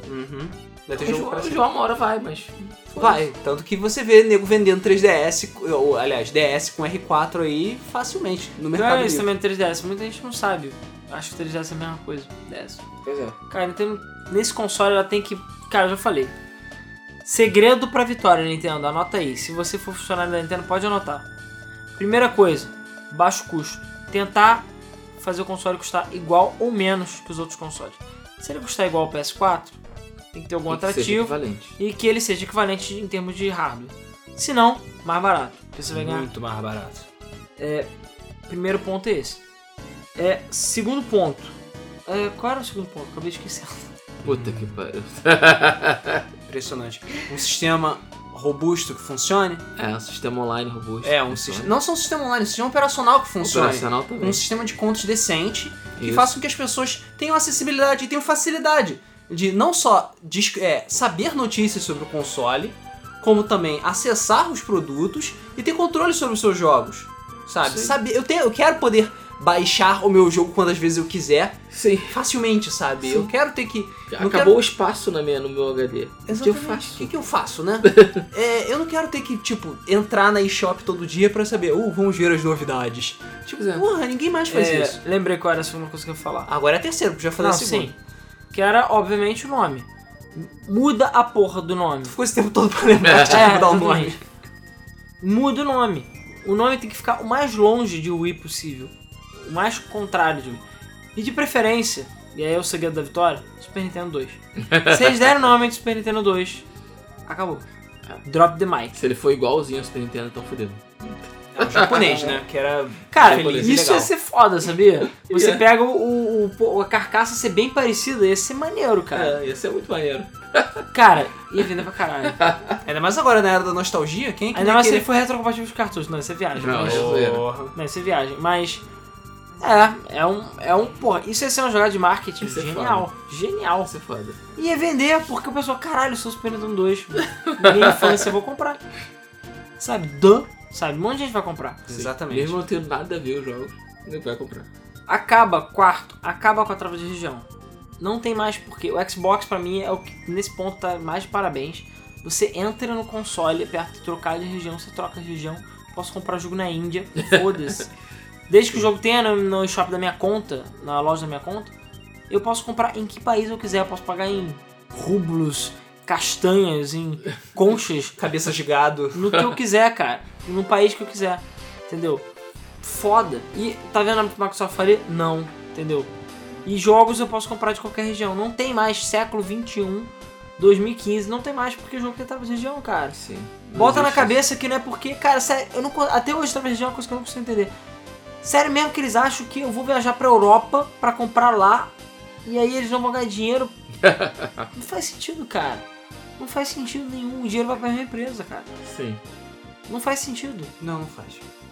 Uhum. Deve ter O jogo pra jogo, sempre. uma hora vai, mas. foda-se. Vai, tanto que você vê nego vendendo 3DS, ou aliás, DS com R4 aí facilmente no Não mercado. é isso livre. também do 3DS, muita gente não sabe. Acho que o 3DS é a mesma coisa. DS. Pois Um é. Cara, Nintendo, nesse console ela tem que. Cara, eu já falei. Segredo pra vitória, Nintendo. Anota aí. Se você for funcionário da Nintendo, pode anotar. Primeira coisa, baixo custo. Tentar fazer o console custar igual ou menos que os outros consoles. Se ele custar igual ao PS4, tem que ter algum Tem que ser atrativo equivalente. e que ele seja equivalente em termos de hardware. Se não, mais barato. Porque é você vai ganhar Muito mais barato. Primeiro ponto é esse. É, segundo ponto. É, qual era o segundo ponto? Acabei de esquecer. Puta que pariu. Impressionante. Um sistema robusto que funcione. É, um sistema online robusto. É, um sistema. Não só um sistema online, um sistema operacional que funcione. Operacional também. Um sistema de contos decente que Isso. faça com que as pessoas tenham acessibilidade e tenham facilidade de não só dis- é, saber notícias sobre o console, como também acessar os produtos e ter controle sobre os seus jogos. Sabe? Sim. Saber, eu, tenho, eu quero poder baixar o meu jogo quando às vezes eu quiser, Sim. facilmente, sabe? Sim. Eu quero ter que. Não Acabou quero- o espaço na minha, no meu HD. O que eu Exatamente. O faço? que, que eu faço, [LAUGHS] né? É, eu não quero ter que, tipo, entrar na eShop todo dia pra saber, uh, vamos ver as novidades. Tipo, Pois é. porra, ninguém mais faz [LAUGHS] É, isso. Lembrei qual era a segunda coisa que eu ia falar. Agora é terceiro, porque já falei Não, a segunda. sim. Ah, Que era, obviamente, o nome. Muda a porra do nome. Ficou esse tempo todo pra lembrar de É, mudar o tudo nome. bem. Muda o nome. O nome tem que ficar o mais longe de Wii possível. O mais contrário de Wii. E de preferência, e aí é o segredo da vitória, Super Nintendo 2. Se [LAUGHS] eles derem o nome de Super Nintendo 2, acabou. É. Drop the mic. Se ele for igualzinho ao Super Nintendo, então fodeu. É um japonês, né? Que era. Cara, Feliz e isso ia legal. ser foda, sabia? Você [LAUGHS] É. pega o, o- o- a carcaça ser bem parecida, ia ser maneiro, cara. É, ia ser muito maneiro. É. Cara, ia vender pra [LAUGHS] caralho. Ainda mais agora na era da nostalgia, quem é que Ainda não mais se querer... ele for retrocompatível com os cartuchos. Não, isso é viagem. Não, mas- é zoeira. Não, isso é viagem. Mas. É, é um. É um porra, isso ia ser uma jogada de marketing Isso é genial. Genial. Ia ser foda. E ia vender, porque o pessoal, caralho, eu sou Super Nintendo 2. Minha infância, eu vou comprar. Sabe? Duh. Sabe? Um monte de gente vai comprar. Exatamente. Mesmo não tendo nada a ver os jogos, ele vai comprar. Acaba, quarto, acaba com a trava de região. Não tem mais porquê. O Xbox, pra mim, é o que nesse ponto tá mais de parabéns. Você entra no console, aperta trocar de região, você troca de região. Posso comprar jogo na Índia, foda-se. Desde que o jogo tenha no, no shop da minha conta, na loja da minha conta, eu posso comprar em que país eu quiser. Eu posso pagar em rublos, castanhas, em conchas Cabeça de gado. no que eu quiser, cara. No país que eu quiser. Entendeu? Foda. E tá vendo a Microsoft ali? Não, entendeu? E jogos eu posso comprar de qualquer região. Não tem mais século 21, 2015, não tem mais porque o jogo tem tava de região, cara. Sim. Bota na cabeça que não é porque, cara, sério, eu não, con- até hoje tava de região é uma coisa que eu não consigo entender. Sério mesmo que eles acham que eu vou viajar pra Europa pra comprar lá e aí eles não vão ganhar dinheiro? não faz sentido, cara. Não faz sentido nenhum. O dinheiro vai pra minha empresa, cara. Sim. Não faz sentido. Não, não faz.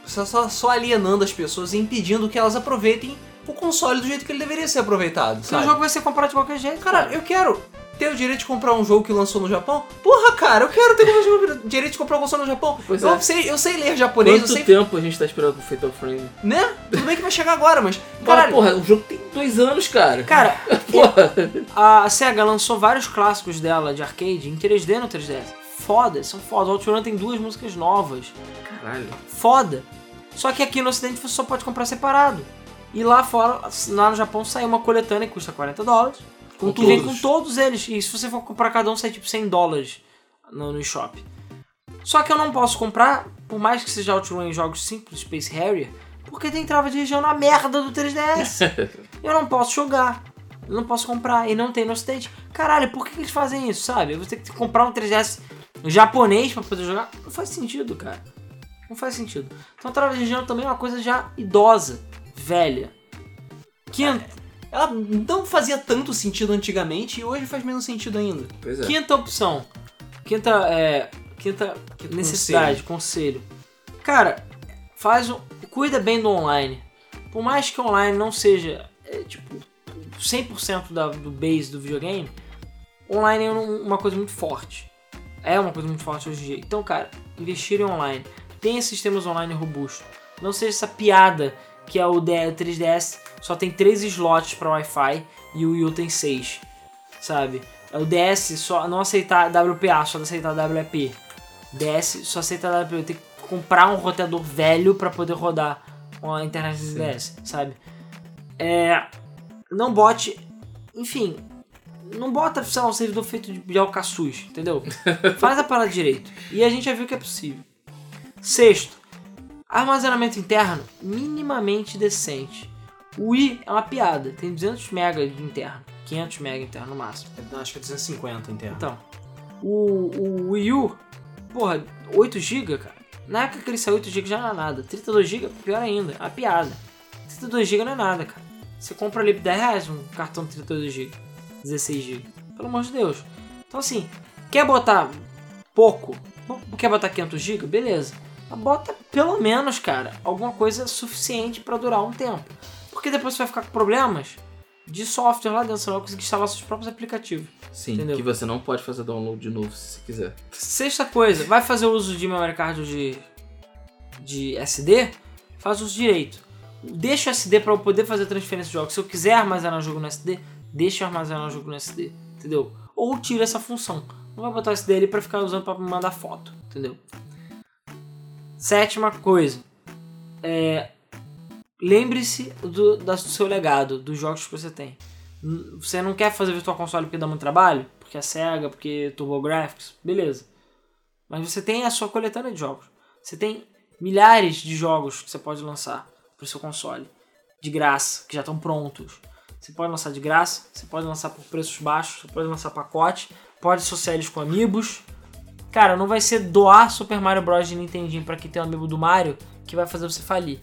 Você tá só, só alienando as pessoas e impedindo que elas aproveitem o console do jeito que ele deveria ser aproveitado, Porque o sabe? jogo vai ser comprado de qualquer jeito, Cara, cara. eu quero ter o direito de comprar um jogo que lançou no Japão. Porra, cara, eu quero ter o direito de comprar um console no Japão. Pois eu, é. sei, eu sei ler japonês, Quanto eu sei... tempo a gente tá esperando pro Fatal Frame? Né? Tudo bem que vai chegar agora, mas... Cara, Caralho, porra, o jogo tem dois anos, cara. [LAUGHS] Cara, porra. a SEGA lançou vários clássicos dela de arcade em 3D no 3DS. Foda, são foda. O Outrun tem duas músicas novas. Caralho. Foda. Só que aqui no ocidente você só pode comprar separado. E lá fora, lá no Japão, saiu uma coletânea que custa 40 dólares. Com que vem com todos. todos eles. E se você for comprar cada um, sai tipo 100 dólares no, no shop. Só que eu não posso comprar, por mais que seja Outrun em jogos simples, Space Harrier, porque tem trava de região na merda do [LAUGHS] 3DS. eu não posso jogar. Eu não posso comprar. E não tem no ocidente. Caralho, por que que eles fazem isso, sabe? Eu vou ter que comprar um 3DS japonês pra poder jogar. Não faz sentido, cara. Não faz sentido. Então a trava de região também é uma coisa já idosa, velha. Quinta, ela não fazia tanto sentido antigamente e hoje faz menos sentido ainda. Pois é. quinta opção. Quinta, é, quinta necessidade, conselho. Cara, faz um, cuida bem do online. Por mais que online não seja é, tipo 100% da, do base do videogame, online é um- uma coisa muito forte. É uma coisa muito forte hoje em dia. Então, cara, investir em online. Tenha sistemas online robustos. Não seja essa piada que é o D- 3DS só tem 3 slots para Wi-Fi e o Wii U tem 6. Sabe? É o DS só não aceitar WPA, só aceitar WEP. DS só aceita WP. Eu tenho que comprar um roteador velho pra poder rodar a internet do DS, sabe? É, não bote. Enfim, não bota sei lá, um servidor feito de, de alcaçuz, entendeu? Faz a parada direito. E a gente já viu que é possível. Sexto, armazenamento interno minimamente decente. O i é uma piada, tem 200 MB de interno, 500 MB interno no máximo. Não, acho que é 250 em terra. Então, o, o Wii U, porra, 8GB, cara. Na época que ele saiu, 8GB já não é nada. 32GB, pior ainda, é uma piada. 32GB não é nada, cara. Você compra ali por 10 reais um cartão de 32GB, 16GB. Pelo amor de Deus. Então, assim, quer botar pouco? Bo- Quer botar 500GB? Beleza. Mas Bota pelo menos, cara, alguma coisa suficiente pra durar um tempo. Porque depois você vai ficar com problemas de software lá dentro, você não vai conseguir instalar seus próprios aplicativos. Sim, Entendeu? que você não pode fazer download de novo se você quiser. Sexta coisa, vai fazer o uso de memory card de, de SD? Faz uso direito. Deixa o SD pra eu poder fazer transferência de jogos. Se eu quiser armazenar o jogo no SD, deixa eu armazenar o jogo no SD, entendeu? Ou tira essa função. Não vai botar o SD ali pra ficar usando pra me mandar foto, entendeu? Sétima coisa. É, Lembre-se do, da- do seu legado, dos jogos que você tem. N- Você não quer fazer virtual console porque dá muito trabalho? Porque é SEGA, porque é TurboGrafx, beleza. Mas você tem a sua coletânea de jogos. Você tem milhares de jogos que você pode lançar pro seu console. De graça, que já estão prontos. Você pode lançar de graça, você pode lançar por preços baixos, você pode lançar pacote, pode associar eles com amigos. Cara, não vai ser doar Super Mario Bros. de Nintendinho pra quem tem um amigo do Mario que vai fazer você falir.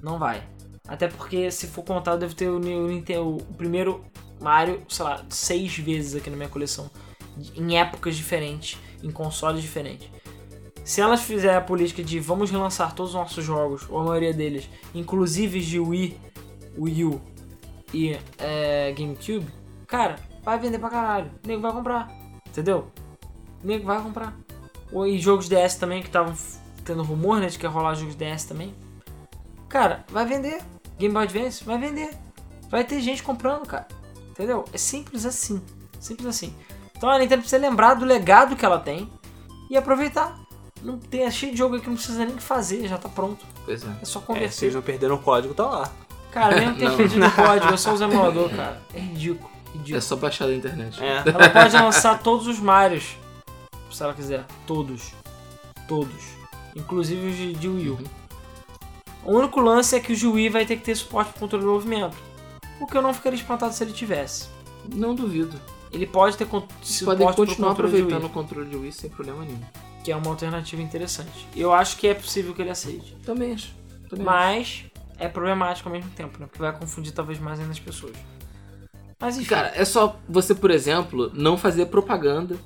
Não vai. Até porque, se for contar, eu devo ter o, Ni- o Nintendo, o primeiro Mario, sei lá, seis vezes aqui na minha coleção. de- Em épocas diferentes, em consoles diferentes. Se elas fizerem a política de vamos relançar todos os nossos jogos, ou a maioria deles, inclusive de Wii, Wii U e é, GameCube, cara, vai vender pra caralho. O nego vai comprar. Entendeu? O nego vai comprar. Ou- E jogos DS também, que estavam f- tendo rumor, né, de que ia rolar jogos DS também. Cara, vai vender. Game Boy Advance vai vender. Vai ter gente comprando, cara. Entendeu? É simples assim. Simples assim. Então a Nintendo precisa lembrar do legado que ela tem e aproveitar. Não tem, é cheio de jogo aqui, não precisa nem fazer, já tá pronto. Pois é. É só É, conversar. se eles não perderam o código, tá lá. Cara, [LAUGHS] mesmo ter Não. perdido o código, eu só uso emulador, [LAUGHS] cara. É ridículo, É ridículo. só baixar da internet. É. Ela pode lançar todos os Marios, se ela quiser. Todos. Todos. Inclusive os de- de Wii U. Uhum. O único lance é que o de Wii vai ter que ter suporte pro controle de movimento. O que eu não ficaria espantado se ele tivesse. Não duvido. Ele pode ter con- Vocês suporte podem pro continuar controle de Wii, aproveitando o controle de Wii sem problema nenhum. que é uma alternativa interessante. Eu acho que é possível que ele aceite. Também acho. Também acho. Mas é problemático ao mesmo tempo, né? Porque vai confundir talvez mais ainda as pessoas. Mas enfim. Cara, é só você, por exemplo, não fazer propaganda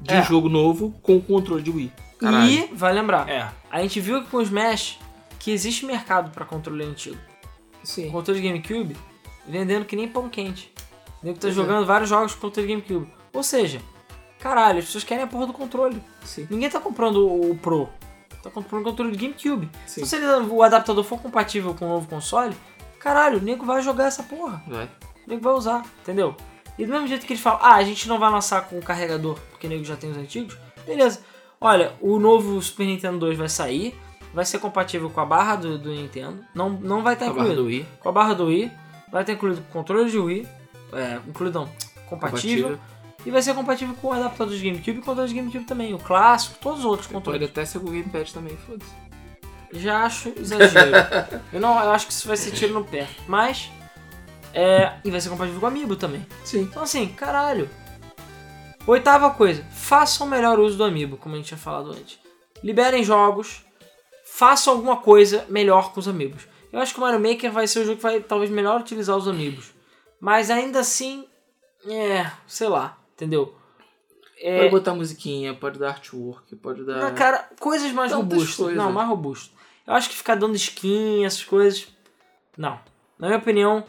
de É. um jogo novo com o controle de Wii. E vai lembrar, É. a gente viu que com o Smash que existe mercado pra controle antigo. O Sim. controle de GameCube vendendo que nem pão quente. O nego tá Pois é. jogando vários jogos com controle de GameCube. Ou seja, caralho, as pessoas querem a porra do controle. Sim. Ninguém tá comprando o o Pro. Tá comprando o controle de GameCube. Sim. Então, se ele- o adaptador for compatível com o novo console, caralho, o nego vai jogar essa porra. Vai. O nego vai usar, entendeu? E do mesmo jeito que eles falam, ah, a gente não vai lançar com o carregador, porque o nego já tem os antigos. Beleza. Olha, o novo Super Nintendo 2 vai sair, vai ser compatível com a barra do, do Nintendo. Não, não vai estar A barra incluído do Wii. com a barra do Wii, vai ter incluído com o controle de Wii, é, incluído não, compatível, e vai ser compatível com o adaptador de GameCube e o controle de GameCube também, o clássico, todos os outros Pode controles. até ser com o Gamepad também, foda-se. Já acho exagero. eu não, eu acho que isso vai ser tiro no pé, mas é, e vai ser compatível com o Amiibo também. Sim. Então assim, caralho. Oitava coisa, façam o melhor uso do Amiibo, como a gente tinha falado antes. Liberem jogos, façam alguma coisa melhor com os Amiibos. Eu acho que o Mario Maker vai ser o jogo que vai talvez melhor utilizar os Amiibos. Mas ainda assim, é, sei lá, entendeu? É, Pode botar musiquinha, pode dar artwork, pode dar. na cara, coisas mais Tantas robustas. coisas. Não, mais robusto. Eu acho que ficar dando skin, essas coisas. Não. Na minha opinião,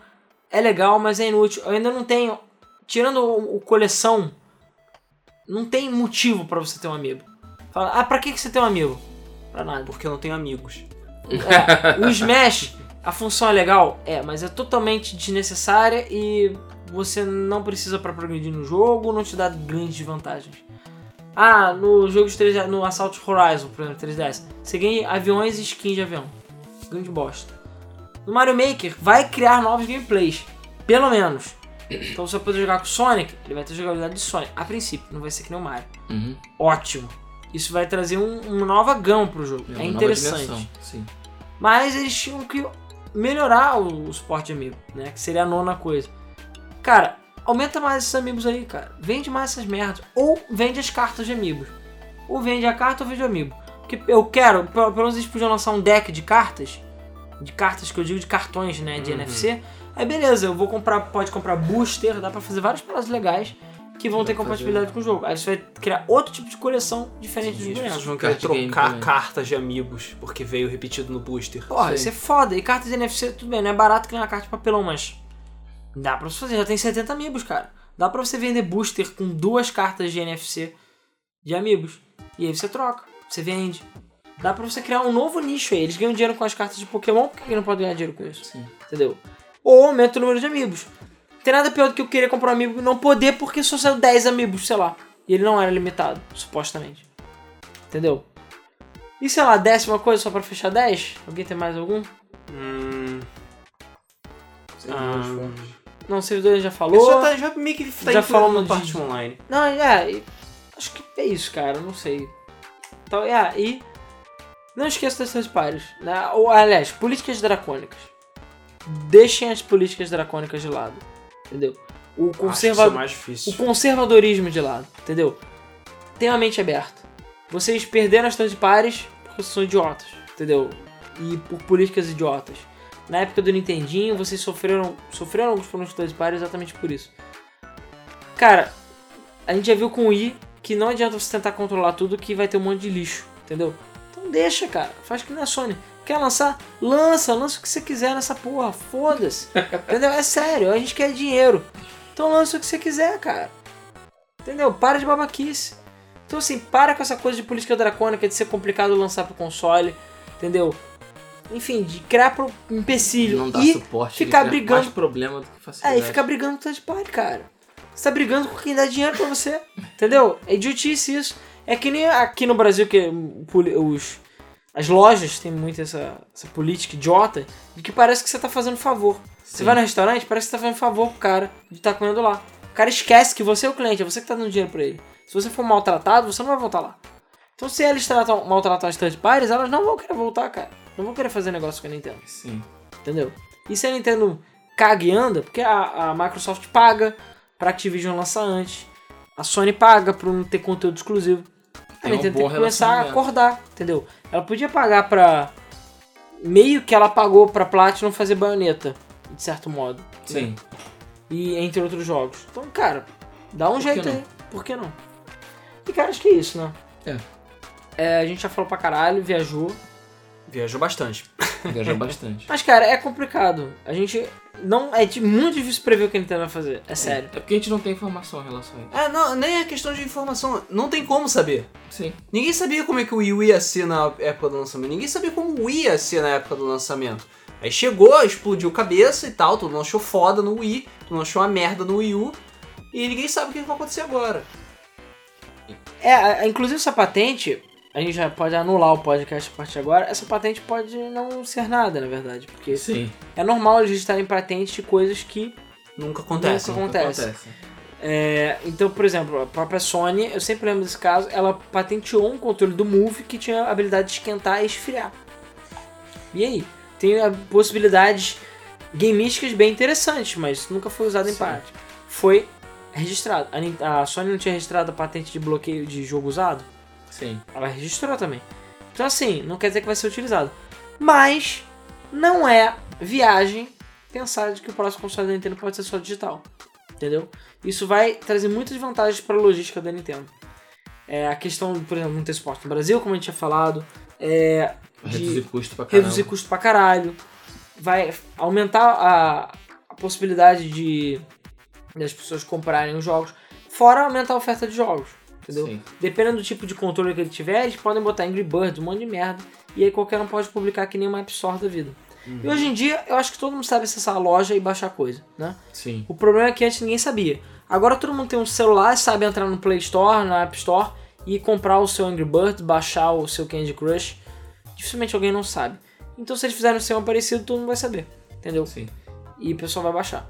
é legal, mas é inútil. Eu ainda não tenho. Tirando o, o coleção, não tem motivo pra você ter um amigo. Fala, ah, pra que, que você tem um amigo? Pra nada. Porque eu não tenho amigos. É, o Smash, a função é legal? É, mas é totalmente desnecessária e você não precisa pra progredir no jogo, não te dá grandes vantagens. Ah, no jogo de 3 no Assault Horizon, por exemplo, 3DS, você ganha aviões e skins de avião. Grande bosta. No Mario Maker, vai criar novos gameplays, pelo menos. Então você vai poder jogar com Sonic, ele vai ter jogabilidade de Sonic, a princípio, não vai ser que nem o Mario. Uhum. é Ótimo. Isso vai trazer um, uma nova gama pro jogo. uma é nova interessante. dimensão. Sim. Mas eles tinham que melhorar o, o suporte de amigo, né? Que seria a nona coisa. Cara, aumenta mais esses amigos aí, cara. Vende mais essas merdas. Ou vende as cartas de amigos. Ou vende a carta ou vende o amigo. Porque eu quero, pe- pelo menos eles podiam lançar um deck de cartas. De cartas que eu digo de cartões, né? De Uhum. NFC. Aí beleza, eu vou comprar, pode comprar booster, dá pra fazer várias paradas legais que vão Dá ter pra compatibilidade com o jogo. Aí você vai criar outro tipo de coleção diferente Sim, As pessoas dos bonecos. vão querer Card game trocar também. cartas de amigos, porque veio repetido no booster. Porra, Sim. isso é foda. E cartas de NFC, tudo bem, não é barato que nem uma carta de papelão, mas dá pra você fazer. Já tem 70 amigos, cara. Dá pra você vender booster com duas cartas de NFC de amigos. E aí você troca, você vende. Dá pra você criar um novo nicho aí. Eles ganham dinheiro com as cartas de Pokémon, por que que não podem ganhar dinheiro com isso? Sim. Entendeu? Ou aumenta o número de amigos. Não tem nada pior do que eu querer comprar um amigo e não poder porque só saiu 10 amigos, sei lá. E ele não era limitado, supostamente. Entendeu? E sei lá, décima coisa só pra fechar 10? Alguém tem mais algum? Hum, Sem Ah. duas fontes. Não, servidor já falou. isso já, tá, já meio que tá Já incluído falamos na de- parte online. Não, é, e- acho que é isso, cara, não sei. Então, é, e não esqueça das seus pares, né? Ou, aliás, políticas dracônicas. Deixem as políticas dracônicas de lado, entendeu? Acho que O, isso é conserva... mais o difícil. conservadorismo de lado, entendeu? Tenha a mente aberta. Vocês perderam as de pares porque vocês são idiotas, entendeu? E por políticas idiotas. Na época do Nintendinho, vocês sofreram, sofreram alguns problemas com de pares exatamente por isso. Cara, a gente já viu com o I que não adianta você tentar controlar tudo que vai ter um monte de lixo, entendeu? Então deixa, cara. Faz que nem a Sony. Quer lançar? Lança, lança o que você quiser nessa porra. Foda-se. entendeu? É sério, a gente quer dinheiro. Então lança o que você quiser, cara. Entendeu? Para de babaquice. Então assim, para com essa coisa de política dracônica de ser complicado lançar pro console, entendeu? Enfim, de criar pro empecilho. Não dá e suporte. ficar ele cria brigando- Mais problema do que é, facilidade. e ficar brigando com o third party, cara. Você tá brigando com quem dá dinheiro pra você. entendeu? É idiotice isso. É que nem aqui no Brasil que hum, poli- os, as lojas têm muito essa, essa política idiota de que parece que você tá fazendo favor. Você Sim. vai no restaurante, parece que você tá fazendo favor pro cara de estar comendo lá. O cara esquece que você é o cliente, é você que tá dando dinheiro pra ele. Se você for maltratado, você não vai voltar lá. Então se eles tratam, maltratam as third parties, elas não vão querer voltar, cara. Não vão querer fazer negócio com a Nintendo. Sim. Entendeu? E se a Nintendo caga e anda, porque a, a Microsoft paga pra Activision lançar antes, a Sony paga pra não ter conteúdo exclusivo. A Tem um Nintendo bom tem que começar a relacionamento. acordar, entendeu? Ela podia pagar pra. Meio que ela pagou pra Platinum fazer baioneta, de certo modo. Sim. E entre outros jogos. Então, cara, dá um Por que jeito não? aí. Por que não? E, cara, acho que é isso, né? É, a gente já falou pra caralho, viajou. Viajou bastante. Engajou bastante. Mas, cara, é complicado. A gente não. É de- muito difícil prever o que a Nintendo vai fazer. É [LAUGHS] sério. É porque a gente não tem informação em relação a É, não, nem é questão de informação. Não tem como saber. isso. Sim. Ninguém sabia como é que o Wii U ia ser na época do lançamento. Ninguém sabia como o Wii ia ser na época do lançamento. Aí chegou, explodiu cabeça e tal, todo mundo achou foda no Wii, todo mundo achou uma merda no Wii U. E ninguém sabe o que vai acontecer agora. É, a- a- inclusive essa patente, a gente já pode anular o podcast a partir de agora. Essa patente pode não ser nada, na verdade. Porque Sim. é normal eles estarem patente de coisas que Nunca acontece. nunca acontecem. É, então, por exemplo, a própria Sony, eu sempre lembro desse caso, ela patenteou um controle do Move que tinha a habilidade de esquentar e esfriar. E aí? Tem ah, possibilidades gamísticas bem interessantes, mas nunca foi usado em Sim. parte. Foi registrado. A Nin- A Sony não tinha registrado a patente de bloqueio de jogo usado? Sim. Ela registrou também. Então, assim, não quer dizer que vai ser utilizado. Mas, não é viagem pensar de que o próximo console da Nintendo pode ser só digital. Entendeu? Isso vai trazer muitas vantagens para a logística da Nintendo. É, a questão, por exemplo, não ter suporte no Brasil, como a gente tinha falado. É, Reduzir custo pra caramba. reduzir custo pra caralho, vai aumentar a, a possibilidade de das pessoas comprarem os jogos, fora aumentar a oferta de jogos, entendeu? Sim. Dependendo do tipo de controle que ele tiver, eles podem botar Angry Birds, um monte de merda, e aí qualquer um pode publicar que nem uma App Store da vida. E hoje em dia, eu acho que todo mundo sabe acessar a loja e baixar coisa, né? Sim. O problema é que antes ninguém sabia. Agora todo mundo tem um celular, sabe entrar no Play Store, na App Store e comprar o seu Angry Birds, baixar o seu Candy Crush. Dificilmente alguém não sabe. Então se eles fizerem o seu parecido, todo mundo vai saber, entendeu? Sim. E o pessoal vai baixar.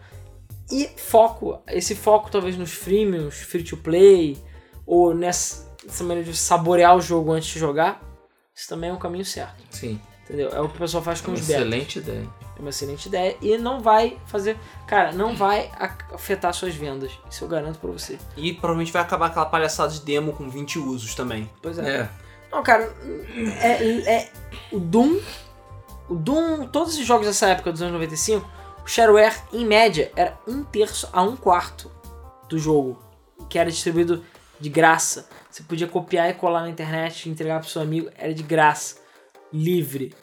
E foco, esse foco talvez nos freemiums, free to play, ou nessa nessa maneira de saborear o jogo antes de jogar, isso também é um caminho certo, Sim. entendeu? É o que o pessoal faz É com uma os betas. excelente ideia. É uma excelente ideia e não vai fazer. Cara, não vai ac- afetar suas vendas. Isso eu garanto pra você. E provavelmente vai acabar aquela palhaçada de demo com 20 usos também. Pois é. Não, cara, é, é- O Doom. O Doom, todos os jogos dessa época dos anos 95, o shareware, em média, era um terço a um quarto do jogo. Que era distribuído de graça. Você podia copiar e colar na internet, entregar pro seu amigo, era de graça. Livre.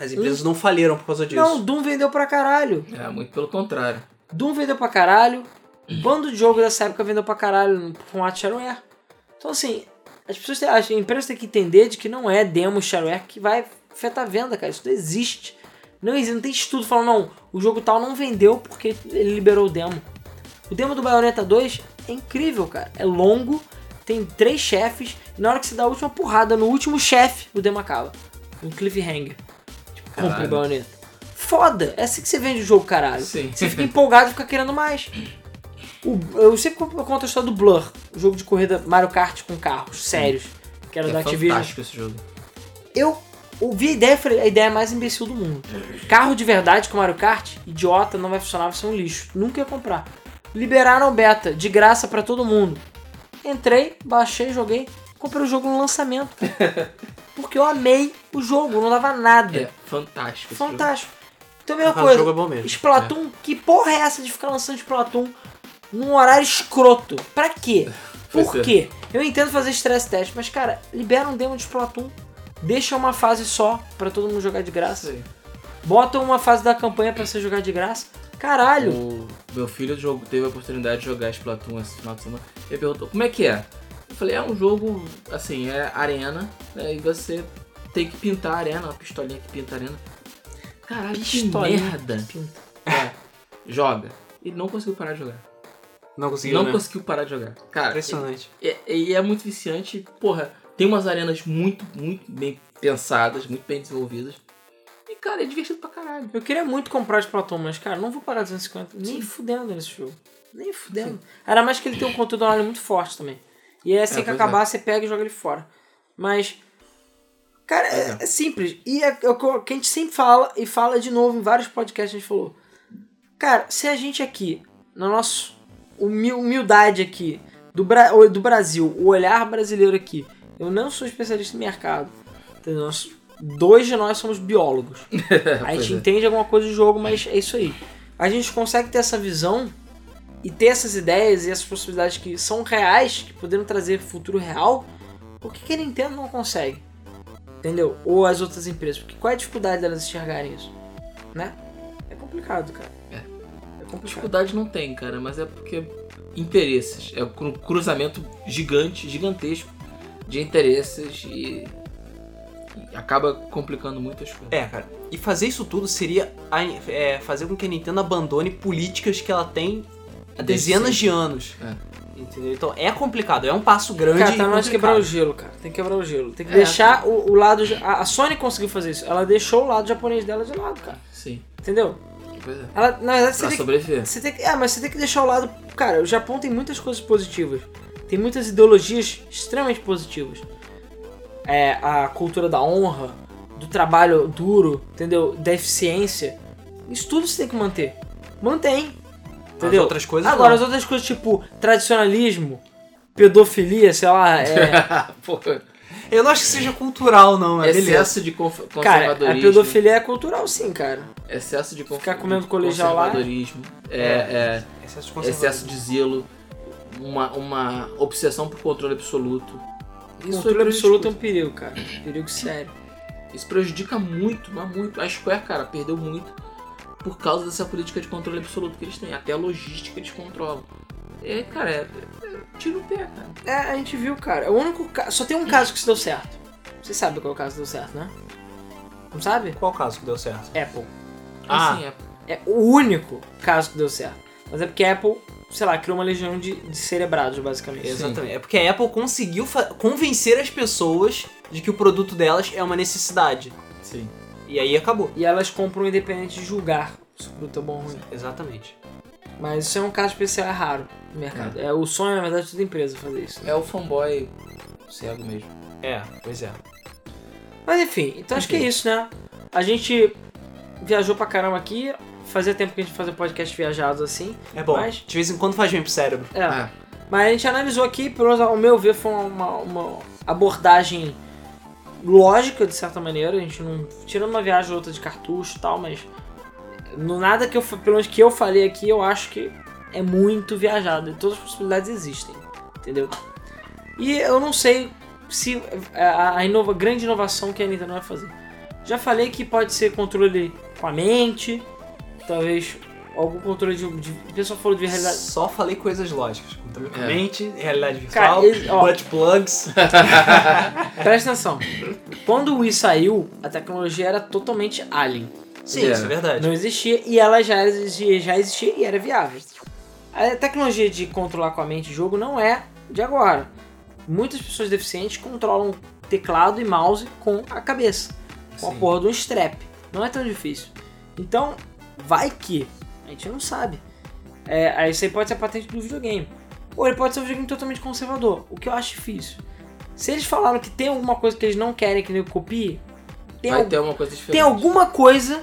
As empresas não faliram por causa disso. Não, Doom vendeu pra caralho. É, é muito pelo contrário. Doom vendeu pra um caralho. Bando de jogo dessa época vendeu pra caralho com a Shareware. Então, assim, As pessoas têm, as empresas têm que entender de que não é demo shareware que vai afetar a venda, cara. Isso não existe. Não existe, não tem estudo falando, não, o jogo tal não vendeu porque ele liberou o demo. O demo do Bayonetta 2 é incrível, cara. É longo, tem três chefes, e na hora que você dá a última porrada no último chefe, o demo acaba. Um cliffhanger. Tipo, compre Caralho. o Bayonetta. Foda! É assim que você vende o jogo, caralho. Sim. Você fica empolgado e fica querendo mais. O- eu sempre conto a história do Blur, o jogo de corrida Mario Kart com carros sérios, que era é da Activision. fantástico esse jogo. Eu ouvi a ideia e falei, a ideia é mais imbecil do mundo. Carro de verdade com Mario Kart, idiota, não vai funcionar, vai ser um lixo. Nunca ia comprar. Liberaram o beta, de graça pra todo mundo. Entrei, baixei, joguei, comprei o jogo no lançamento. [LAUGHS] cara. Porque eu amei o jogo, não dava nada. É fantástico. esse jogo. Fantástico. Então a Mas mesma O coisa. jogo é bom mesmo. Splatoon, que porra é essa de ficar lançando Splatoon num horário escroto? Pra quê? Por Pois é. quê? Eu entendo fazer stress test, mas cara, libera um demo de Splatoon, deixa uma fase só pra todo mundo jogar de graça, Sim. bota uma fase da campanha pra você jogar de graça. Caralho! O meu filho jogou, teve a oportunidade de jogar Splatoon esse final de semana. Ele perguntou como é que é. Eu falei, é um jogo, assim, é arena, né, e você tem que pintar a arena, uma pistolinha que pinta a arena. Caralho, Pistolinha. que merda. Pinta. É, joga. Ele não conseguiu parar de jogar. Não consegui não né? conseguiu parar de jogar. Cara, Impressionante. e é, e é muito viciante. Porra, tem umas arenas muito, muito bem pensadas, muito bem desenvolvidas. E, cara, é divertido [LAUGHS] pra caralho. Eu queria muito comprar Splatoon, mas cara, não vou pagar 250, nem fudendo nesse jogo. Nem fudendo. Era mais que ele tem um conteúdo online muito forte também. E é assim É, que pois acabar, você pega e joga ele fora. Mas. Cara, é, é simples. E é, é o que eu- que a gente sempre fala, e fala de novo em vários podcasts, a gente falou. Cara, se a gente aqui, na nossa humi- humildade aqui, do, Bra o- do Brasil, o olhar brasileiro aqui, eu não sou especialista em mercado. entendeu? Nós- dois de nós somos biólogos. a Pois gente é. entende alguma coisa do jogo, mas é isso aí. A gente consegue ter essa visão e ter essas ideias e essas possibilidades que são reais, que podemos trazer futuro real, por que, que a Nintendo não consegue? Entendeu? Ou as outras empresas? Porque qual é a dificuldade delas enxergarem isso? Né? É complicado, cara. É complicado. Dificuldade não tem, cara, mas é porque interesses. É um cruzamento gigante, gigantesco de interesses e, e acaba complicando muitas coisas. É, cara. E fazer isso tudo seria a- é, fazer com que a Nintendo abandone políticas que ela tem há Desde dezenas de anos. Entendeu? Então é complicado, é um passo grande. Cara, e tá na hora de quebrar o complicado. gelo, cara. Tem que quebrar o gelo. Tem que É, deixar o, o lado. ja- A, a Sony conseguiu fazer isso. Ela deixou o lado japonês dela de lado, cara. Sim, Entendeu? pois é. Ela, na verdade, Pra você tem que [LAUGHS] sobreviver. Você tem que, ah, mas você tem que deixar o lado. Cara, o Japão tem muitas coisas positivas. Tem muitas ideologias extremamente positivas. É, a cultura da honra, do trabalho duro, entendeu? Da eficiência. Isso tudo você tem que manter. Mantém. Entendeu? As outras coisas. Agora, as não. outras coisas, tipo tradicionalismo, pedofilia, sei lá. [LAUGHS] É, Porra, Eu não acho que seja cultural, não, mas beleza. excesso de conf- cara, é a conservadorismo. pedofilia é cultural, sim, cara. Excesso de conf- Ficar comendo colegial lá. conservadorismo. É, é, Excesso de excesso conservadorismo. de zelo. Uma, uma obsessão por controle absoluto. Isso Controle prejudica- absoluto é um perigo, cara. Perigo sério. Isso prejudica muito, mas muito. A Square, cara, perdeu muito por causa dessa política de controle absoluto que eles têm. Até a logística eles controlam. É, cara, é, é tiro o pé, cara. É, a gente viu, cara. É o único ca... Só tem um caso que se deu certo. Você sabe qual caso deu certo, né? Não sabe? Qual caso que deu certo? Apple. Ah. Assim, é, É o único caso que deu certo. Mas é porque a Apple, sei lá, criou uma legião de, de cerebrados, basicamente. Exatamente. É porque a Apple conseguiu fa- convencer as pessoas de que o produto delas é uma necessidade. sim. E aí acabou. E elas compram independente de julgar se o produto é bom ou ruim. Exatamente. Mas isso é um caso especial, é raro no mercado. É, o sonho, na verdade, de toda empresa fazer isso. né? É o fanboy cego mesmo. É, pois é. Mas enfim, então acho que é isso, né? A gente viajou pra caramba aqui. Fazia tempo que a gente fazia podcast viajados assim. É bom. Mas- De vez em quando faz bem pro cérebro. É. Ah, Mas a gente analisou aqui, pelo menos ao meu ver, foi uma, uma abordagem lógica, de certa maneira. A gente não. Tirando uma viagem ou outra de cartucho e tal, mas. No nada que eu. fa- Pelo menos que eu falei aqui, eu acho que é muito viajado. Todas as possibilidades existem. Entendeu? E eu não sei se é, a, a inova, grande inovação que a Nintendo vai fazer. Já falei que pode ser controle com a mente, talvez algum controle de. de o pessoal falou de realidade. Só falei coisas lógicas. Controle com É. a mente, realidade Cara, virtual, ele- ó, butt plugs. presta atenção. Quando o Wii saiu, a tecnologia era totalmente alien. Sim, É. isso é verdade. Não existia e ela já existia, já existia e era viável. A tecnologia de controlar com a mente o jogo não é de agora. Muitas pessoas deficientes controlam teclado e mouse com a cabeça, com a Sim. porra de um strap. Não é tão difícil. Então, vai que a gente não sabe. É, aí isso aí pode ser a patente do videogame. Ou ele pode ser um videogame totalmente conservador, o que eu acho difícil. Se eles falaram que tem alguma coisa que eles não querem que nego copie, tem Vai algum- ter uma coisa diferente. tem alguma coisa,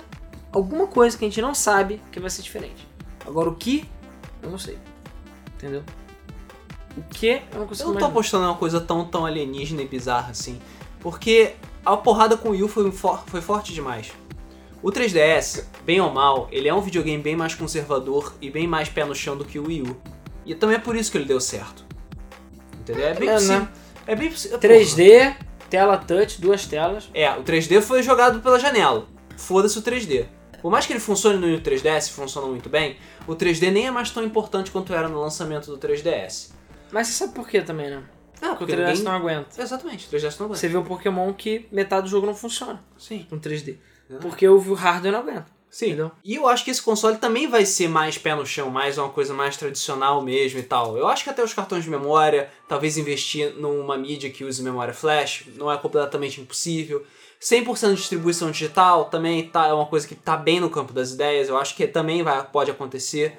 alguma coisa que a gente não sabe que vai ser diferente. Agora o que, eu não sei. Entendeu? O que, eu não Eu consigo não tô imaginar. apostando em uma coisa tão, tão alienígena e bizarra assim. Porque a porrada com o Yu foi, for- foi forte demais. O 3DS, bem ou mal, ele é um videogame bem mais conservador e bem mais pé no chão do que o Wii U. E também é por isso que ele deu certo. Entendeu? É bem É, né? possível. É bem possível. 3D, tela touch, duas telas. É, o 3D foi jogado pela janela. Foda-se o 3D. Por mais que ele funcione no 3DS, funciona muito bem, o 3D nem é mais tão importante quanto era no lançamento do 3DS. Mas você sabe por quê também, né? Ah, Porque o 3DS não é- aguenta. Exatamente, o 3DS não aguenta. Você vê o Pokémon que metade do jogo não funciona Sim. com 3D. Exato. Porque o hardware não aguenta. É. Sim. Entendeu? E eu acho que esse console também vai ser mais pé no chão, mais uma coisa mais tradicional mesmo e tal. Eu acho que até os cartões de memória, talvez investir numa mídia que use memória flash, não é completamente impossível. 100% de distribuição digital também tá, é uma coisa que tá bem no campo das ideias, eu acho que também vai, pode acontecer.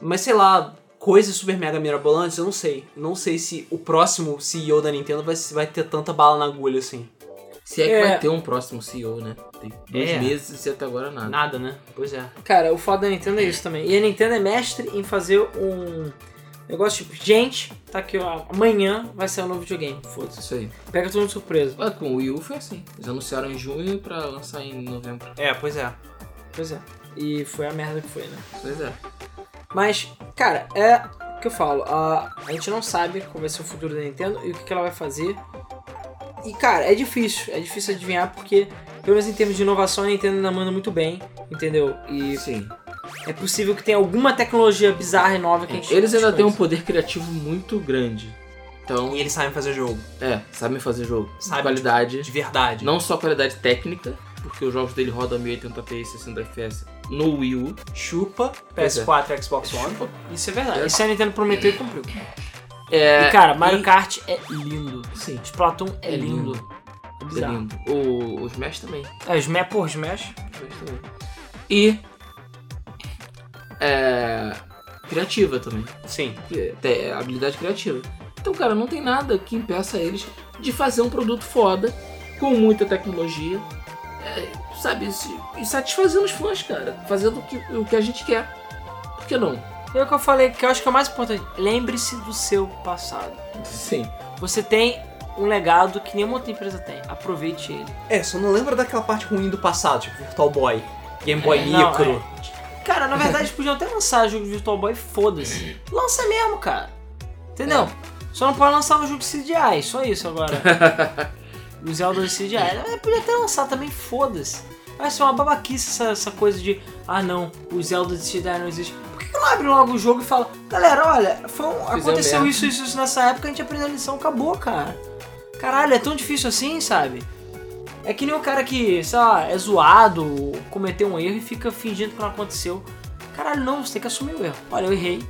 Mas sei lá, coisas super mega mirabolantes, eu não sei. Não sei se o próximo CEO da Nintendo vai, vai ter tanta bala na agulha assim. Se é que É. vai ter um próximo CEO, né? Tem dois É. meses e até agora nada. Nada, né? Pois é. Cara, o foda da Nintendo é isso também. E a Nintendo é mestre em fazer um negócio tipo, gente, tá aqui, ó, amanhã vai sair um novo videogame. Foda-se. Isso aí. Pega todo mundo de surpresa. Ué, com o Wii U foi assim. Eles anunciaram em junho pra lançar em novembro. É, pois é. Pois é. E foi a merda que foi, né? Pois é. Mas, cara, é o que eu falo. A, a gente não sabe qual vai ser o futuro da Nintendo e o que, que ela vai fazer. E, cara, é difícil. É difícil adivinhar porque, pelo menos em termos de inovação, a Nintendo ainda manda muito bem, entendeu? E sim. é possível que tenha alguma tecnologia bizarra e nova que a gente Eles ainda têm um desconhece. poder criativo muito grande. Então, E eles sabem fazer jogo, é, sabem fazer jogo. Sabe, qualidade. de tipo, verdade. Não só qualidade técnica, porque os jogos dele rodam 1080p e 60 fps no Wii U. chupa Pois é. PS4 e Xbox One. Isso é verdade. Isso a Nintendo prometeu e cumpriu. É, e, cara, Mario e- Kart é lindo. Sim. Splatoon é, É lindo. lindo. É É bizarro. lindo. O, o Smash também. É, Smash, porra, Smash. o Smash também. E. É, criativa também. Sim. É, te- habilidade criativa. Então, cara, não tem nada que impeça eles de fazer um produto foda, com muita tecnologia, é, sabe? se- E satisfazendo os fãs, cara. Fazendo o que, o que a gente quer. Por que não? E é o que eu falei, que eu acho que é o mais importante. Lembre-se do seu passado. Sim. Você tem um legado que nenhuma outra empresa tem. Aproveite ele. É, só não lembra daquela parte ruim do passado, tipo Virtual Boy, Game Boy É, não, Micro. Cara, na verdade, eles podiam até lançar jogo de Virtual Boy, foda-se. Lança mesmo, cara. Entendeu? Só não pode lançar um jogo de CGI, só isso agora. o Zelda de CGI. Mas É, podia até lançar também, foda-se. Vai ser uma babaquice essa, essa coisa de, ah não, o Zelda de CGI não existe. Por que que não abre logo o jogo e fala, galera, olha, foi um- aconteceu merda. isso, isso, isso nessa época, a gente aprendeu a lição, acabou, cara. Caralho, é tão difícil assim, sabe? É que nem o cara que, sei lá, é zoado, cometeu um erro e fica fingindo que não aconteceu. Caralho, não, você tem que assumir o erro. Olha, eu errei.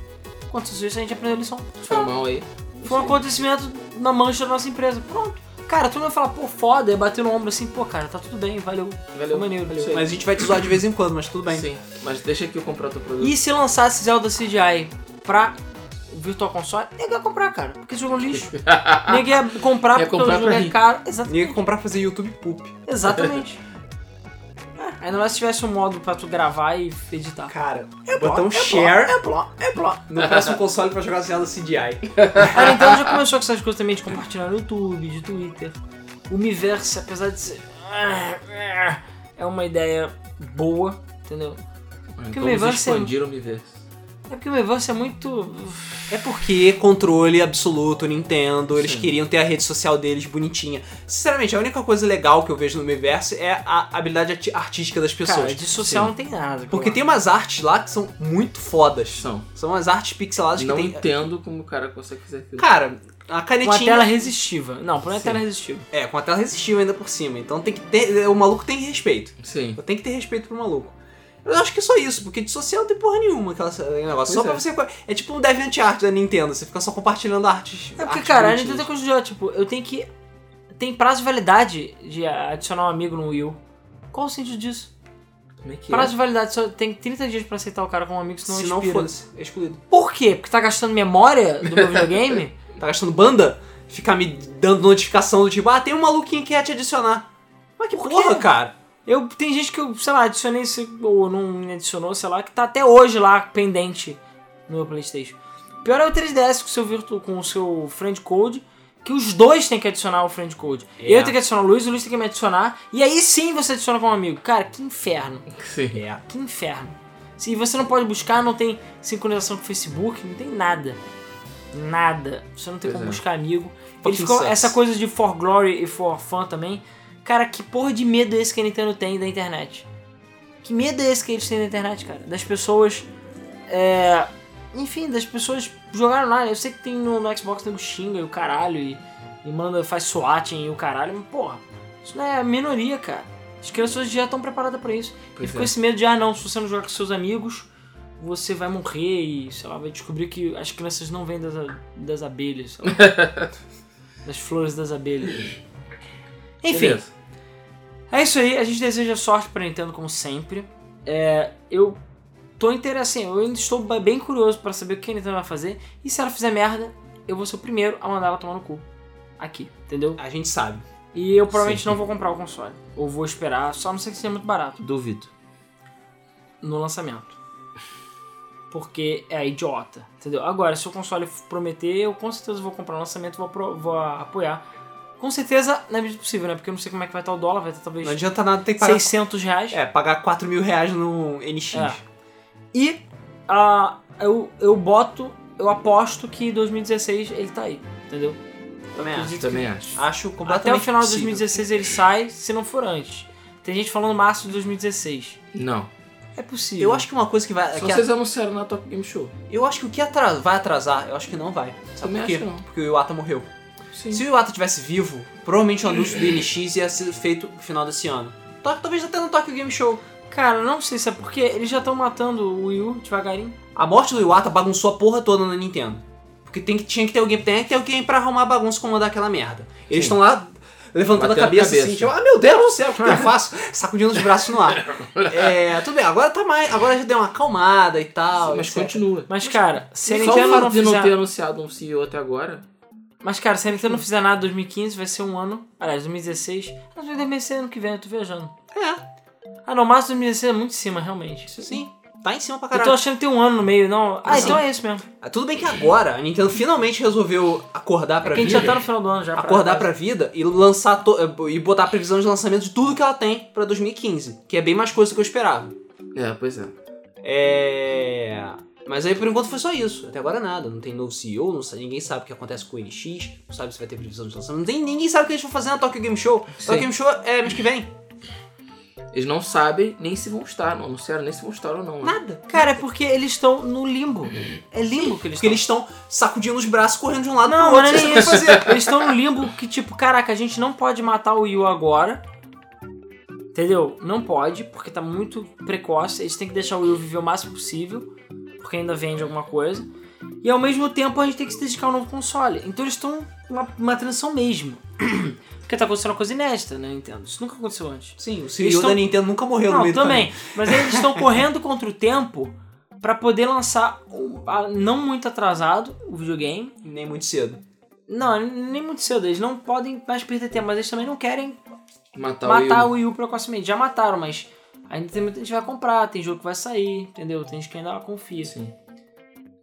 Aconteceu isso, a gente aprendeu a lição. Então, Foi mal aí. Foi um acontecimento na mancha da nossa empresa. Pronto. Cara, tu não vai falar, pô, foda, é bater no ombro assim, pô, cara, tá tudo bem, valeu. Valeu. maneiro, valeu. Isso aí. Mas a gente vai te zoar de vez em quando, mas tudo bem. Sim, mas deixa que eu comprar teu produto. E se lançasse Zelda CGI pra Virtual Console, ninguém ia comprar, cara. Porque esse jogo é um [LAUGHS] lixo. ninguém ia comprar Ia porque comprar o jogo pra é rir. caro. Exatamente. Ninguém ia comprar pra fazer YouTube poop. [LAUGHS] Exatamente. É, ainda mais se tivesse um modo pra tu gravar e editar. Cara, botar botar um um share É bló, é bló. no próximo console pra jogar Zelda CDI. A Nintendo então, já começou com essas coisas também de compartilhar no YouTube, de Twitter. O Miiverse, apesar de ser... É uma ideia boa, entendeu? Ah, que então o Miiverse eles expandiram o Miiverse. É porque o Evanse é muito. É porque controle absoluto, Nintendo, eles Sim. queriam ter a rede social deles bonitinha. Sinceramente, a única coisa legal que eu vejo no universo é a habilidade arti- artística das pessoas. Cara, de social Sim. não tem nada. Porque cara. tem umas artes lá que são muito fodas. São. São umas artes pixeladas que Não tem. entendo como o cara consegue fazer aquilo. Cara, a Com a canetinha. tela resistiva. Não, por uma Sim. tela resistiva. É, com a tela resistiva ainda por cima. Então tem que ter. O maluco tem respeito. Sim. Eu tenho que ter respeito pro maluco. Eu acho que é só isso, porque de social não tem porra nenhuma aquela aquele negócio. só Pois pra você. É tipo um DeviantArt da Nintendo, você fica só compartilhando artes. É porque, artes cara, a bonitinhas. Nintendo tem coisa de idiota, tipo, eu tenho que. Tem prazo de validade de adicionar um amigo no Wii U. Qual o sentido disso? Como é que Prazo de validade, só tem 30 dias pra aceitar o cara como um amigo, senão Se não expira. for é excluído. Por quê? Porque tá gastando memória do [LAUGHS] meu videogame? Tá gastando banda? Ficar me dando notificação do tipo, ah, tem um maluquinho que quer te adicionar. Mas que Por porra, quê? cara? Eu, tem gente que eu, sei lá, adicionei esse- ou não me adicionou, sei lá, que tá até hoje lá pendente no meu Playstation. Pior é o 3DS com o seu, virtu, com o seu friend code, que os dois têm que adicionar o friend code. É. Eu tenho que adicionar o Luiz, o Luiz tem que me adicionar, e aí sim você adiciona como amigo. Cara, que inferno. Sim. É. Ah, Que inferno. Se você não pode buscar, não tem sincronização com o Facebook, não tem nada. Nada. Você não tem Pois como é. buscar amigo. Ele Fucking ficou, sucks. essa coisa de for glory e for fun também. Cara, que porra de medo é esse que a Nintendo tem da internet? Que medo é esse que eles têm da internet, cara? Das pessoas. É. Enfim, das pessoas jogaram lá. Eu sei que tem no, no Xbox tem o Xinga e o caralho. E, e manda, faz SWAT e o caralho. Mas, porra, isso não é a minoria, cara. As crianças hoje já estão preparadas pra isso. E Pois ficou é. esse medo de, ah não, se você não jogar com seus amigos, você vai morrer e, sei lá, vai descobrir que as crianças não vêm das, a- das abelhas, sei lá. [LAUGHS] das flores das abelhas. Enfim, Beleza. é isso aí. A gente deseja sorte pra Nintendo, como sempre. É, eu tô interessado, assim, eu ainda estou ba- bem curioso pra saber o que a Nintendo vai fazer. E se ela fizer merda, eu vou ser o primeiro a mandar ela tomar no cu. Aqui, entendeu? A gente sabe. E eu provavelmente Sim. não vou comprar o console. Ou vou esperar, só a não ser que seja muito barato. Duvido. no lançamento. Porque é idiota, entendeu? Agora, se o console prometer, eu com certeza vou comprar no lançamento, vou, apro- vou apoiar. Com certeza, na medida do possível, né? Porque eu não sei como é que vai estar o dólar, vai estar talvez Não adianta nada ter que pagar. 600 reais. É, pagar 4 mil reais no NX. É. E ah, eu, eu boto, eu aposto que 2016 ele tá aí, entendeu? Também acho. Acredito Também acho. Acho completamente. Até o final de Ah, possível. 2016 ele sai, se não for antes. Tem gente falando março de 2016. Não. É possível. Eu acho que uma coisa que vai. Só é que a- vocês anunciaram na Top Game Show. Eu acho que o que atra- vai atrasar, eu acho que não vai. Sabe Também por quê? acho que não. Porque o Iwata morreu. Sim. Se o Iwata tivesse vivo, provavelmente o anúncio do NX ia ser feito no final desse ano. To- Talvez até no Tokyo Game Show. Cara, não sei se é porque eles já estão matando o Wii U devagarinho. A morte do Iwata bagunçou a porra toda na Nintendo. Porque tem que, tinha que ter alguém, tem que ter alguém pra arrumar a bagunça e comandar aquela merda. Eles Sim. estão lá levantando Batendo a cabeça, cabeça. assim, tipo, ah meu Deus do céu, o que [LAUGHS] eu faço? Sacudindo os braços no ar. É, tudo bem, agora tá mais, agora já deu uma acalmada e tal. Ah, é- Mas etc. continua. Mas, cara, se a Só o Nintendo fato não de não fizer... ter anunciado um CEO até agora. Mas, cara, se a Nintendo não fizer nada em 2015, vai ser um ano... Aliás, 2016... Mas vai deve ser ano que vem, eu tô viajando. É, Ah, não, março de 2016 é muito em cima, realmente. sim. Tá em cima pra Eu caralho. tô achando que tem um ano no meio, não... Ah, Sim. então é isso mesmo. Ah, Tudo bem que agora a Nintendo finalmente resolveu acordar pra Porque a gente vida. já tá no final do ano já. Acordar pra vida e lançar to- e botar a previsão de lançamento de tudo que ela tem pra 2015, que é bem mais coisa do que eu esperava. É, pois é. É. Mas aí por enquanto foi só isso. Até agora nada. Não tem no CEO, não sa- ninguém sabe o que acontece com o NX, não sabe se vai ter previsão de lançamento. Não tem- ninguém sabe o que eles vão fazer na Tokyo Game Show. Sim. Tokyo Game Show é mês que vem. Eles não sabem nem se vão estar. Não anunciaram nem se vão estar ou não. né? Nada. Cara, é porque eles estão no limbo. É limbo que eles Porque estão. eles estão sacudindo os braços, correndo de um lado Não, pro mas outro. não é sem nem saber o isso. que fazer. Eles estão no limbo que, tipo, caraca, a gente não pode matar o Yu agora. Entendeu? Não pode, porque tá muito precoce. Eles têm que deixar o Yu viver o máximo possível, porque ainda vende alguma coisa. E ao mesmo tempo a gente tem que se dedicar ao novo console. Então eles estão uma, uma transição mesmo. [CLEARS THROAT] porque tá acontecendo uma coisa inédita, né? Entendo. Isso nunca aconteceu antes. Sim, o CEO Eles da tão- Nintendo nunca morreu no Não, meio do caminho. também. Mas eles estão correndo contra o tempo pra poder lançar, o- a- não muito atrasado, o videogame. Nem muito cedo. Não, nem muito cedo. Eles não podem mais perder tempo, mas eles também não querem Matar, matar Tá o o Wii U precocemente. Já mataram, mas ainda tem muita gente que vai comprar, tem jogo que vai sair, entendeu? Tem gente que ainda confia. Sim.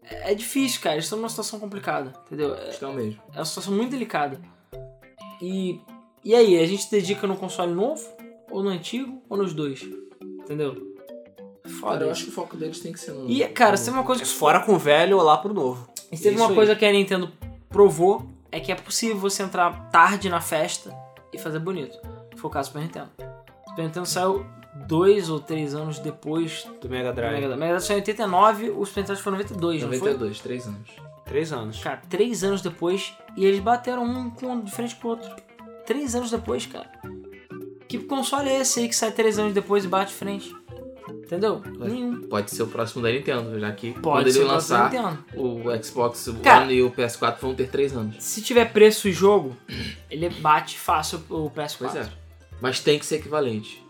É, é difícil, cara. Eles estão numa situação complicada, entendeu? É Estão mesmo. é uma situação muito delicada. E, e aí, a gente dedica no console novo, ou no antigo, ou nos dois? Entendeu? Foda, eu acho que o foco deles tem que ser no. E, cara, se tem uma coisa que É Fora com o velho ou lá pro novo. E se teve Isso uma aí. coisa que a Nintendo provou é que é possível você entrar tarde na festa e fazer bonito. Foi o caso do Super Nintendo. O Super Nintendo saiu dois ou três anos depois Do Mega É. do Mega Drive. Drive. O Mega Drive saiu em 89, o Super Nintendo foi em 92, não 92, 3 anos. Três foi? anos. Cara, três anos depois e eles bateram um com, de frente com o outro. Três anos depois, cara. Que console é esse aí que sai três anos depois e bate de frente? Entendeu? Nenhum. Pode ser o próximo da Nintendo, já que quando Pode ele ser o próximo lançar Nintendo. o Xbox Cara. One e o PS4 vão ter 3 anos. Se tiver preço e jogo, ele bate fácil o PS4. Pois é. Mas tem que ser equivalente.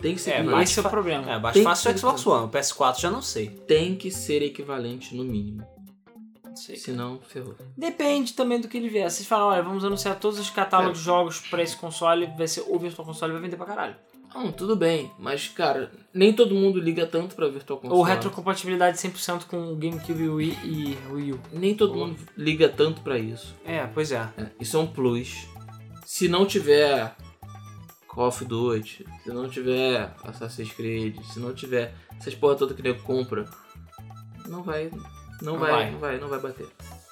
Tem que ser É, equivalente. mas- Esse é o problema. É, mais Tem fácil o que- Xbox One. O PS4 já não sei. Tem que ser equivalente no mínimo. Não sei. Senão, ferrou. Depende também do que ele vier. Vocês falam, olha, vamos anunciar todos os catálogos de jogos pra esse console, vai ser o Virtual Console vai vender pra caralho. Não, tudo bem. Mas, cara, nem todo mundo liga tanto pra Virtual Console. Ou retrocompatibilidade 100% com o GameCube e o Wii e o Wii U. Nem todo mundo liga tanto pra isso. É, pois é. É, isso é um plus. Se não tiver Call of Duty, se não tiver Assassin's Creed, se não tiver essas porra toda que nego compra, não vai. Não, Não vai, vai. não vai, não vai bater.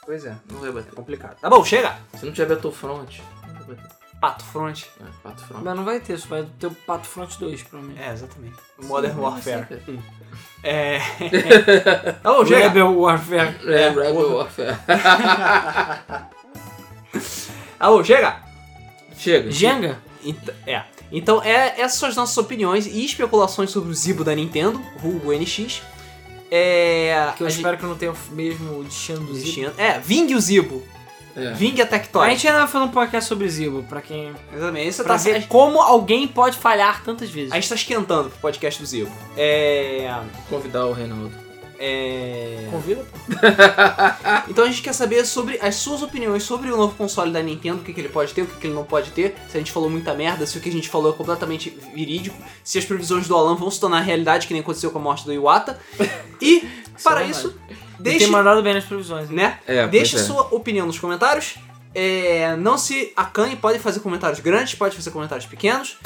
Pois é. Não vai bater. Complicado. Tá bom, chega! Se não tiver Battlefront, não vai bater. Pato Front. É, Battlefront. Mas não vai ter, só vai ter o Pato Front 2 pra mim. É, exatamente. Modern Sim, Warfare. vai ser, cara. É. tá bom, chega! Rebel Warfare. É, Rebel Warfare. Tá bom, chega! Chega. Jenga? Ent- é. Então, é, essas são as nossas opiniões e especulações sobre o Zibo da Nintendo, vulgo NX. É. Que eu a gente- espero que eu não tenha o mesmo destino do Zibo. Existindo. É, vingue o Zibo. É. Vingue a A Tectoy. gente ainda vai falar um podcast sobre Zibo, pra quem... Exatamente. Esse Pra tá, ver como alguém pode falhar tantas vezes. a gente tá esquentando pro podcast do Zibo. É. Convidar o Reinaldo. É. Convida, pô. Então a gente quer saber sobre as suas opiniões sobre o novo console da Nintendo, o que, que ele pode ter, o que, que ele não pode ter, se a gente falou muita merda, se o que a gente falou é completamente verídico, se as previsões do Alan vão se tornar realidade, que nem aconteceu com a morte do Iwata. E, para é isso, Deixa... Tem deixe, mandado bem nas previsões. né? né, É, deixe pois é. sua opinião nos comentários. É, não se acanhe, pode fazer comentários grandes, pode fazer comentários pequenos.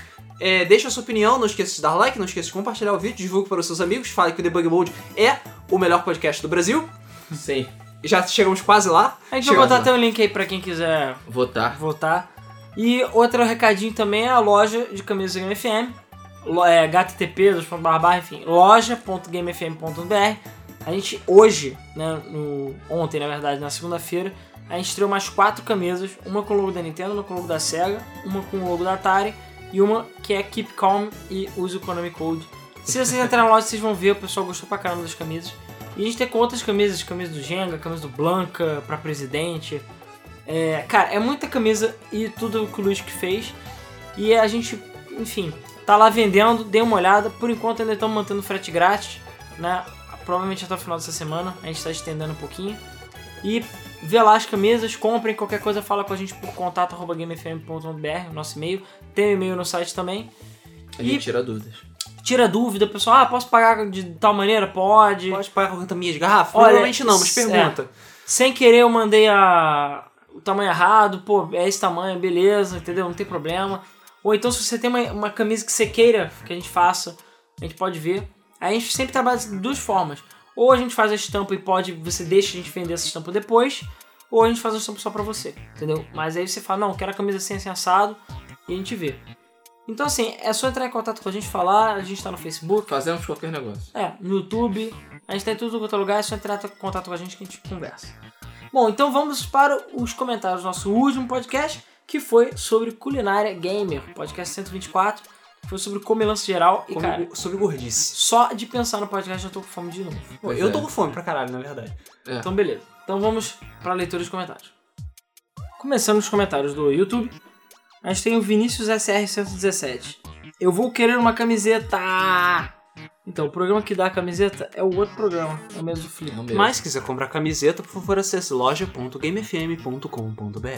É, deixe a sua opinião, não esqueça de dar like, não esqueça de compartilhar o vídeo, divulgue para os seus amigos, fale que o Debug Mode é o melhor podcast do Brasil. Sim. Já chegamos quase lá. A gente Chega vai botar lá. até um link aí pra quem quiser Votar. votar. E outro recadinho também é a loja de camisas da Game FM, lo- é, http, dois pontos, barra, barra, enfim, loja.gamefm.br. A gente hoje, né, no, ontem na verdade, na segunda-feira, a gente estreou mais quatro camisas, uma com o logo da Nintendo, uma com o logo da Sega, uma com o logo da Atari e uma que é Keep Calm e use o Konami Code. Se vocês entrarem na loja, vocês vão ver, o pessoal gostou pra caramba das camisas. E a gente tem com outras camisas, camisa do Jenga, camisa do Blanca, pra presidente, é, cara, é muita camisa e tudo que o Luiz que fez. E a gente, enfim, tá lá vendendo, dê uma olhada. Por enquanto ainda estamos mantendo frete grátis, né? Provavelmente até o final dessa semana, a gente tá estendendo um pouquinho. E vê lá as camisas, comprem, qualquer coisa fala com a gente por contato arroba gamefm.br, nosso e-mail. Tem o e-mail no site também. A E- gente tira dúvidas. Tira dúvida, pessoal, ah, posso pagar de tal maneira? Pode. Pode pagar com minhas garrafas? Olha, Provavelmente não, mas é. pergunta. Sem querer eu mandei a... o tamanho errado, pô, é esse tamanho, beleza, entendeu? Não tem problema. Ou então se você tem uma, uma camisa que você queira que a gente faça, a gente pode ver. Aí a gente sempre trabalha de duas formas. Ou a gente faz a estampa e pode, você deixa a gente vender essa estampa depois, ou a gente faz a estampa só pra você, entendeu? Mas aí você fala, não, quero a camisa assim, assim, assado, e a gente vê. Então assim, é só entrar em contato com a gente, falar, a gente tá no Facebook, Fazemos qualquer negócio. é, no YouTube. A gente tá em tudo quanto é lugar, é só entrar em contato com a gente que a gente conversa. Bom, então vamos para os comentários do nosso último podcast, que foi sobre culinária gamer, podcast 124, que foi sobre comelança geral e, Come- cara, sobre gordice. só de pensar no podcast eu tô com fome de novo. Pô, Pois eu é. tô com fome pra caralho, na verdade. Então, beleza. Então vamos para a leitura dos comentários. Começando os comentários do YouTube, a gente tem o Vinícius SR117. Eu vou querer uma camiseta! Então, o programa que dá a camiseta é o outro programa, é o mesmo do Flip. É o mesmo. Mas se quiser comprar camiseta, por favor, acesse loja.gamefm.com.br.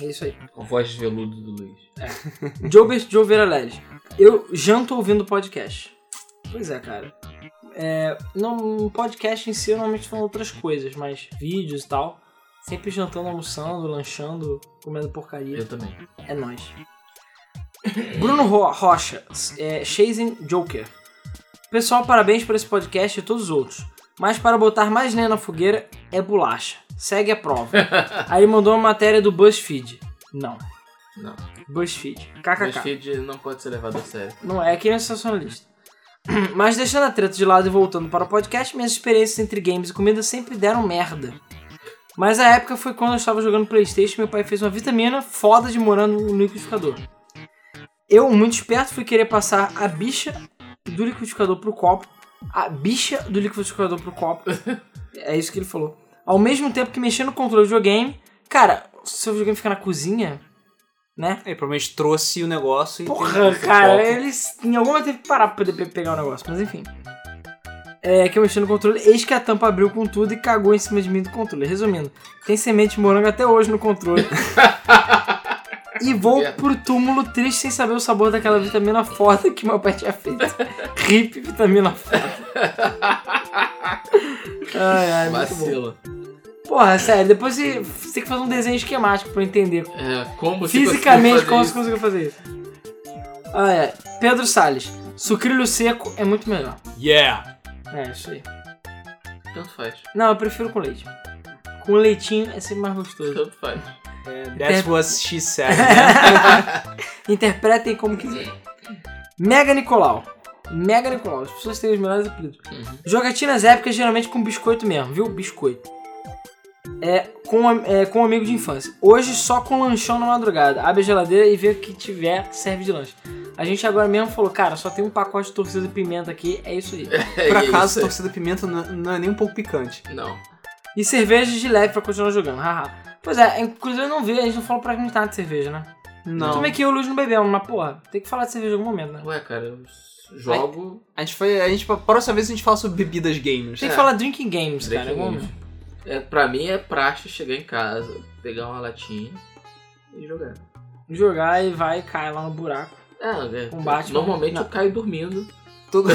É isso aí. Com a voz de veludo do Luiz. Jobert de Oliveira Leles. Eu janto ouvindo podcast. Pois é, cara. É, não, podcast em si eu normalmente falo outras coisas, mas vídeos e tal. Sempre jantando, almoçando, lanchando, comendo porcaria. Eu também. É nóis. Bruno Ro- Rocha, é, Chasing Joker. Pessoal, parabéns por esse podcast e todos os outros. Mas para botar mais lenha na fogueira é bolacha. Segue a prova. Aí mandou uma matéria do BuzzFeed. Não. Não. BuzzFeed. Mas KKK. feed não pode ser levado a sério. Não é que é sensacionalista. [CLEARS THROAT] Mas deixando a treta de lado e voltando para o podcast, minhas experiências entre games e comida sempre deram merda. Mas a época foi quando eu estava jogando Playstation e meu pai fez uma vitamina foda de morango no liquidificador. Eu, muito esperto, fui querer passar a bicha do liquidificador pro copo. A bicha do liquidificador pro copo. [LAUGHS] É isso que ele falou. Ao mesmo tempo que mexendo no controle do videogame. Cara, se o videogame ficar na cozinha, né? Ele provavelmente trouxe o negócio e. um Porra, Esse cara, copo. eles em algum momento teve que parar pra poder pe- pegar o negócio, mas enfim. É, que eu mexi no controle, eis que a tampa abriu com tudo e cagou em cima de mim do controle. Resumindo, tem semente de morango até hoje no controle. [LAUGHS] e vou Merda. pro túmulo triste sem saber o sabor daquela vitamina foda que meu pai tinha feito. Rip vitamina [LAUGHS] foda. Ai, ai, É, muito bom. Vacila. Porra, sério, depois você, você tem que fazer um desenho esquemático pra eu entender É, como você Fisicamente, conseguiu como fazer você conseguiu fazer isso? Ah, é. Pedro Salles. Sucrilho seco é muito melhor. Yeah! É, isso aí. isso? Tanto faz. Não, eu prefiro com leite. Com leitinho é sempre mais gostoso. Tanto faz. É, That's what she [LAUGHS] said. né? Interpretem como quiser. Mega Nicolau. Mega Nicolau. As pessoas têm os melhores apelidos. Uhum. Jogatinas épicas geralmente com biscoito mesmo, viu? Biscoito. É com, am- é com um amigo de infância. Hoje só com lanchão na madrugada. Abre a geladeira e vê o que tiver, serve de lanche. A gente agora mesmo falou, cara, só tem um pacote de torcida de pimenta aqui, é isso aí. Por É, e é acaso, isso torcida pimenta não é- não é nem um pouco picante. aí. Não. E cerveja de leve pra continuar jogando, haha. Pois é, inclusive eu não vi, a gente não falou pra gente nada de cerveja, né? Não. Tudo bem que eu e o Luiz não bebemos, mas porra, tem que falar de cerveja em algum momento, né? Ué, cara, eu s- jogo. A gente foi. A gente, pra próxima vez a gente fala sobre bebidas games. Tem que É. falar drinking games, cara, em Drinking algum games. momento. É, pra mim é praxe chegar em casa, pegar uma latinha e jogar. Jogar e vai e cai lá no buraco. É, é, Combate, normalmente não. eu caio dormindo. Tudo...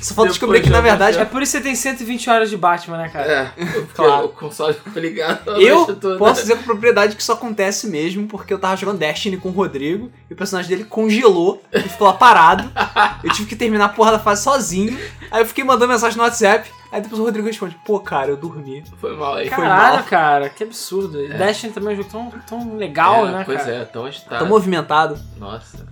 Só falta descobrir que, na verdade, É por isso que você tem 120 horas de Batman, né, cara? [LAUGHS] É, porque Claro. o console é ficou ligado. a Eu noite toda. posso dizer com propriedade que isso acontece mesmo, porque eu tava jogando Destiny com o Rodrigo e o personagem dele congelou e ficou lá parado. Eu tive que terminar a porra da fase sozinho. Aí eu fiquei mandando mensagem no WhatsApp. Aí depois o Rodrigo responde: Pô, cara, eu dormi. É, Foi mal aí. Cara, Caralho, mal. cara, que absurdo. E É. Destiny também é um jogo tão, tão legal, é, né, pois cara? é, tão Tá agitado. movimentado. Nossa.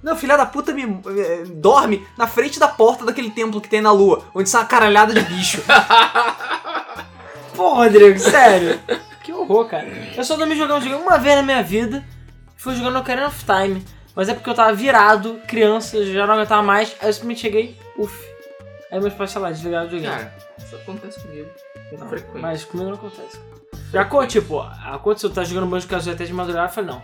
Não, filha da puta me eh, dorme na frente da porta daquele templo que tem na lua, onde sai uma caralhada de bicho. é. Pô, Rodrigo, sério. [LAUGHS] que horror, cara. Eu só dormi jogando um jogo uma vez na minha vida. Fui jogando Ocarina of Time. Mas é porque eu tava virado, criança, já não aguentava mais. Aí eu simplesmente cheguei, uff. Aí meus pais, sei lá, desligaram o videogame. Cara, isso acontece comigo. Não, frequente. Mas comigo não acontece. Já aconteceu, tipo, aconteceu, eu tava jogando banjo casual até de madrugada, eu falei, não,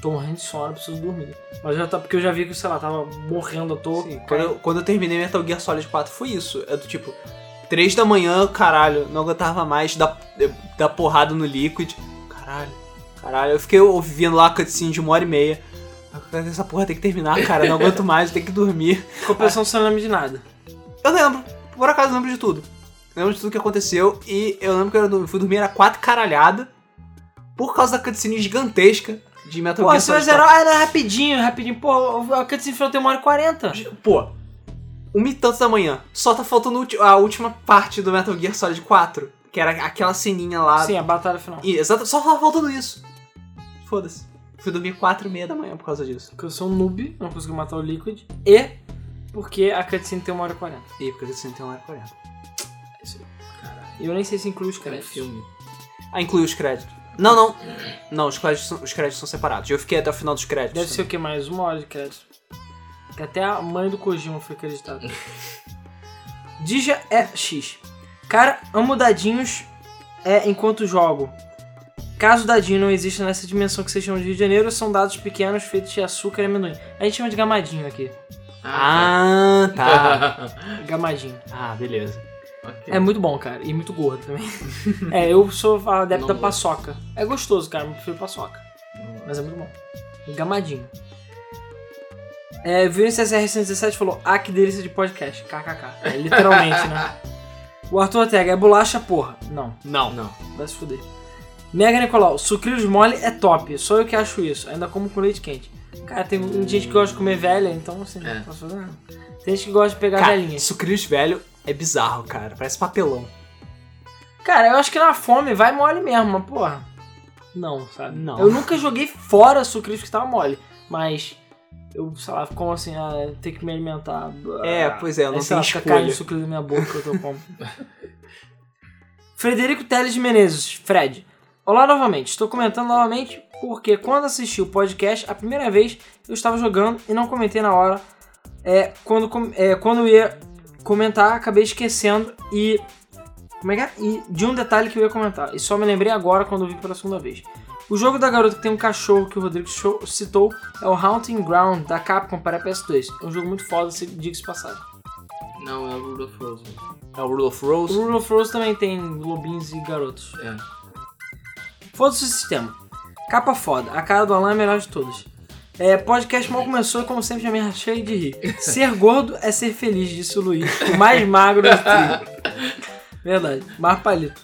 tô morrendo de sono, preciso dormir. Mas já tá, porque eu já vi que, sei lá, tava morrendo à toa. Sim, quando, eu, quando eu terminei Metal Gear Solid 4 foi isso. É do tipo, 3 da manhã, caralho, não aguentava mais da, da porrada no Liquid. Caralho, caralho. Eu fiquei ouvindo lá a cutscene de uma hora e meia. Essa porra tem que terminar, cara. Não aguento mais, tem que dormir. Ficou pensando que você não lembra de nada. Eu lembro, por acaso eu lembro de tudo. Eu lembro de tudo que aconteceu e eu lembro que eu fui dormir, era quatro caralhada por causa da cutscene gigantesca de Metal Pô, Gear você vai Solid zerar, era rapidinho, rapidinho. Pô, a cutscene final tem uma hora e quarenta. 4. Pô, uma e tanto da manhã. Só tá faltando ulti- a última parte do Metal Gear Solid 4, que era aquela ceninha lá. Sim, a batalha final. E exato, só tava faltando isso. Foda-se. Fui dormir quatro e meia da manhã por causa disso. Porque eu sou um noob, não consegui matar o Liquid. E porque a cutscene tem uma hora e quarenta. E porque a cutscene tem uma hora e quarenta. Caralho. E eu nem sei se inclui os Cara, é créditos. filme. Ah, inclui os créditos. Não, não. Não, os créditos, são, os créditos são separados. Eu fiquei até o final dos créditos. Deve ser o que? Mais uma hora de crédito. Que até a mãe do Kojima foi acreditada. Dija é X. Cara, amo dadinhos é enquanto jogo. Caso dadinho não exista nessa dimensão que vocês chamam de Rio de Janeiro, são dados pequenos feitos de açúcar e amendoim. A gente chama de gamadinho aqui. Ah, Ah, [LAUGHS] tá. tá. Gamadinho. Ah, beleza. [LAUGHS] Ok. É muito bom, cara. E muito gordo também. é, eu sou adepto da Não gosto. paçoca. É gostoso, cara. Eu prefiro paçoca. Mas é muito bom. Gamadinho. É, viu CSR117 falou, ah, que delícia de podcast. KKK. É, literalmente, né? O Arthur Ortega, é bolacha, porra. Não, Não. Não. vai se fuder. Mega Nicolau, sucrilhos mole é top. Só eu que um, acho isso. Ainda como com leite quente. Cara, tem gente que gosta de comer velha, então assim, É. não posso fazer nada. Tem gente que gosta de pegar Cara, velhinhas. sucrilhos velho é bizarro, cara. Parece papelão. Cara, eu acho que na fome vai mole mesmo, mas porra. Não, sabe? Não. Eu nunca joguei fora sucrilhos que tava mole, mas eu, sei lá, como assim, ah, tem que me alimentar. É, pois é, eu não Aí, sei lá, tenho fica caindo escolha. sucrilho na minha boca que eu como. [LAUGHS] Frederico Teles de Menezes, Fred. Olá novamente, estou comentando novamente porque quando assisti o podcast a primeira vez eu estava jogando e não comentei na hora. É, quando, com- é, quando eu ia comentar, acabei esquecendo e. Como é que é? E de um detalhe que eu ia comentar. E só me lembrei agora quando eu vi pela segunda vez. O jogo da garota que tem um cachorro que o Rodrigo cho- citou é o Haunting Ground da Capcom para PS2. É um jogo muito foda, se- diga-se de passagem. Não, é o Rule of Frozen. É o Rule of O Rose. Rule of Rose também tem lobinhos e garotos. É. [LAUGHS] Foda-se o sistema. Capa foda. A cara do Alan é a melhor de todas. É, podcast mal começou e como sempre já me rachei de rir. Ser gordo é ser feliz, disse o Luiz. O mais magro do trio. Verdade. Mar palito.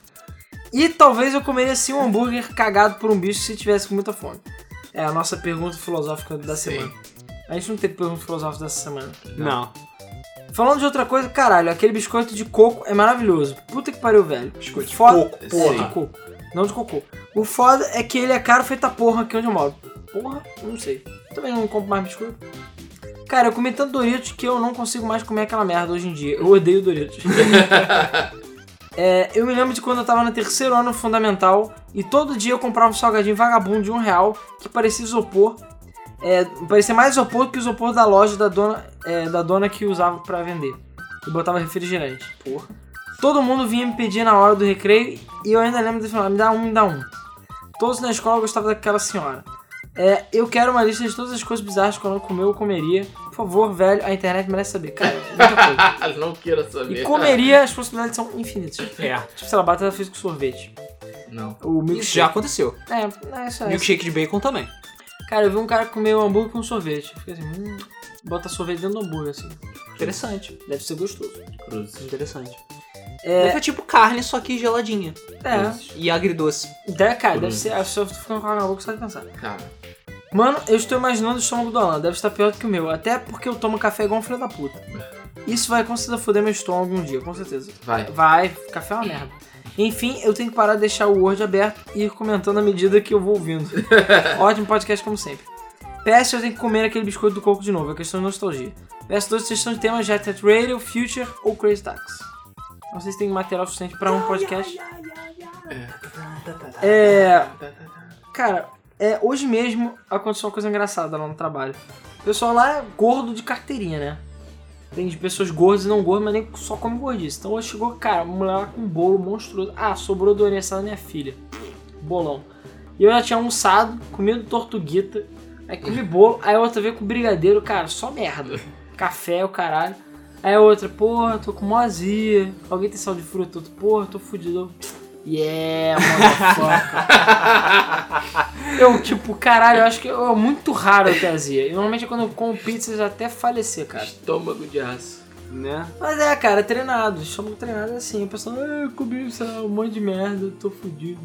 E talvez eu comeria sim um hambúrguer cagado por um bicho se tivesse com muita fome. É a nossa pergunta filosófica da Sim. semana. A gente não teve pergunta filosófica dessa semana. Não. Falando de outra coisa, caralho, aquele biscoito de coco é maravilhoso. Puta que pariu, velho. Biscoito de Foda- coco, Sim. porra. De coco. Não de cocô. O foda é que ele é caro feita porra aqui onde eu moro. Porra, eu não sei. Também não compro mais biscoito. Cara, eu comi tanto Doritos que eu não consigo mais comer aquela merda hoje em dia. Eu [LAUGHS] odeio Doritos. É, eu me lembro de quando eu tava no terceiro ano fundamental e todo dia eu comprava um salgadinho vagabundo de um real que parecia isopor. É, parecia mais isopor do que o isopor da loja da dona, é, da dona que usava pra vender. E botava refrigerante. Porra. Todo mundo vinha me pedir na hora do recreio e eu ainda lembro de falar, me dá um, me dá um. Todos na escola gostavam daquela senhora. É, eu quero uma lista de todas as coisas bizarras que eu não comeu ou comeria. Por favor, velho, a internet merece saber. Cara, é muita coisa. [LAUGHS] não queira saber. E comeria, as possibilidades são infinitas. É. Tipo, sei lá, batata frita com sorvete. Não. O Isso já milkshake. aconteceu. É, é isso aí. Milkshake de bacon também. Cara, eu vi um cara comer um hambúrguer com sorvete. Eu Fiquei assim, hum, bota sorvete dentro do hambúrguer, assim. Interessante. Deve ser gostoso. Cruzes. Interessante. É... é tipo carne, só que geladinha. É. E agridoce. Deve, cara, Hum. deve ser. Acho que eu tô ficando com a boca só de pensar. Cara, Mano, eu estou imaginando o estômago do Alan. Deve estar pior do que o meu. Até porque eu tomo café igual um filho da puta. Isso vai com certeza foder meu estômago um dia, com certeza. vai. Vai, café é uma merda. Enfim, eu tenho que parar de deixar o Word aberto e ir comentando à medida que eu vou ouvindo. Ótimo podcast, como sempre. PS, eu tenho que comer aquele biscoito do coco de novo, é questão de nostalgia. PS2, vocês estão de tema Jet Set Radio, Future ou Crazy Taxi. Não sei se tem material suficiente pra um podcast. É. Cara, é, hoje mesmo aconteceu uma coisa engraçada lá no trabalho. O pessoal lá é gordo de carteirinha, né? Tem de pessoas gordas e não gordas, mas nem só come gordice. Então hoje chegou, cara, uma mulher lá com um bolo monstruoso. Ah, sobrou do aniversário da minha filha. Bolão. E eu já tinha almoçado, comido tortuguita, aí comi bolo, aí a outra veio com brigadeiro, cara, só merda. Café, o caralho. Aí a outra, porra, tô com mozia. Alguém tem sal de fruta? Outro, porra, tô fudido. Eu, Yeah, motherfucker. eu, tipo, caralho, eu acho que eu- é muito raro eu ter azia. E normalmente quando eu como pizza, eu já até falecer, cara. Estômago de aço. Né? Mas é, cara, treinado. Chamo treinado é assim. O pessoal, ah, eu comi sei lá, um monte de merda, tô fudido.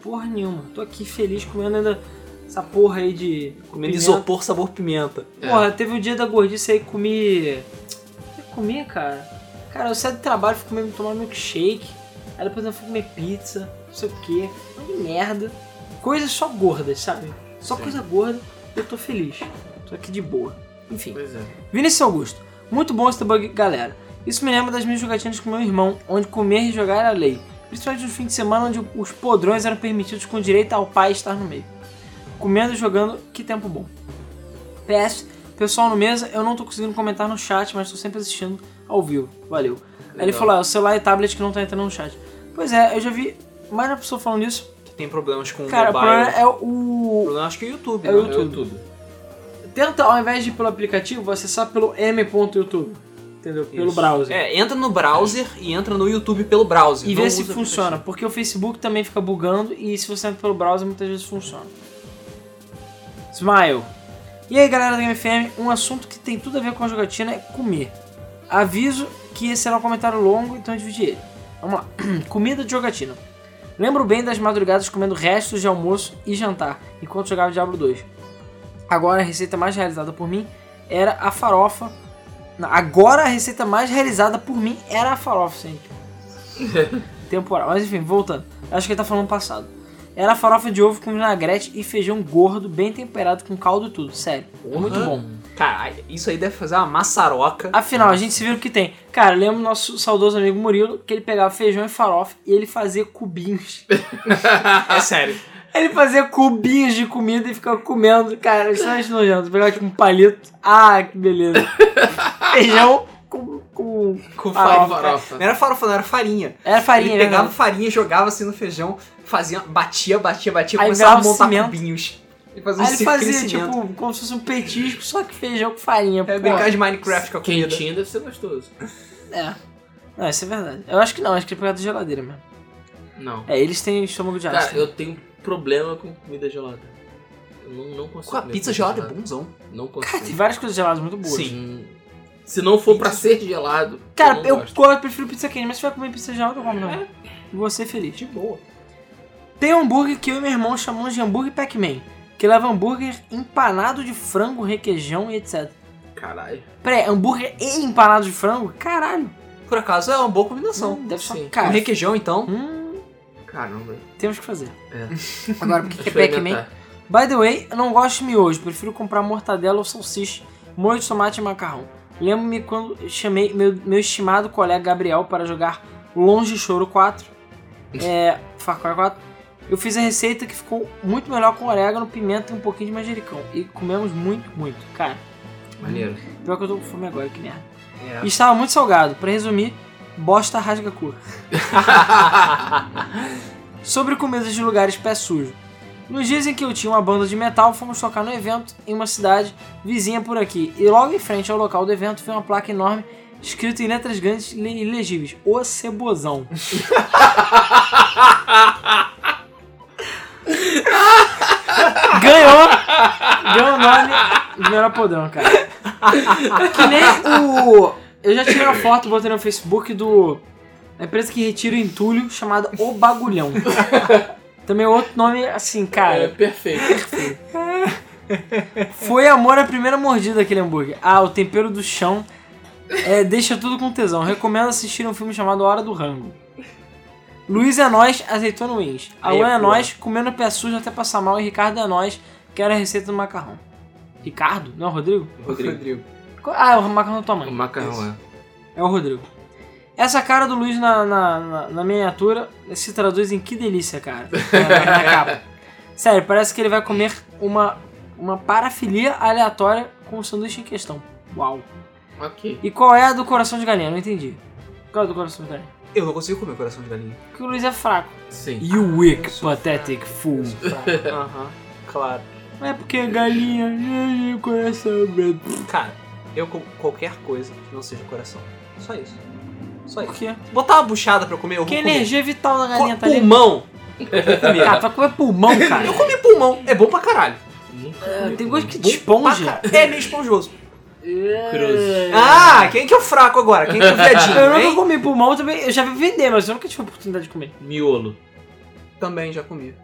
Porra nenhuma. Tô aqui feliz comendo ainda essa porra aí de. Comendo pimenta. isopor sabor pimenta. Porra, teve o dia da gordice aí que comi. O que eu comi, cara? Cara, eu saio do trabalho, fico comendo, tomar milkshake. Aí depois eu fui comer pizza, não sei o que. Um monte de merda. Coisas só gordas, sabe? Só Sim. coisa gorda eu tô feliz. Tô aqui de boa. Enfim. Pois é. Vinícius Augusto. Muito bom esse debug, galera. Isso me lembra das minhas jogatinas com meu irmão, onde comer e jogar era lei. Principalmente no fim de semana, onde os podrões eram permitidos com direito ao pai estar no meio. Comendo e jogando, que tempo bom. PS, pessoal no mesa, eu não tô conseguindo comentar no chat, mas tô sempre assistindo ao vivo. Valeu. Aí ele Legal. falou, ah, o celular e tablet que não tá entrando no chat. Pois é, eu já vi mais uma pessoa falando isso. Que tem problemas com Cara, o o mobile. problema é O o... problema acho que é o YouTube. É o né? Eu YouTube. tudo. Tenta, ao invés de ir pelo aplicativo, você acessar pelo m.youtube. Entendeu? Pelo Isso. browser. É, entra no browser e entra no YouTube pelo browser. e Não ver se usa funciona, porque o Facebook também fica bugando e se você entra pelo browser muitas vezes funciona. Smile. E aí galera da GameFM, um assunto que tem tudo a ver com a jogatina é comer. Aviso que esse será um comentário longo, então eu dividi ele. Vamos lá. [CLEARS THROAT] Comida de jogatina. Lembro bem das madrugadas comendo restos de almoço e jantar, enquanto jogava Diablo 2. Agora a receita mais realizada por mim era a farofa Agora a receita mais realizada por mim era a farofa sempre. Temporal. Mas enfim, voltando. Acho que ele tá falando passado. Era farofa de ovo com vinagrete e feijão gordo, bem temperado com caldo e tudo. Sério. Muito Porra. [LAUGHS] bom. Caralho, isso aí deve fazer uma maçaroca. Afinal, a gente se viu o que tem. Cara, eu lembro do nosso saudoso amigo Murilo que ele pegava feijão e farofa e ele fazia cubinhos. [LAUGHS] Ah, É sério. Ele fazia cubinhos de comida e ficava comendo. Cara, isso é nojento. Pegava tipo um palito. Ah, que beleza. [LAUGHS] Feijão com. com... Com Ah, Farofa. farofa. Não era farofa, não, era farinha. Era farinha, Ele pegava né? farinha, jogava assim no feijão, fazia, batia, batia, batia, Aí começava a virava um montar cimento. cubinhos. Ele fazia um Aí ele círculo de fazia cimento. tipo como se fosse um petisco, só que feijão com farinha. É pô. brincar de Minecraft com a comida. Quentinho deve ser gostoso. É. Não, isso é verdade. Eu acho que não, acho que ele pegava da geladeira mesmo. Não. É, eles têm estômago de aço. Cara, eu tenho problema com comida gelada. Eu não, não consigo. Com a comer pizza comida gelada é bonzão. Não Cara, tem consigo. várias coisas geladas muito boas. Sim. Se não for pra ser gelado. Cara, não eu, gosto. É. gosto, prefiro pizza quente, mas se vai comer pizza gelada, eu como não. Vou ser feliz. De boa. Tem um hambúrguer que eu e meu irmão chamamos de hambúrguer Pac-Man, que leva hambúrguer empanado de frango, requeijão e etc. Caralho. Peraí, é hambúrguer e empanado de frango? Caralho. Por acaso é uma boa combinação. Não, deve só. sim. Um Cara, requeijão, então. hum, Caramba. temos que fazer. É. Agora, porque é Pac-Man? Experimentar. By the way, eu não gosto de miojo, prefiro comprar mortadela ou salsicha, molho de tomate e macarrão. Lembro-me quando eu chamei meu, meu estimado colega Gabriel para jogar Longe Choro 4, é, Far Cry 4. Eu fiz a receita que ficou muito melhor com orégano, pimenta e um pouquinho de manjericão. E comemos muito, muito. Cara, Maneiro. [LAUGHS] pior que eu tô com fome agora, que merda. É. E estava muito salgado. Pra resumir, bosta rasga cu. Sobre comidas de lugares pé sujo. Nos dias em que eu tinha uma banda de metal, fomos tocar no evento em uma cidade vizinha por aqui. E logo em frente ao local do evento foi uma placa enorme escrita em letras grandes e le- ilegíveis. O Cebozão. [LAUGHS] ganhou! Ganhou o nome do melhor podrão, cara. Que nem o... Eu já tirei uma foto, botei no Facebook do... A empresa que retira o entulho, chamada O Bagulhão. Também outro nome, assim, cara... É perfeito. Foi amor à primeira mordida daquele hambúrguer. Ah, o tempero do chão é, deixa tudo com tesão. Recomendo assistir um filme chamado Hora do Rango. Luiz é nós, azeitona wings. Alan Aí, é pô. nós, comendo pé sujo até passar mal. E Ricardo é nós, que era a receita do macarrão. Ricardo? Não é o Rodrigo? Rodrigo. Qual- Ah, é o macarrão da tua O mãe. macarrão é. É o Rodrigo. Essa cara do Luiz na, na, na- na miniatura se traduz em que delícia, cara. É, Na, na capa. é. Sério, parece que ele vai comer uma, uma parafilia aleatória com o sanduíche em questão. Uau. Ok. E qual é a do coração de galinha? Não entendi. Qual é a do coração de galinha? Eu não consigo comer coração de galinha. Porque o Luiz é fraco. Ah, Sim. You weak, pathetic fool. Hum. [LAUGHS] Aham, claro. Não é porque galinha, galinha, é coração, meu. Cara, eu com qualquer coisa que não seja coração. Só isso. Só Por isso. quê? Botar uma buchada pra eu comer, eu é Que vou comer. energia vital da galinha Co tá ali. pulmão. Cara, tu vai comer pulmão, [LAUGHS] cara. Eu comi pulmão. É bom pra caralho. Nunca É, comi Tem com- gosto que de Bom esponja. pra car- É meio esponjoso. É. Cruz. Ah, quem que é o fraco agora? Quem que é o Eu viadinho, nunca hein? comi pulmão também. Eu já vi vender, mas eu nunca tive a oportunidade de comer. Miolo. Também já comi.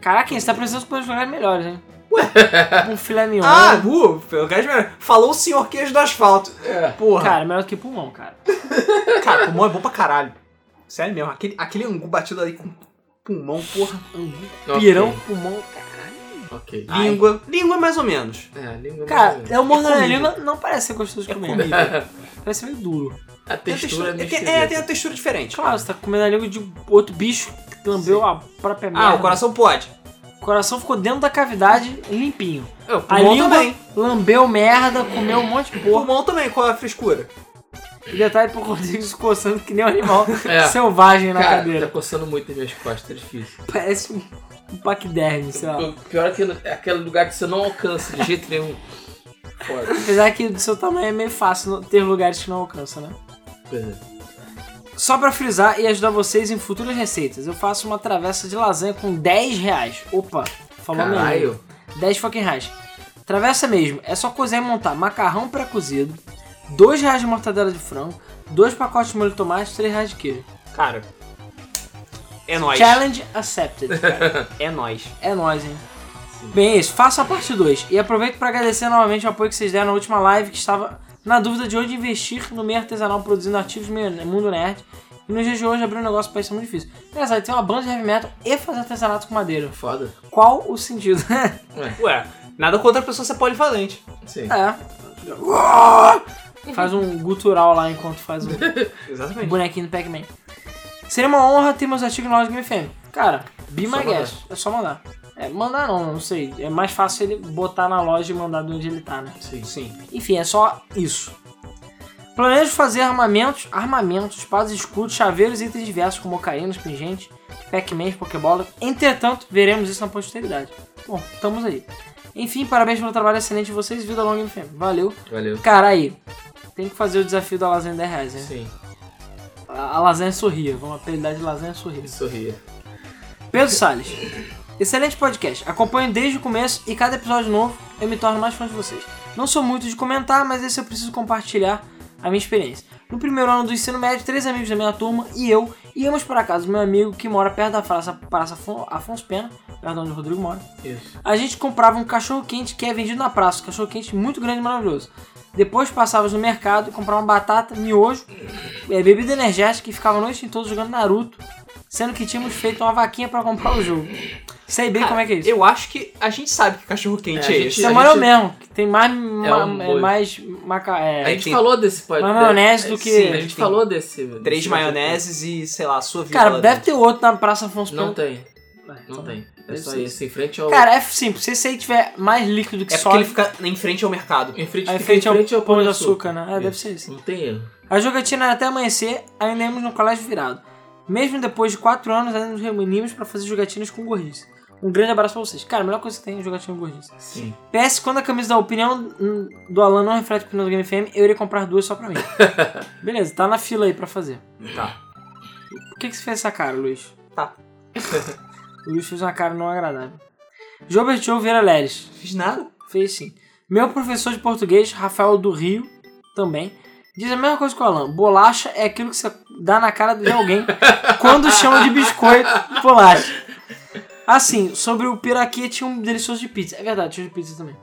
Caraca, você tá precisando de lugares melhores, hein? Um filé mignon. Ah, uh, eu quero dizer, falou o senhor queijo do asfalto. É. Porra. cara, melhor do que pulmão, cara. Cara, pulmão é bom pra caralho. Sério mesmo, aquele, aquele angu batido ali com pulmão, porra. Pirão, pulmão. Ok. Ai. Língua. Língua mais ou menos. É, língua Cara, mais ou eu mordo na minha comida. língua, não parece ser gostoso É de comer. menos. Parece meio duro. [LAUGHS] A Tem a textura é meio tem- é, tem esquisita. a textura diferente. Claro, você tá comendo a língua de outro bicho que lambeu a própria merda. Ah, o coração pode. O coração ficou dentro da cavidade, limpinho. É, o A Pulmão língua também. lambeu merda, comeu um monte de porra. Pulmão também, qual é a frescura? E detalhe pro Rodrigo se coçando que nem [LAUGHS] um animal É. selvagem na Cara, cadeira. tá coçando muito as minhas costas, tá difícil. Parece um, um paquiderme, sei lá. O pior é aquele, é aquele lugar que você não alcança de jeito nenhum. Foda. Apesar que do seu tamanho é meio fácil no- ter lugares que não alcança, né? Beleza. Só pra frisar e ajudar vocês em futuras receitas, eu faço uma travessa de lasanha com 10 reais. Opa, falou meu nome. Caralho. 10 fucking reais. Travessa mesmo, é só cozer e montar macarrão pré-cozido, 2 reais de mortadela de frango, 2 pacotes de molho de tomate, 3 reais de queijo. Cara. É nóis. Challenge accepted. É nóis. É nóis, hein? Bem, é isso. Faço a parte 2. E aproveito pra agradecer novamente o apoio que vocês deram na última live que estava na dúvida de onde investir no meio artesanal produzindo ativos meio mundo nerd. E nos dias de hoje abrir um negócio parece muito difícil. Engraçado, tem uma banda de heavy metal e fazer artesanato com madeira. Foda. Qual o sentido? [LAUGHS] Ué, nada contra a pessoa ser polivalente. Sim. é. Faz um gutural lá enquanto faz um Exatamente. bonequinho do Pac-Man. Seria uma honra ter meus artigos na loja Game FM. Cara, be Só my mandar. guest. É só mandar. É, mandar não, não sei. É mais fácil ele botar na loja e mandar de onde ele tá, né? Sim. Sim. Enfim, é só isso. Planejo fazer armamentos, armamentos, espadas, escudos, chaveiros e itens diversos como ocarinas, pingentes, Pac-Man, Pokébola. Entretanto, veremos isso na posteridade. Bom, estamos aí. Enfim, parabéns pelo trabalho excelente de vocês e vida longa e fêmea. Valeu. Valeu. Cara, aí, tem que fazer o desafio da lasanha 10 reais, né? Sim. A, a lasanha sorria, vamos apelidar de lasanha sorria. Sorria. Pedro Salles. Excelente podcast. Acompanho desde o começo e cada episódio novo eu me torno mais fã de vocês. Não sou muito de comentar, mas esse eu preciso compartilhar a minha experiência. No primeiro ano do ensino médio, três amigos da minha turma e eu íamos para a casa do meu amigo que mora perto da praça, praça Afon- Afonso Pena, perto de onde o Rodrigo mora. Isso. A gente comprava um cachorro quente que é vendido na praça, um cachorro quente muito grande e maravilhoso. Depois passávamos no mercado, comprava uma batata, miojo, é, bebida energética e ficava a noite toda jogando Naruto, sendo que tínhamos feito uma vaquinha pra comprar o jogo. Sei bem como é que é isso. Eu acho que a gente sabe que cachorro É, quente a é, gente- esse. Isso é a moral gente- mesmo, que tem mais, ma- um é boi. mais maca, é, A gente tem- falou desse podcast. Mas maionese do que- Sim, a gente Tem falou desse. Três desse- tipo maioneses e, sei lá, a sua vida. Cara, deve ter outro na Praça Afonso Não Pena. tem. É, Não então- tem. É tipo Deve só ser. isso. Em frente ao. Cara, é simples, se esse aí tiver mais líquido que É porque sólido, ele fica em frente ao mercado. em frente, aí fica em frente ao pão de açúcar, né? É, Isso. deve ser isso. Não tem erro. A jogatina era até amanhecer, ainda íamos no colégio virado. Mesmo depois de 4 anos, ainda nos reunimos para fazer jogatinas com gordice. Um grande abraço pra vocês. Cara, a melhor coisa que tem é jogatina com gordice. Sim. PS, quando a camisa da opinião hum, do Alan não reflete a opinião do Game FM, eu iria comprar duas só pra mim. Beleza, tá na fila aí pra fazer. Tá. Por que, que você fez essa cara, Luiz? Tá. [LAUGHS] O Luiz fez uma cara não agradável. Jobert Vieira Leles. Fiz nada. Fez sim. Meu professor de português, Rafael do Rio, também, diz a mesma coisa que o Alan. Bolacha é aquilo que você dá na cara de alguém quando chama de biscoito bolacha. Assim, sobre o piraquê tinha um delicioso de pizza. É verdade, tinha de pizza também.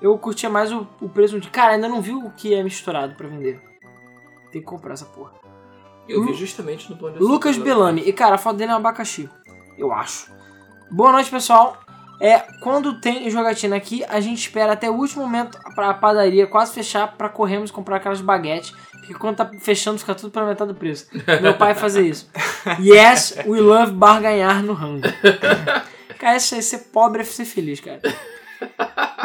Eu curtia mais o, o preço de. Cara, ainda não vi o que é misturado pra vender. Tem que comprar essa porra. Eu Lu- vi justamente no pão de açúcar. Hum? Lucas lá. Bellamy. E, cara, a foto dele é um abacaxi. Eu acho. Boa noite, pessoal. É, quando tem jogatina aqui, a gente espera até o último momento pra padaria quase fechar pra corrermos comprar aquelas baguetes. Porque quando tá fechando, fica tudo pela metade do preço. Meu pai fazia isso. Yes, we love barganhar no rango. Cara, isso aí, ser pobre é ser feliz, cara.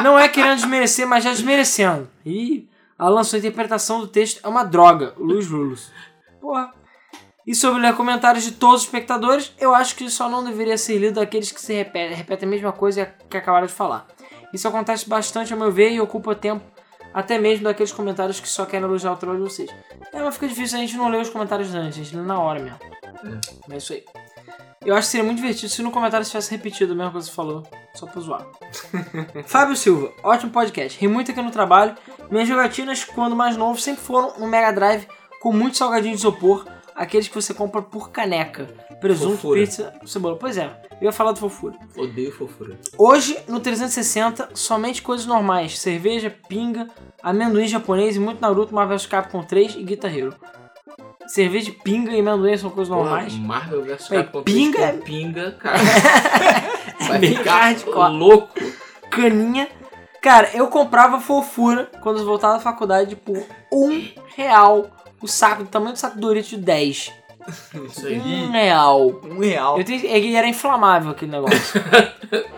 Não é querendo desmerecer, mas já desmerecendo. Ih, Alan, sua interpretação do texto é uma droga. Luiz Rulos. Porra. E sobre ler comentários de todos os espectadores, eu acho que só não deveria ser lido aqueles que se repetem, repetem a mesma coisa que acabaram de falar. Isso acontece bastante, ao meu ver, e ocupa tempo até mesmo daqueles comentários que só querem elogiar o trabalho de vocês. É, mas fica difícil, a gente não lê os comentários antes, a gente lê na hora mesmo. Hum. Mas é isso aí. Eu acho que seria muito divertido se no comentário tivesse repetido a mesma coisa que você falou, só pra zoar. [LAUGHS] Fábio Silva, ótimo podcast, ri muito aqui no trabalho. Minhas jogatinas, quando mais novo, sempre foram um Mega Drive com muito salgadinho de isopor, aqueles que você compra por caneca, presunto, Fofura. pizza, cebola. Pois é, eu ia falar do fofura. Odeio fofura. Hoje, no 360, somente coisas normais: cerveja, pinga, amendoim japonês e muito Naruto, Marvel vs Capcom 3 e Guitar Hero. Cerveja, pinga e amendoim são coisas normais. Porra, Marvel vs Peraí, Capcom. pinga três é- com Pinga, [LAUGHS] cara. Vai bem ficar hardcore. louco. Caninha. Cara, eu comprava fofura quando eu voltava da faculdade por um real. O saco, do tamanho do saco Doritos de 10. Isso aí. Um real. Um real. Eu tenho, é que era inflamável aquele [LAUGHS] negócio.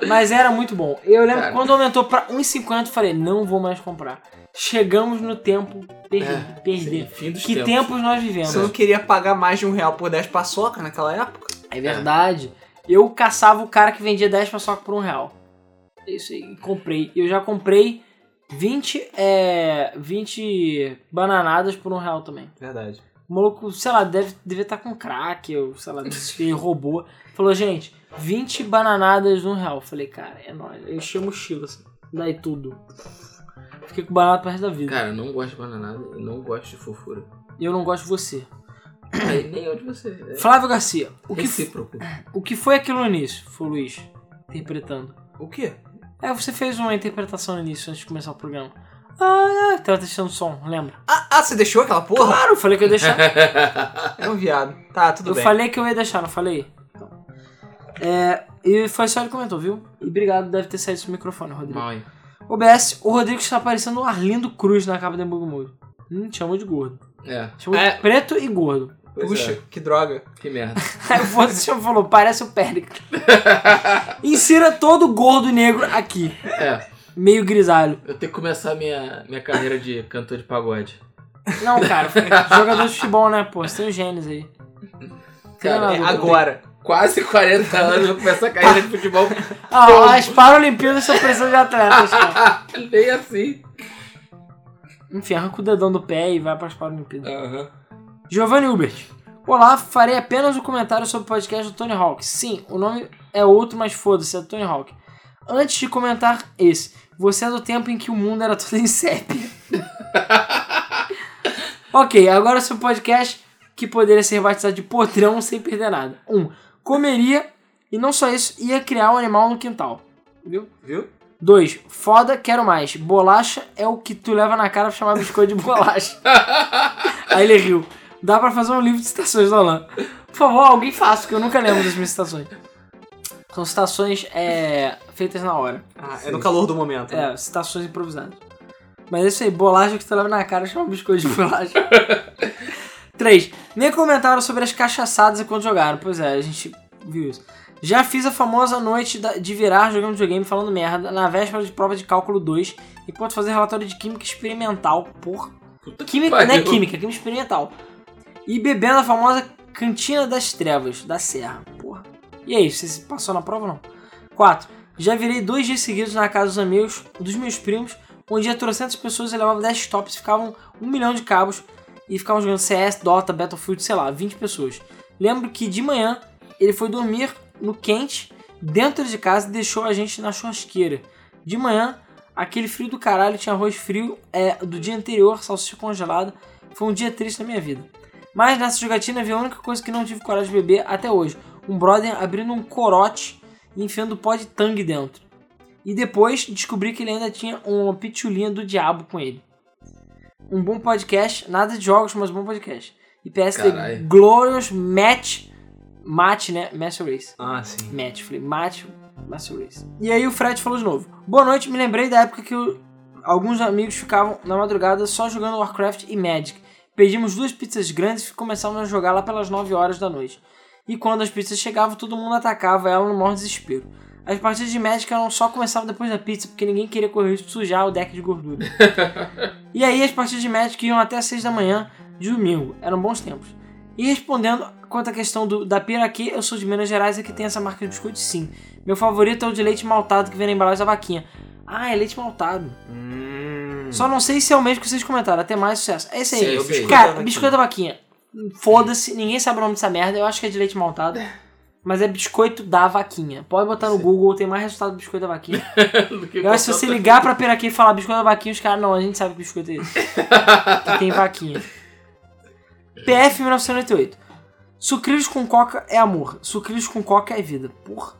Mas era muito bom. Eu lembro Cara. que quando aumentou pra 1,50, eu falei, não vou mais comprar. Chegamos no tempo perdido. É, perder. Sim, fim dos Que tempos. tempos nós vivemos. Você não queria pagar mais de um real por 10 paçoca naquela época? É verdade. Eu caçava o cara que vendia 10 paçoca por um real. É Isso aí, comprei. Eu já comprei 20, é, 20 bananadas por um real também. Verdade. O maluco, sei lá, deve, deve estar com crack, ou sei lá, ele roubou. Falou, gente, 20 bananadas de um real. Eu Falei, cara, é nóis. Eu enchi a mochila, assim, daí tudo. Fiquei com banana pro resto da vida. Cara, eu não gosto de bananada, eu não gosto de fofura. E eu não gosto de você. Aí, nem eu de você. É Flávio Garcia, o que, recíproco. o que foi aquilo no início? Foi o Luiz, interpretando. O quê? É, você fez uma interpretação no início antes de começar o programa. Ah, tava testando som, lembra? Ah, ah, você deixou aquela porra? Claro, eu falei que eu ia deixar. É um viado. Tá, tudo eu bem. falei que eu ia deixar, não falei? Então. É, e foi só ele que comentou, viu? E obrigado, deve ter saído seu microfone, Rodrigo. Mal, hein? OBS, o Rodrigo está parecendo o Arlindo Cruz na capa do Embug Muro. Hum, te chamou de gordo. É, Te Chamou É. de preto e gordo. [LAUGHS] Pois Puxa, é. que droga. que merda. Aí o outro chamou e falou, parece o [LAUGHS] Péricles. Insira todo gordo negro aqui. É, Meio grisalho. eu tenho que começar minha, minha carreira de cantor de pagode. Não, cara, jogador de futebol, né, pô? Você tem os genes aí. Cara, É, Treinador. agora. Quase 40 anos eu vou começar a carreira de [LAUGHS] futebol. Ah, as Paralimpíadas são precisando de atletas, cara. Nem assim. Enfim, arranca o dedão do pé e vai para as Paralimpíadas. Aham. Giovanni Hubert. Olá, farei apenas um comentário sobre o podcast do Tony Hawk. Sim, o nome é outro, mas foda-se, é do Tony Hawk. Antes de comentar esse, você é do tempo em que o mundo era todo em sépia. [LAUGHS] ok, agora seu podcast que poderia ser batizado de podrão sem perder nada. Um, comeria e não só isso, ia criar um animal no quintal. Viu? Viu? 2. Foda, quero mais. Bolacha é o que tu leva na cara pra chamar biscoito de bolacha. Aí ele riu. Dá pra fazer um livro de citações do Alan. Por favor, alguém faça, porque eu nunca lembro das minhas citações. São citações é, feitas na hora. Ah, é Sim. no calor do momento. né? É, citações improvisadas. Mas é isso aí, bolacha que tu leva na cara chama um biscoito de bolacha. 3. Nem comentaram sobre as cachaçadas enquanto jogaram. Pois é, a gente viu isso. Já fiz a famosa noite da- de virar jogando videogame falando merda na véspera de prova de cálculo 2, enquanto fazia relatório de química experimental. Porra. Puta que Química, pariu. não é química, é química experimental. E bebendo a famosa Cantina das Trevas, da Serra. Porra. E aí, você se passou na prova ou não? 4. Já virei dois dias seguidos na casa dos amigos, dos meus primos, onde ia trocentas pessoas e levava desktops, ficavam um milhão de cabos e ficavam jogando CS, Dota, Battlefield, sei lá, 20 pessoas. Lembro que de manhã ele foi dormir no quente, dentro de casa e deixou a gente na churrasqueira. De manhã, aquele frio do caralho tinha arroz frio é, do dia anterior, salsicha congelada. Foi um dia triste na minha vida. Mas nessa jogatina veio a única coisa que não tive coragem de beber até hoje: um brother abrindo um corote e enfiando pó de tangue dentro. E depois descobri que ele ainda tinha uma pitulinha do diabo com ele. Um bom podcast, nada de jogos, mas um bom podcast. E PS The Caralho. Glorious Match. Match, né? Master Race. Ah, sim. Matt, falei, Matt, Master Race. E aí o Fred falou de novo. Boa noite, me lembrei da época que eu- alguns amigos ficavam na madrugada só jogando Warcraft e Magic. Pedimos duas pizzas grandes e começamos a jogar lá pelas 9 horas da noite. E quando as pizzas chegavam, todo mundo atacava ela no maior desespero. As partidas de Magic eram só começavam depois da pizza, porque ninguém queria correr o risco de sujar o deck de gordura. e aí as partidas de Magic iam até 6 da manhã de domingo. Eram bons tempos. E respondendo quanto à questão do, da piraquê, eu sou de Minas Gerais e aqui tem essa marca de biscoito sim. Meu favorito é o de leite maltado que vem na embalagem da vaquinha. Ah, é leite maltado. Hum. Só não sei se é o mesmo que vocês comentaram. Até mais sucesso. É esse aí. Sim, Eu esse aí. biscoito da Cara, vaquinha. biscoito da vaquinha. Foda-se, ninguém sabe o nome dessa merda. Eu acho que é de leite maltado. Mas é biscoito da vaquinha. Pode botar no Sim. Google, tem mais resultado do biscoito da vaquinha. [LAUGHS] Do que Eu acho que se você qualquer ligar pra Piraquê e falar biscoito da vaquinha, os caras, não, a gente sabe que biscoito é esse. que tem vaquinha. PF 1998. Sucrilhos com coca é amor. Sucrilhos com coca é vida. Porra.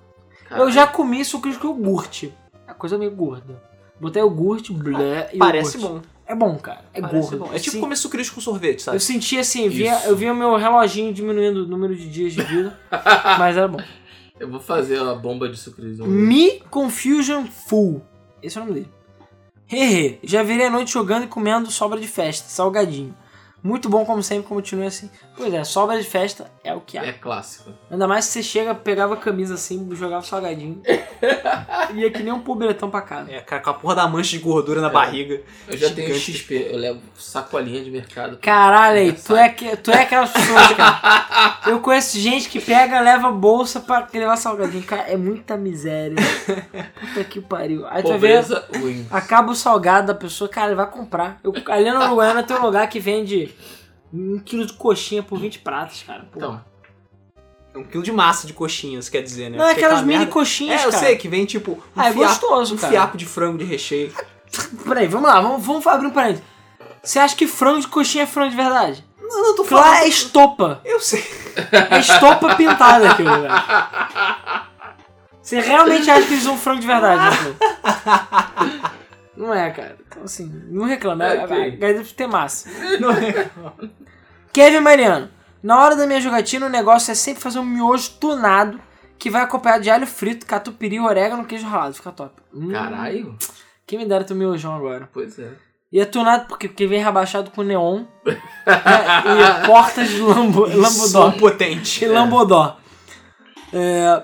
outra. Eu já comi sucrilhos com iogurte. É coisa meio gorda. Botei iogurte, blé e Ah, Parece bom. É bom, cara. É parece bom. gordo. É tipo Sim. comer sucrilhos com sorvete, sabe? Eu senti assim, via, Isso. eu via meu reloginho diminuindo o número de dias de vida, mas era bom. Eu vou fazer a bomba de sucrilhos. Me Confusion Full. Esse é o nome dele. Hehe, já virei a noite jogando e comendo sobra de festa, salgadinho. Muito bom, como sempre, continue assim. Pois é, sobra de festa é o que há. É clássico. Ainda mais se você chega, pegava a camisa assim, jogava salgadinho. ia que nem um pobretão pra casa. É, cara, com a porra da mancha de gordura na barriga. Eu já tenho Gigante. XP, eu levo sacolinha de mercado. Caralho, aí, tu Engraçado. é, que, tu é aquelas pessoas, cara. Eu conheço gente que pega, leva bolsa pra levar salgadinho. Cara, é muita miséria. Puta que pariu. Aí tu vai ver, Hum. Pobreza ruim. acaba o salgado da pessoa, cara, ele vai comprar. Eu, ali na Uruguaiana tem um lugar que vende um quilo de coxinha por 20 pratos, cara. Pô. Então, É um quilo de massa de coxinhas, quer dizer, né? Não, é Porque aquelas aquela mini merda- coxinhas, É, eu cara. sei, que vem tipo um, Ah, é fiapo, gostoso, um cara. fiapo de frango de recheio. Peraí, vamos lá, vamos, vamos abrir um parênteses. Você acha que frango de coxinha é frango de verdade? Não, não, tô Claro, é falando... estopa. Eu sei. É estopa pintada aquilo, velho. Você realmente acha que eles usam frango de verdade, né, pô? [LAUGHS] Não é, cara. Então, assim, não reclama. É, É, ok. é, Gaeta tem massa. Não é. [LAUGHS] reclama. Kevin Mariano. Na hora da minha jogatina, o negócio é sempre fazer um miojo tunado que vai acompanhado de alho frito, catupiry, orégano, queijo ralado. Fica top. Hum, Caralho. Quem me dera ter um miojão agora. Pois [LAUGHS] é. E é tunado porque, porque vem rebaixado com neon né, e portas de lambo, lambodó. Som potente. Que lambodó. É,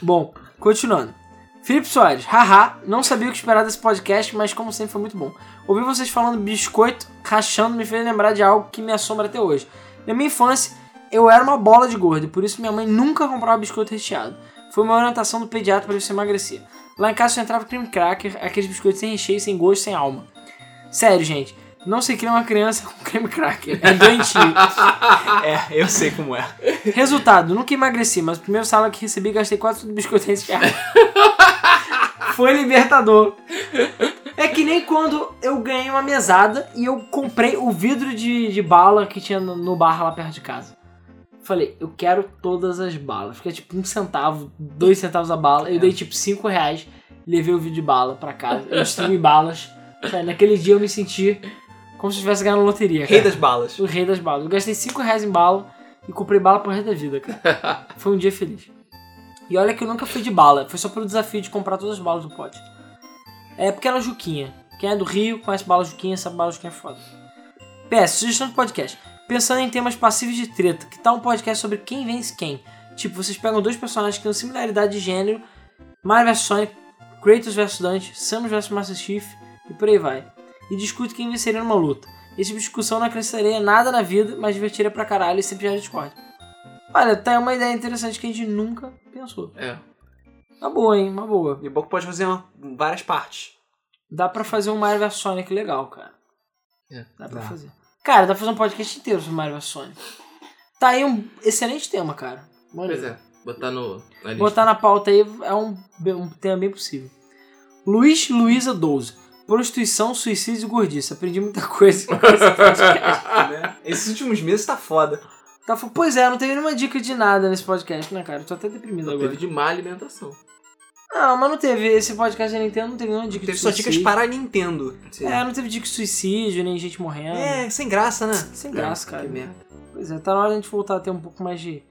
bom, continuando. Felipe Soares, haha, não sabia o que esperar desse podcast, mas como sempre foi muito bom. Ouvir vocês falando biscoito, rachando, me fez lembrar de algo que me assombra até hoje. Na minha infância, eu era uma bola de gordo, e por isso minha mãe nunca comprava biscoito recheado. Foi uma orientação do pediatra para ver se eu emagrecia. Lá em casa só entrava cream cracker, aqueles biscoitos sem recheio, sem gosto, sem alma. Sério, gente, não se cria uma criança [LAUGHS] com creme cracker. É doentio. É, eu sei como é. Resultado, nunca emagreci, mas o primeiro salário que recebi gastei quase tudo em biscoito recheado. Foi libertador. É que nem quando eu ganhei uma mesada e eu comprei o vidro de, de bala que tinha no, no bar lá perto de casa. Falei, eu quero todas as balas. Fiquei tipo um centavo, dois centavos a bala. Eu É. dei tipo cinco reais, levei o vidro de bala pra casa. Eu distribuí balas. Cara, Naquele dia eu me senti como se eu tivesse ganhado na loteria. Rei cara. das balas. O rei das balas. Eu gastei 5 reais em bala e comprei bala pro resto da vida, cara. Foi um dia feliz. E olha que eu nunca fui de bala, foi só pelo desafio de comprar todas as balas do pote. É porque era Juquinha. Quem é do Rio conhece bala Juquinha, sabe bala Juquinha é foda. PS, sugestão de podcast. Pensando em temas passíveis de treta, que tal um podcast sobre quem vence quem? Tipo, vocês pegam dois personagens que têm similaridade de gênero, Mario vs Sonic, Kratos vs Dante, Samus vs Master Chief e por aí vai. E discute quem venceria numa luta. Esse tipo de discussão não acrescentaria nada na vida, mas divertiria pra caralho e sempre gera discórdia. Olha, tá aí uma ideia interessante que a gente nunca pensou. É. Uma boa, hein? Uma boa. E o Boku pode fazer uma- várias partes. Dá pra fazer um Mario vs Sonic legal, cara. É, Dá pra dá. fazer. Cara, dá pra fazer um podcast inteiro sobre Mario vs Sonic. Tá aí um excelente tema, cara. Maneiro. Pois é. Botar no. Na lista. [LAUGHS] Botar na pauta aí é um, um tema bem possível. Luiz Luiza 12. Prostituição, suicídio e gordice. Aprendi muita coisa com esse Ah, podcast. Né? Esses últimos meses tá foda. Tá, fo- pois é, não teve nenhuma dica de nada nesse podcast, né, cara? Eu tô até deprimido Só agora. teve de má alimentação. Não, mas não teve. Esse podcast da Nintendo não teve nenhuma dica Teve de só suicídio. dicas para a Nintendo. É, não teve dica de suicídio, nem gente morrendo. É, sem graça, né? Sem graça, cara. Que merda. Pois é, tá na hora de a gente voltar a ter um pouco mais de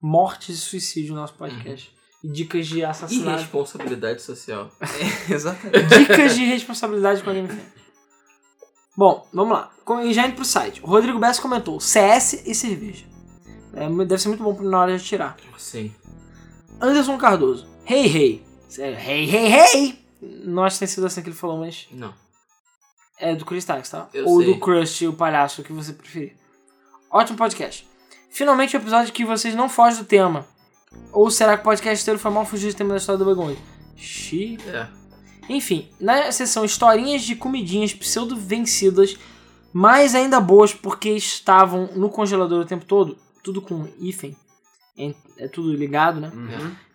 mortes e suicídio no nosso podcast. E dicas de E assassinato. responsabilidade social. [LAUGHS] Exatamente. dicas de responsabilidade com a Game Fan. Bom, vamos lá. Com- E já indo pro site. O Rodrigo Bessa comentou: CS e cerveja. É, deve ser muito bom na hora de tirar. Sim. Anderson Cardoso. Hey, hey. Sério, hey, hey, hey. Não acho que tenha sido assim que ele falou, mas Não. é do Chris Tacks, tá? Eu Ou sei. do Crust, o palhaço, o que você preferir. Ótimo podcast. Finalmente o um episódio que vocês não fogem do tema. Ou será que o podcast inteiro foi mal fugir do tema da história do Bagonde? Xiii. É. Enfim, na seção historinhas de comidinhas pseudo-vencidas, mas ainda boas porque estavam no congelador o tempo todo, tudo com hífen, é é tudo ligado, né?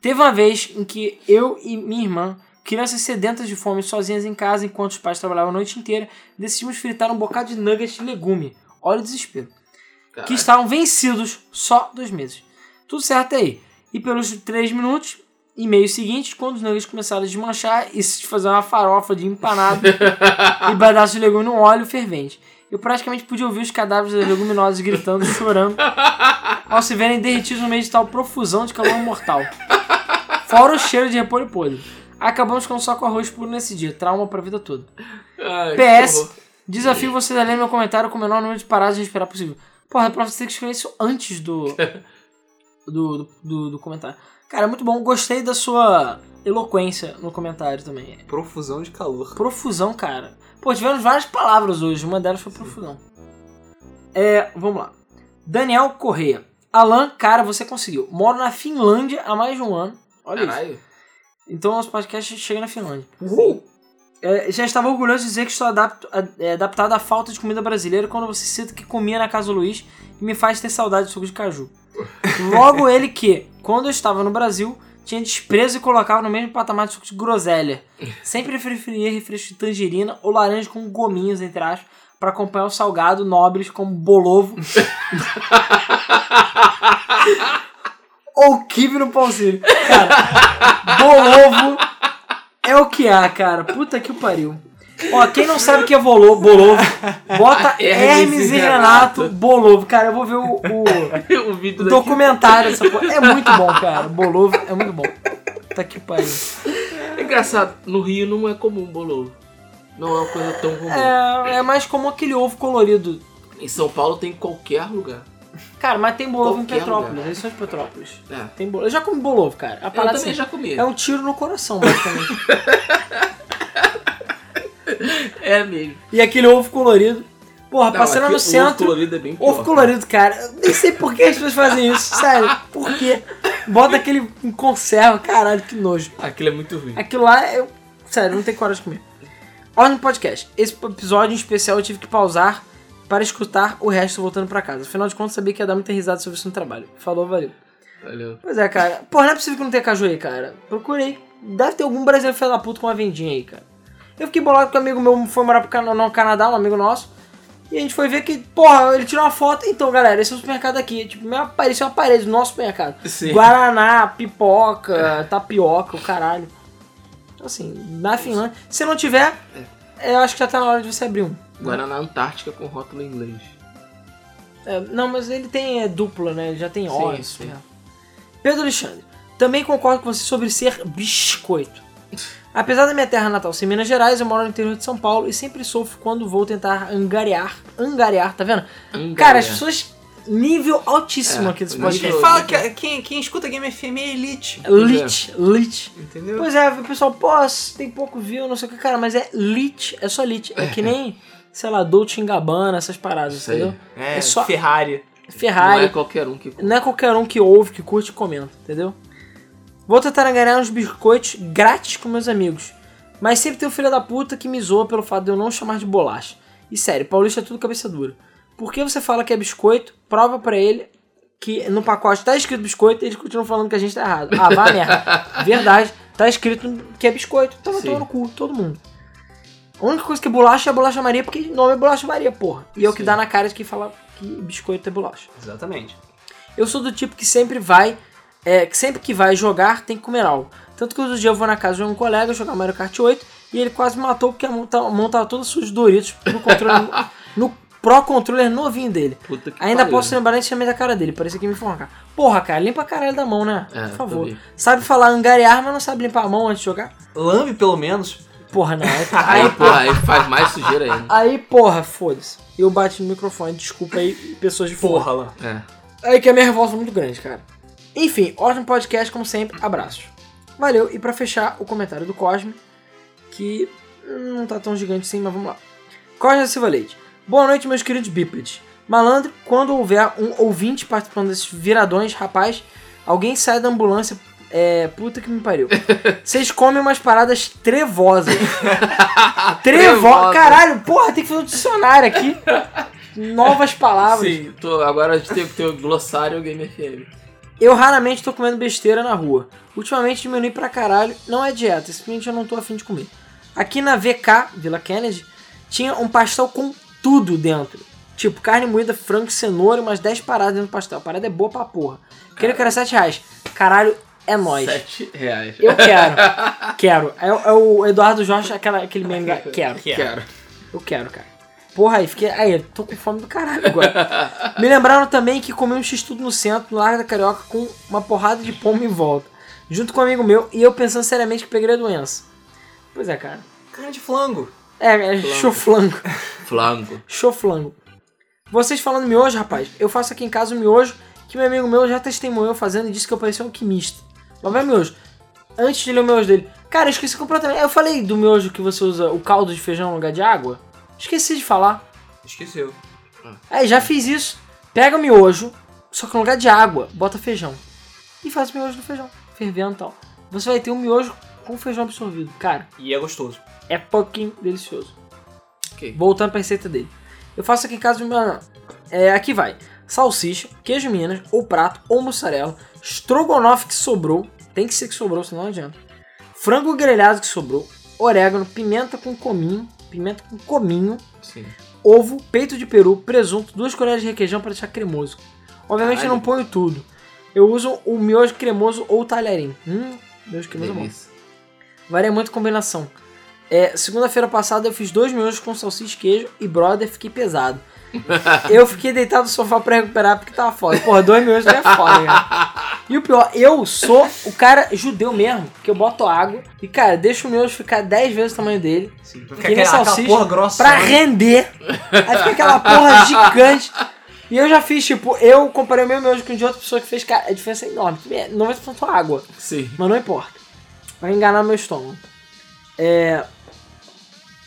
Teve uma vez em que eu e minha irmã, crianças sedentas de fome, sozinhas em casa, enquanto os pais trabalhavam a noite inteira, decidimos fritar um bocado de nuggets de legume. Olha o desespero Caralho. que estavam vencidos só dois meses. Tudo certo aí. E pelos três minutos e meio seguintes, quando os nuggets começaram a desmanchar e se fazer uma farofa de empanado e pedaço de legume no óleo fervente. Eu praticamente podia ouvir os cadáveres das leguminosas gritando, chorando, ao se verem derretidos no meio de tal profusão de calor mortal. Fora o cheiro de repolho podre. Acabamos com só com arroz puro nesse dia. Trauma pra vida toda. Ai, que horror. PS, desafio vocês a ler meu comentário com o menor número de paradas de respirar possível. Porra, pra você ter que escrever isso antes do do, do, do- do comentário. Cara, muito bom. Gostei da sua eloquência no comentário também. Profusão de calor. Profusão, cara. Pô, tivemos várias palavras hoje. Uma delas foi profusão. É, vamos lá. Daniel Correia. Alan, cara, você conseguiu. Moro na Finlândia há mais de um ano. Olha isso. Caralho. Então nosso podcast chega na Finlândia. Uhul! É, já estava orgulhoso de dizer que estou adapto, a- é, adaptado à falta de comida brasileira quando você cita que comia na casa do Luiz e me faz ter saudade do suco de caju. Logo ele que, quando eu estava no Brasil, tinha desprezo e colocava no mesmo patamar de suco de groselha. Sempre preferia refresco de tangerina ou laranja com gominhos, entre aspas, para acompanhar o salgado, nobres como [LAUGHS] bolovo ou kibe no pãozinho. Cara, bolovo é o que há, cara. Puta que o pariu. Ó, quem não sabe o que é Bolovo, Bolovo bota [LAUGHS] Hermes Hermes e e Renato Renato. Bolovo. Cara, eu vou ver o, o [LAUGHS] o vídeo daqui. documentário dessa porra. É muito bom, cara. Bolovo é muito bom. Tá que pariu. É engraçado, no Rio não é comum bolovo. Não é uma coisa tão comum. É, é mais como aquele ovo colorido. Em São Paulo tem em qualquer lugar. Cara, mas tem bolovo em Qualquer Petrópolis. lugar. Eles são de Petrópolis. É. Tem bolovo. Eu já comi bolovo, cara. A Eu parada também assim, já comi. É um tiro no coração, basicamente. É mesmo. e aquele ovo colorido. Porra, Não, Tá passando aqui no O ovo centro. colorido é bem pior. Ovo colorido, cara. Eu nem sei por que as pessoas fazem isso. Sério, por quê? Bota aquele em conserva, caralho, que nojo. Aquilo é muito ruim. Aquilo lá, eu. Sério, não tenho coragem de comer. Ordem do podcast. Esse episódio em especial eu tive que pausar para escutar o resto voltando pra casa. Afinal de contas, sabia que ia dar muita risada sobre isso no trabalho. Falou, valeu. Valeu. Pois é, cara. Porra, não é possível que não tenha caju aí, cara. Procurei. Deve ter algum brasileiro filho da puta com uma vendinha aí, cara. Eu fiquei bolado que um amigo meu foi morar pro Cana- no Canadá, um amigo nosso. E a gente foi ver que, porra, ele tirou uma foto. Então, galera, esse é o supermercado aqui. Tipo, minha parede, isso é uma parede do nosso supermercado. Sim. Guaraná, pipoca, tapioca, o caralho. Então, assim, na Finlândia. Se não tiver, É. eu acho que já tá na hora de você abrir um. Guaraná Antártica com rótulo em inglês. É, não, mas ele tem é, dupla, né? Ele já tem Sim, óleo. sim. é. Pedro Alexandre, também concordo com você sobre ser biscoito. Apesar da minha terra natal ser Minas Gerais, eu moro no interior de São Paulo e sempre sofro quando vou tentar angariar. Angariar, tá vendo? Hum, Cara, as galera. pessoas. Nível altíssimo É, aqui desse nível- Quem podcast. fala que quem, quem escuta Game FM é elite, Lit, lit. entendeu? Pois é, o pessoal, pô, tem pouco view, não sei o que, cara, mas é lit, é só lit. É que nem, sei lá, Dolce Gabbana, essas paradas, Isso aí. entendeu? É, é só- Ferrari. Ferrari. Não é qualquer um que come. Não é qualquer um que ouve, que curte e comenta, entendeu? Vou tentar ganhar uns biscoitos grátis com meus amigos. Mas sempre tem um filho da puta que me zoa pelo fato de eu não chamar de bolacha. E sério, paulista é tudo cabeça dura. Por que você fala que é biscoito? Prova pra ele que no pacote tá escrito biscoito e eles continuam falando que a gente tá errado. Ah, vá [LAUGHS] merda. Verdade, tá escrito que é biscoito. Tava Sim. tomando cu, todo mundo. A única coisa que é bolacha é bolacha Maria, porque o nome é bolacha Maria, porra. E é o que Sim. dá na cara de quem fala que biscoito é bolacha. Exatamente. Eu sou do tipo que sempre vai, é, que sempre que vai jogar tem que comer algo. Tanto que outro dia eu vou na casa de um colega jogar Mario Kart 8 e ele quase me matou porque a mão tava, a mão tava toda suja de Doritos no controle, [LAUGHS] no Pro Controller novinho dele. Puta que Ainda pariu. posso lembrar nesse da cara dele, parecia que ia me forcar. Porra, cara, limpa a caralho da mão, né? É, Por favor. também. Sabe falar angariar, mas não sabe limpar a mão antes de jogar? Lambe, pelo menos. Porra, não. Aí, [LAUGHS] Aí, aí, porra, aí faz mais sujeira ainda. aí porra, foda-se. Eu bati no microfone, desculpa aí, pessoas de fora. Porra, Lambe. É. Aí que a minha revolta é muito grande, cara. Enfim, ótimo podcast, como sempre, abraços. Valeu, e pra fechar, o comentário do Cosme, que hum, não tá tão gigante assim, mas vamos lá. Cosme da Silva Leite. Boa noite, meus queridos bípedes. Malandro, quando houver um ouvinte participando desses viradões, rapaz, alguém sai da ambulância. É, puta que me pariu. Vocês comem umas paradas trevosas. Trevo... Trevosa. Caralho, porra, tem que fazer um dicionário aqui. Novas palavras. Sim, tô, agora a gente tem que ter o glossário e o Game FM. Eu raramente tô comendo besteira na rua. Ultimamente diminui pra caralho, não é dieta, simplesmente eu não tô afim de comer. Aqui na VK, Vila Kennedy, tinha um pastel com tudo dentro. Tipo, carne moída, frango, cenoura e umas 10 paradas dentro do pastel. A parada é boa pra porra. Queria que era 7 reais. Caralho, é nóis. Sete reais. Eu quero. quero. É, o- é o Eduardo Jorge, aquela, aquele meme. lá, Quero. Que é. Quero. Eu quero, cara. Porra, aí fiquei. Aí, eu tô com fome do caralho agora. Me lembraram também que comi um x-tudo no centro, no Largo da Carioca, com uma porrada de pombo em volta. Junto com um amigo meu, e eu pensando seriamente que peguei a doença. Pois é, cara. Carne de flango. É, é Flango. choflango. [LAUGHS] Flango. Choflango. Vocês falando miojo, rapaz, eu faço aqui em casa um miojo que meu amigo meu já testemunhou fazendo e disse que eu parecia um alquimista. Lá vai o miojo. Antes de ler o miojo dele. Cara, eu esqueci completamente. Eu falei do miojo que você usa o caldo de feijão no lugar de água? Esqueci de falar. Esqueceu. Aí já fiz isso. Pega o miojo, só que no lugar de água, bota feijão. E faz o miojo no feijão, fervendo e tal. Você vai ter um miojo com feijão absorvido. Cara, E é gostoso. é fucking delicioso. Ok. Voltando pra receita dele. Eu faço aqui em casa de uma. É, aqui vai. Salsicha, queijo minas, ou prato, ou mussarela, estrogonofe que sobrou, tem que ser que sobrou, senão não adianta. Frango grelhado que sobrou, orégano, pimenta com cominho, pimenta com cominho, Sim. ovo, peito de peru, presunto, duas colheres de requeijão para deixar cremoso. Obviamente Caralho. eu não ponho tudo. Eu uso o miojo cremoso ou talherim. Hum, miojo cremoso é bom. Delícia. Varia muito a combinação. É, Segunda-feira passada eu fiz dois minutos com salsicha e queijo e, brother, fiquei [LAUGHS] pesado. eu fiquei deitado no sofá pra recuperar porque tava foda. Porra, dois minutos já é foda, cara. E o pior, eu sou o cara judeu mesmo, que eu boto água e, cara, deixo o meu ficar 10 vezes o tamanho dele Sim, Que nem salsicha porra grossa. pra né? render. Aí fica aquela porra gigante. E eu já fiz, tipo, eu comparei o meu miojo com o de outra pessoa que fez, cara, a diferença é enorme. Tudo bem, é 90% água, Sim. mas não importa. Vai enganar meu estômago. É...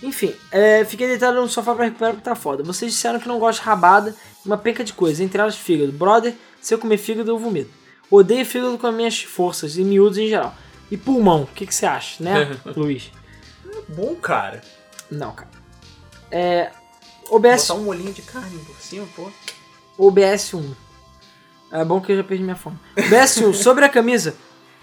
Enfim, é, fiquei deitado no sofá pra recuperar porque tá foda. Vocês disseram que não gosta de rabada e uma penca de coisa, entre elas fígado. Brother, se eu comer fígado, eu vomito. Odeio fígado com as minhas forças e miúdos em geral. E pulmão, o que que você acha, né, Luiz? Bom, cara. Não, cara. É... OBS Botar um molinho de carne por cima, pô. ou BS1? É bom que eu já perdi minha fome. BS1, [LAUGHS] sobre a camisa.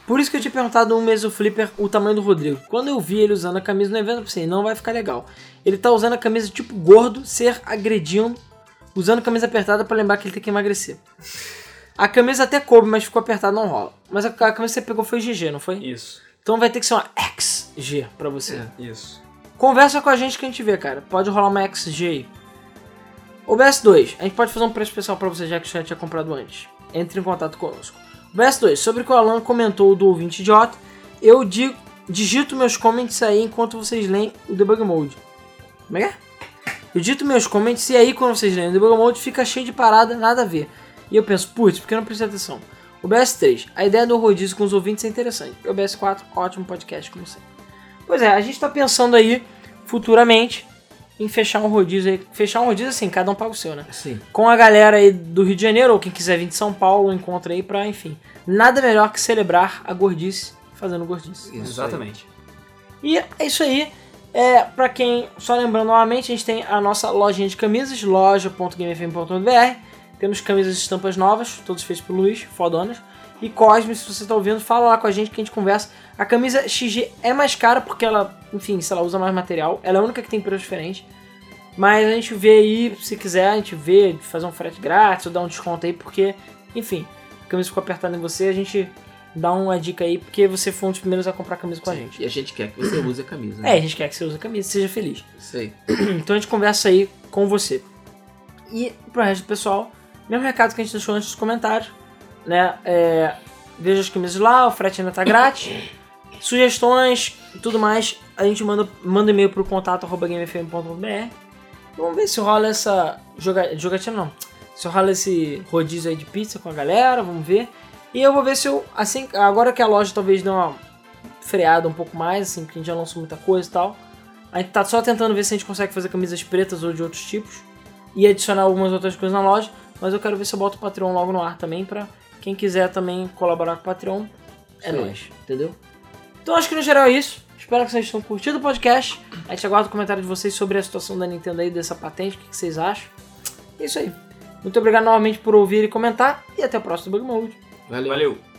Por isso que eu tinha perguntado um mês o Flipper o tamanho do Rodrigo. Quando eu vi ele usando a camisa no evento, eu pensei, não vai ficar legal. Ele tá usando a camisa tipo gordo, ser agredindo, usando camisa apertada pra lembrar que ele tem que emagrecer. A camisa até coube, mas ficou apertada, não rola. Mas a a camisa que você pegou foi GG, não foi? Isso, Então vai ter que ser uma XG pra você. isso. Conversa com a gente que a gente vê, cara. Pode rolar uma XG aí. OBS 2, a gente pode fazer um preço especial pra você já que o chat tinha comprado antes. Entre em contato conosco. OBS 2, sobre o que o Alan comentou do ouvinte idiota, eu di- digito meus comments aí enquanto vocês leem o debug mode. Como é que é? Eu digito meus comments e aí quando vocês leem o debug mode fica cheio de parada, nada a ver. E eu penso, putz, porque eu não prestei atenção. OBS 3, a ideia do rodízio com os ouvintes é interessante. E OBS 4, ótimo podcast, como sempre. Pois é, a gente tá pensando aí, futuramente, em fechar um rodízio aí. Fechar um rodízio assim, cada um paga o seu, né? Sim. Com a galera aí do Rio de Janeiro, ou quem quiser vir de São Paulo, encontra aí pra, enfim. Nada melhor que celebrar a gordice fazendo gordice. Isso Exatamente. E é isso aí. É, pra quem, só lembrando novamente, a gente tem a nossa lojinha de camisas, loja.gamefm.br. Temos camisas e estampas novas, todas feitas pelo Luiz, fodonas. E Cosme, se você tá ouvindo, fala lá com a gente que a gente conversa. A camisa XG é mais cara porque ela, enfim, se ela usa mais material. Ela é a única que tem preço diferente. Mas a gente vê aí, se quiser, a gente vê, fazer um frete grátis ou dar um desconto aí, porque, enfim, a camisa ficou apertada em você, a gente dá uma dica aí, porque você foi um dos primeiros a comprar camisa com a Sim. gente. E a gente quer que você use a camisa. É, Né? a gente quer que você use a camisa, seja feliz. Isso aí. Então a gente conversa aí com você. E pro resto do pessoal, mesmo recado que a gente deixou antes dos comentários, né? É, veja as camisas lá, o frete ainda tá grátis. Sugestões e tudo mais, a gente manda, manda e-mail pro contato arroba gamefm.br. Vamos ver se rola essa joga, jogatina, não. Se rola esse rodízio aí de pizza com a galera, vamos ver. E eu vou ver se eu, assim, agora que a loja talvez dê uma freada um pouco mais, assim, porque a gente já lançou muita coisa e tal. A gente tá só tentando ver se a gente consegue fazer camisas pretas ou de outros tipos e adicionar algumas outras coisas na loja, mas eu quero ver se eu boto o Patreon logo no ar também pra quem quiser também colaborar com o Patreon, é Sim. nóis, entendeu? Então acho que no geral é isso. Espero que vocês tenham curtido o podcast. A gente aguarda o comentário de vocês sobre a situação da Nintendo aí, dessa patente, o que que vocês acham. É isso aí. Muito obrigado novamente por ouvir e comentar e até o próximo Bug Mode. Valeu. Valeu.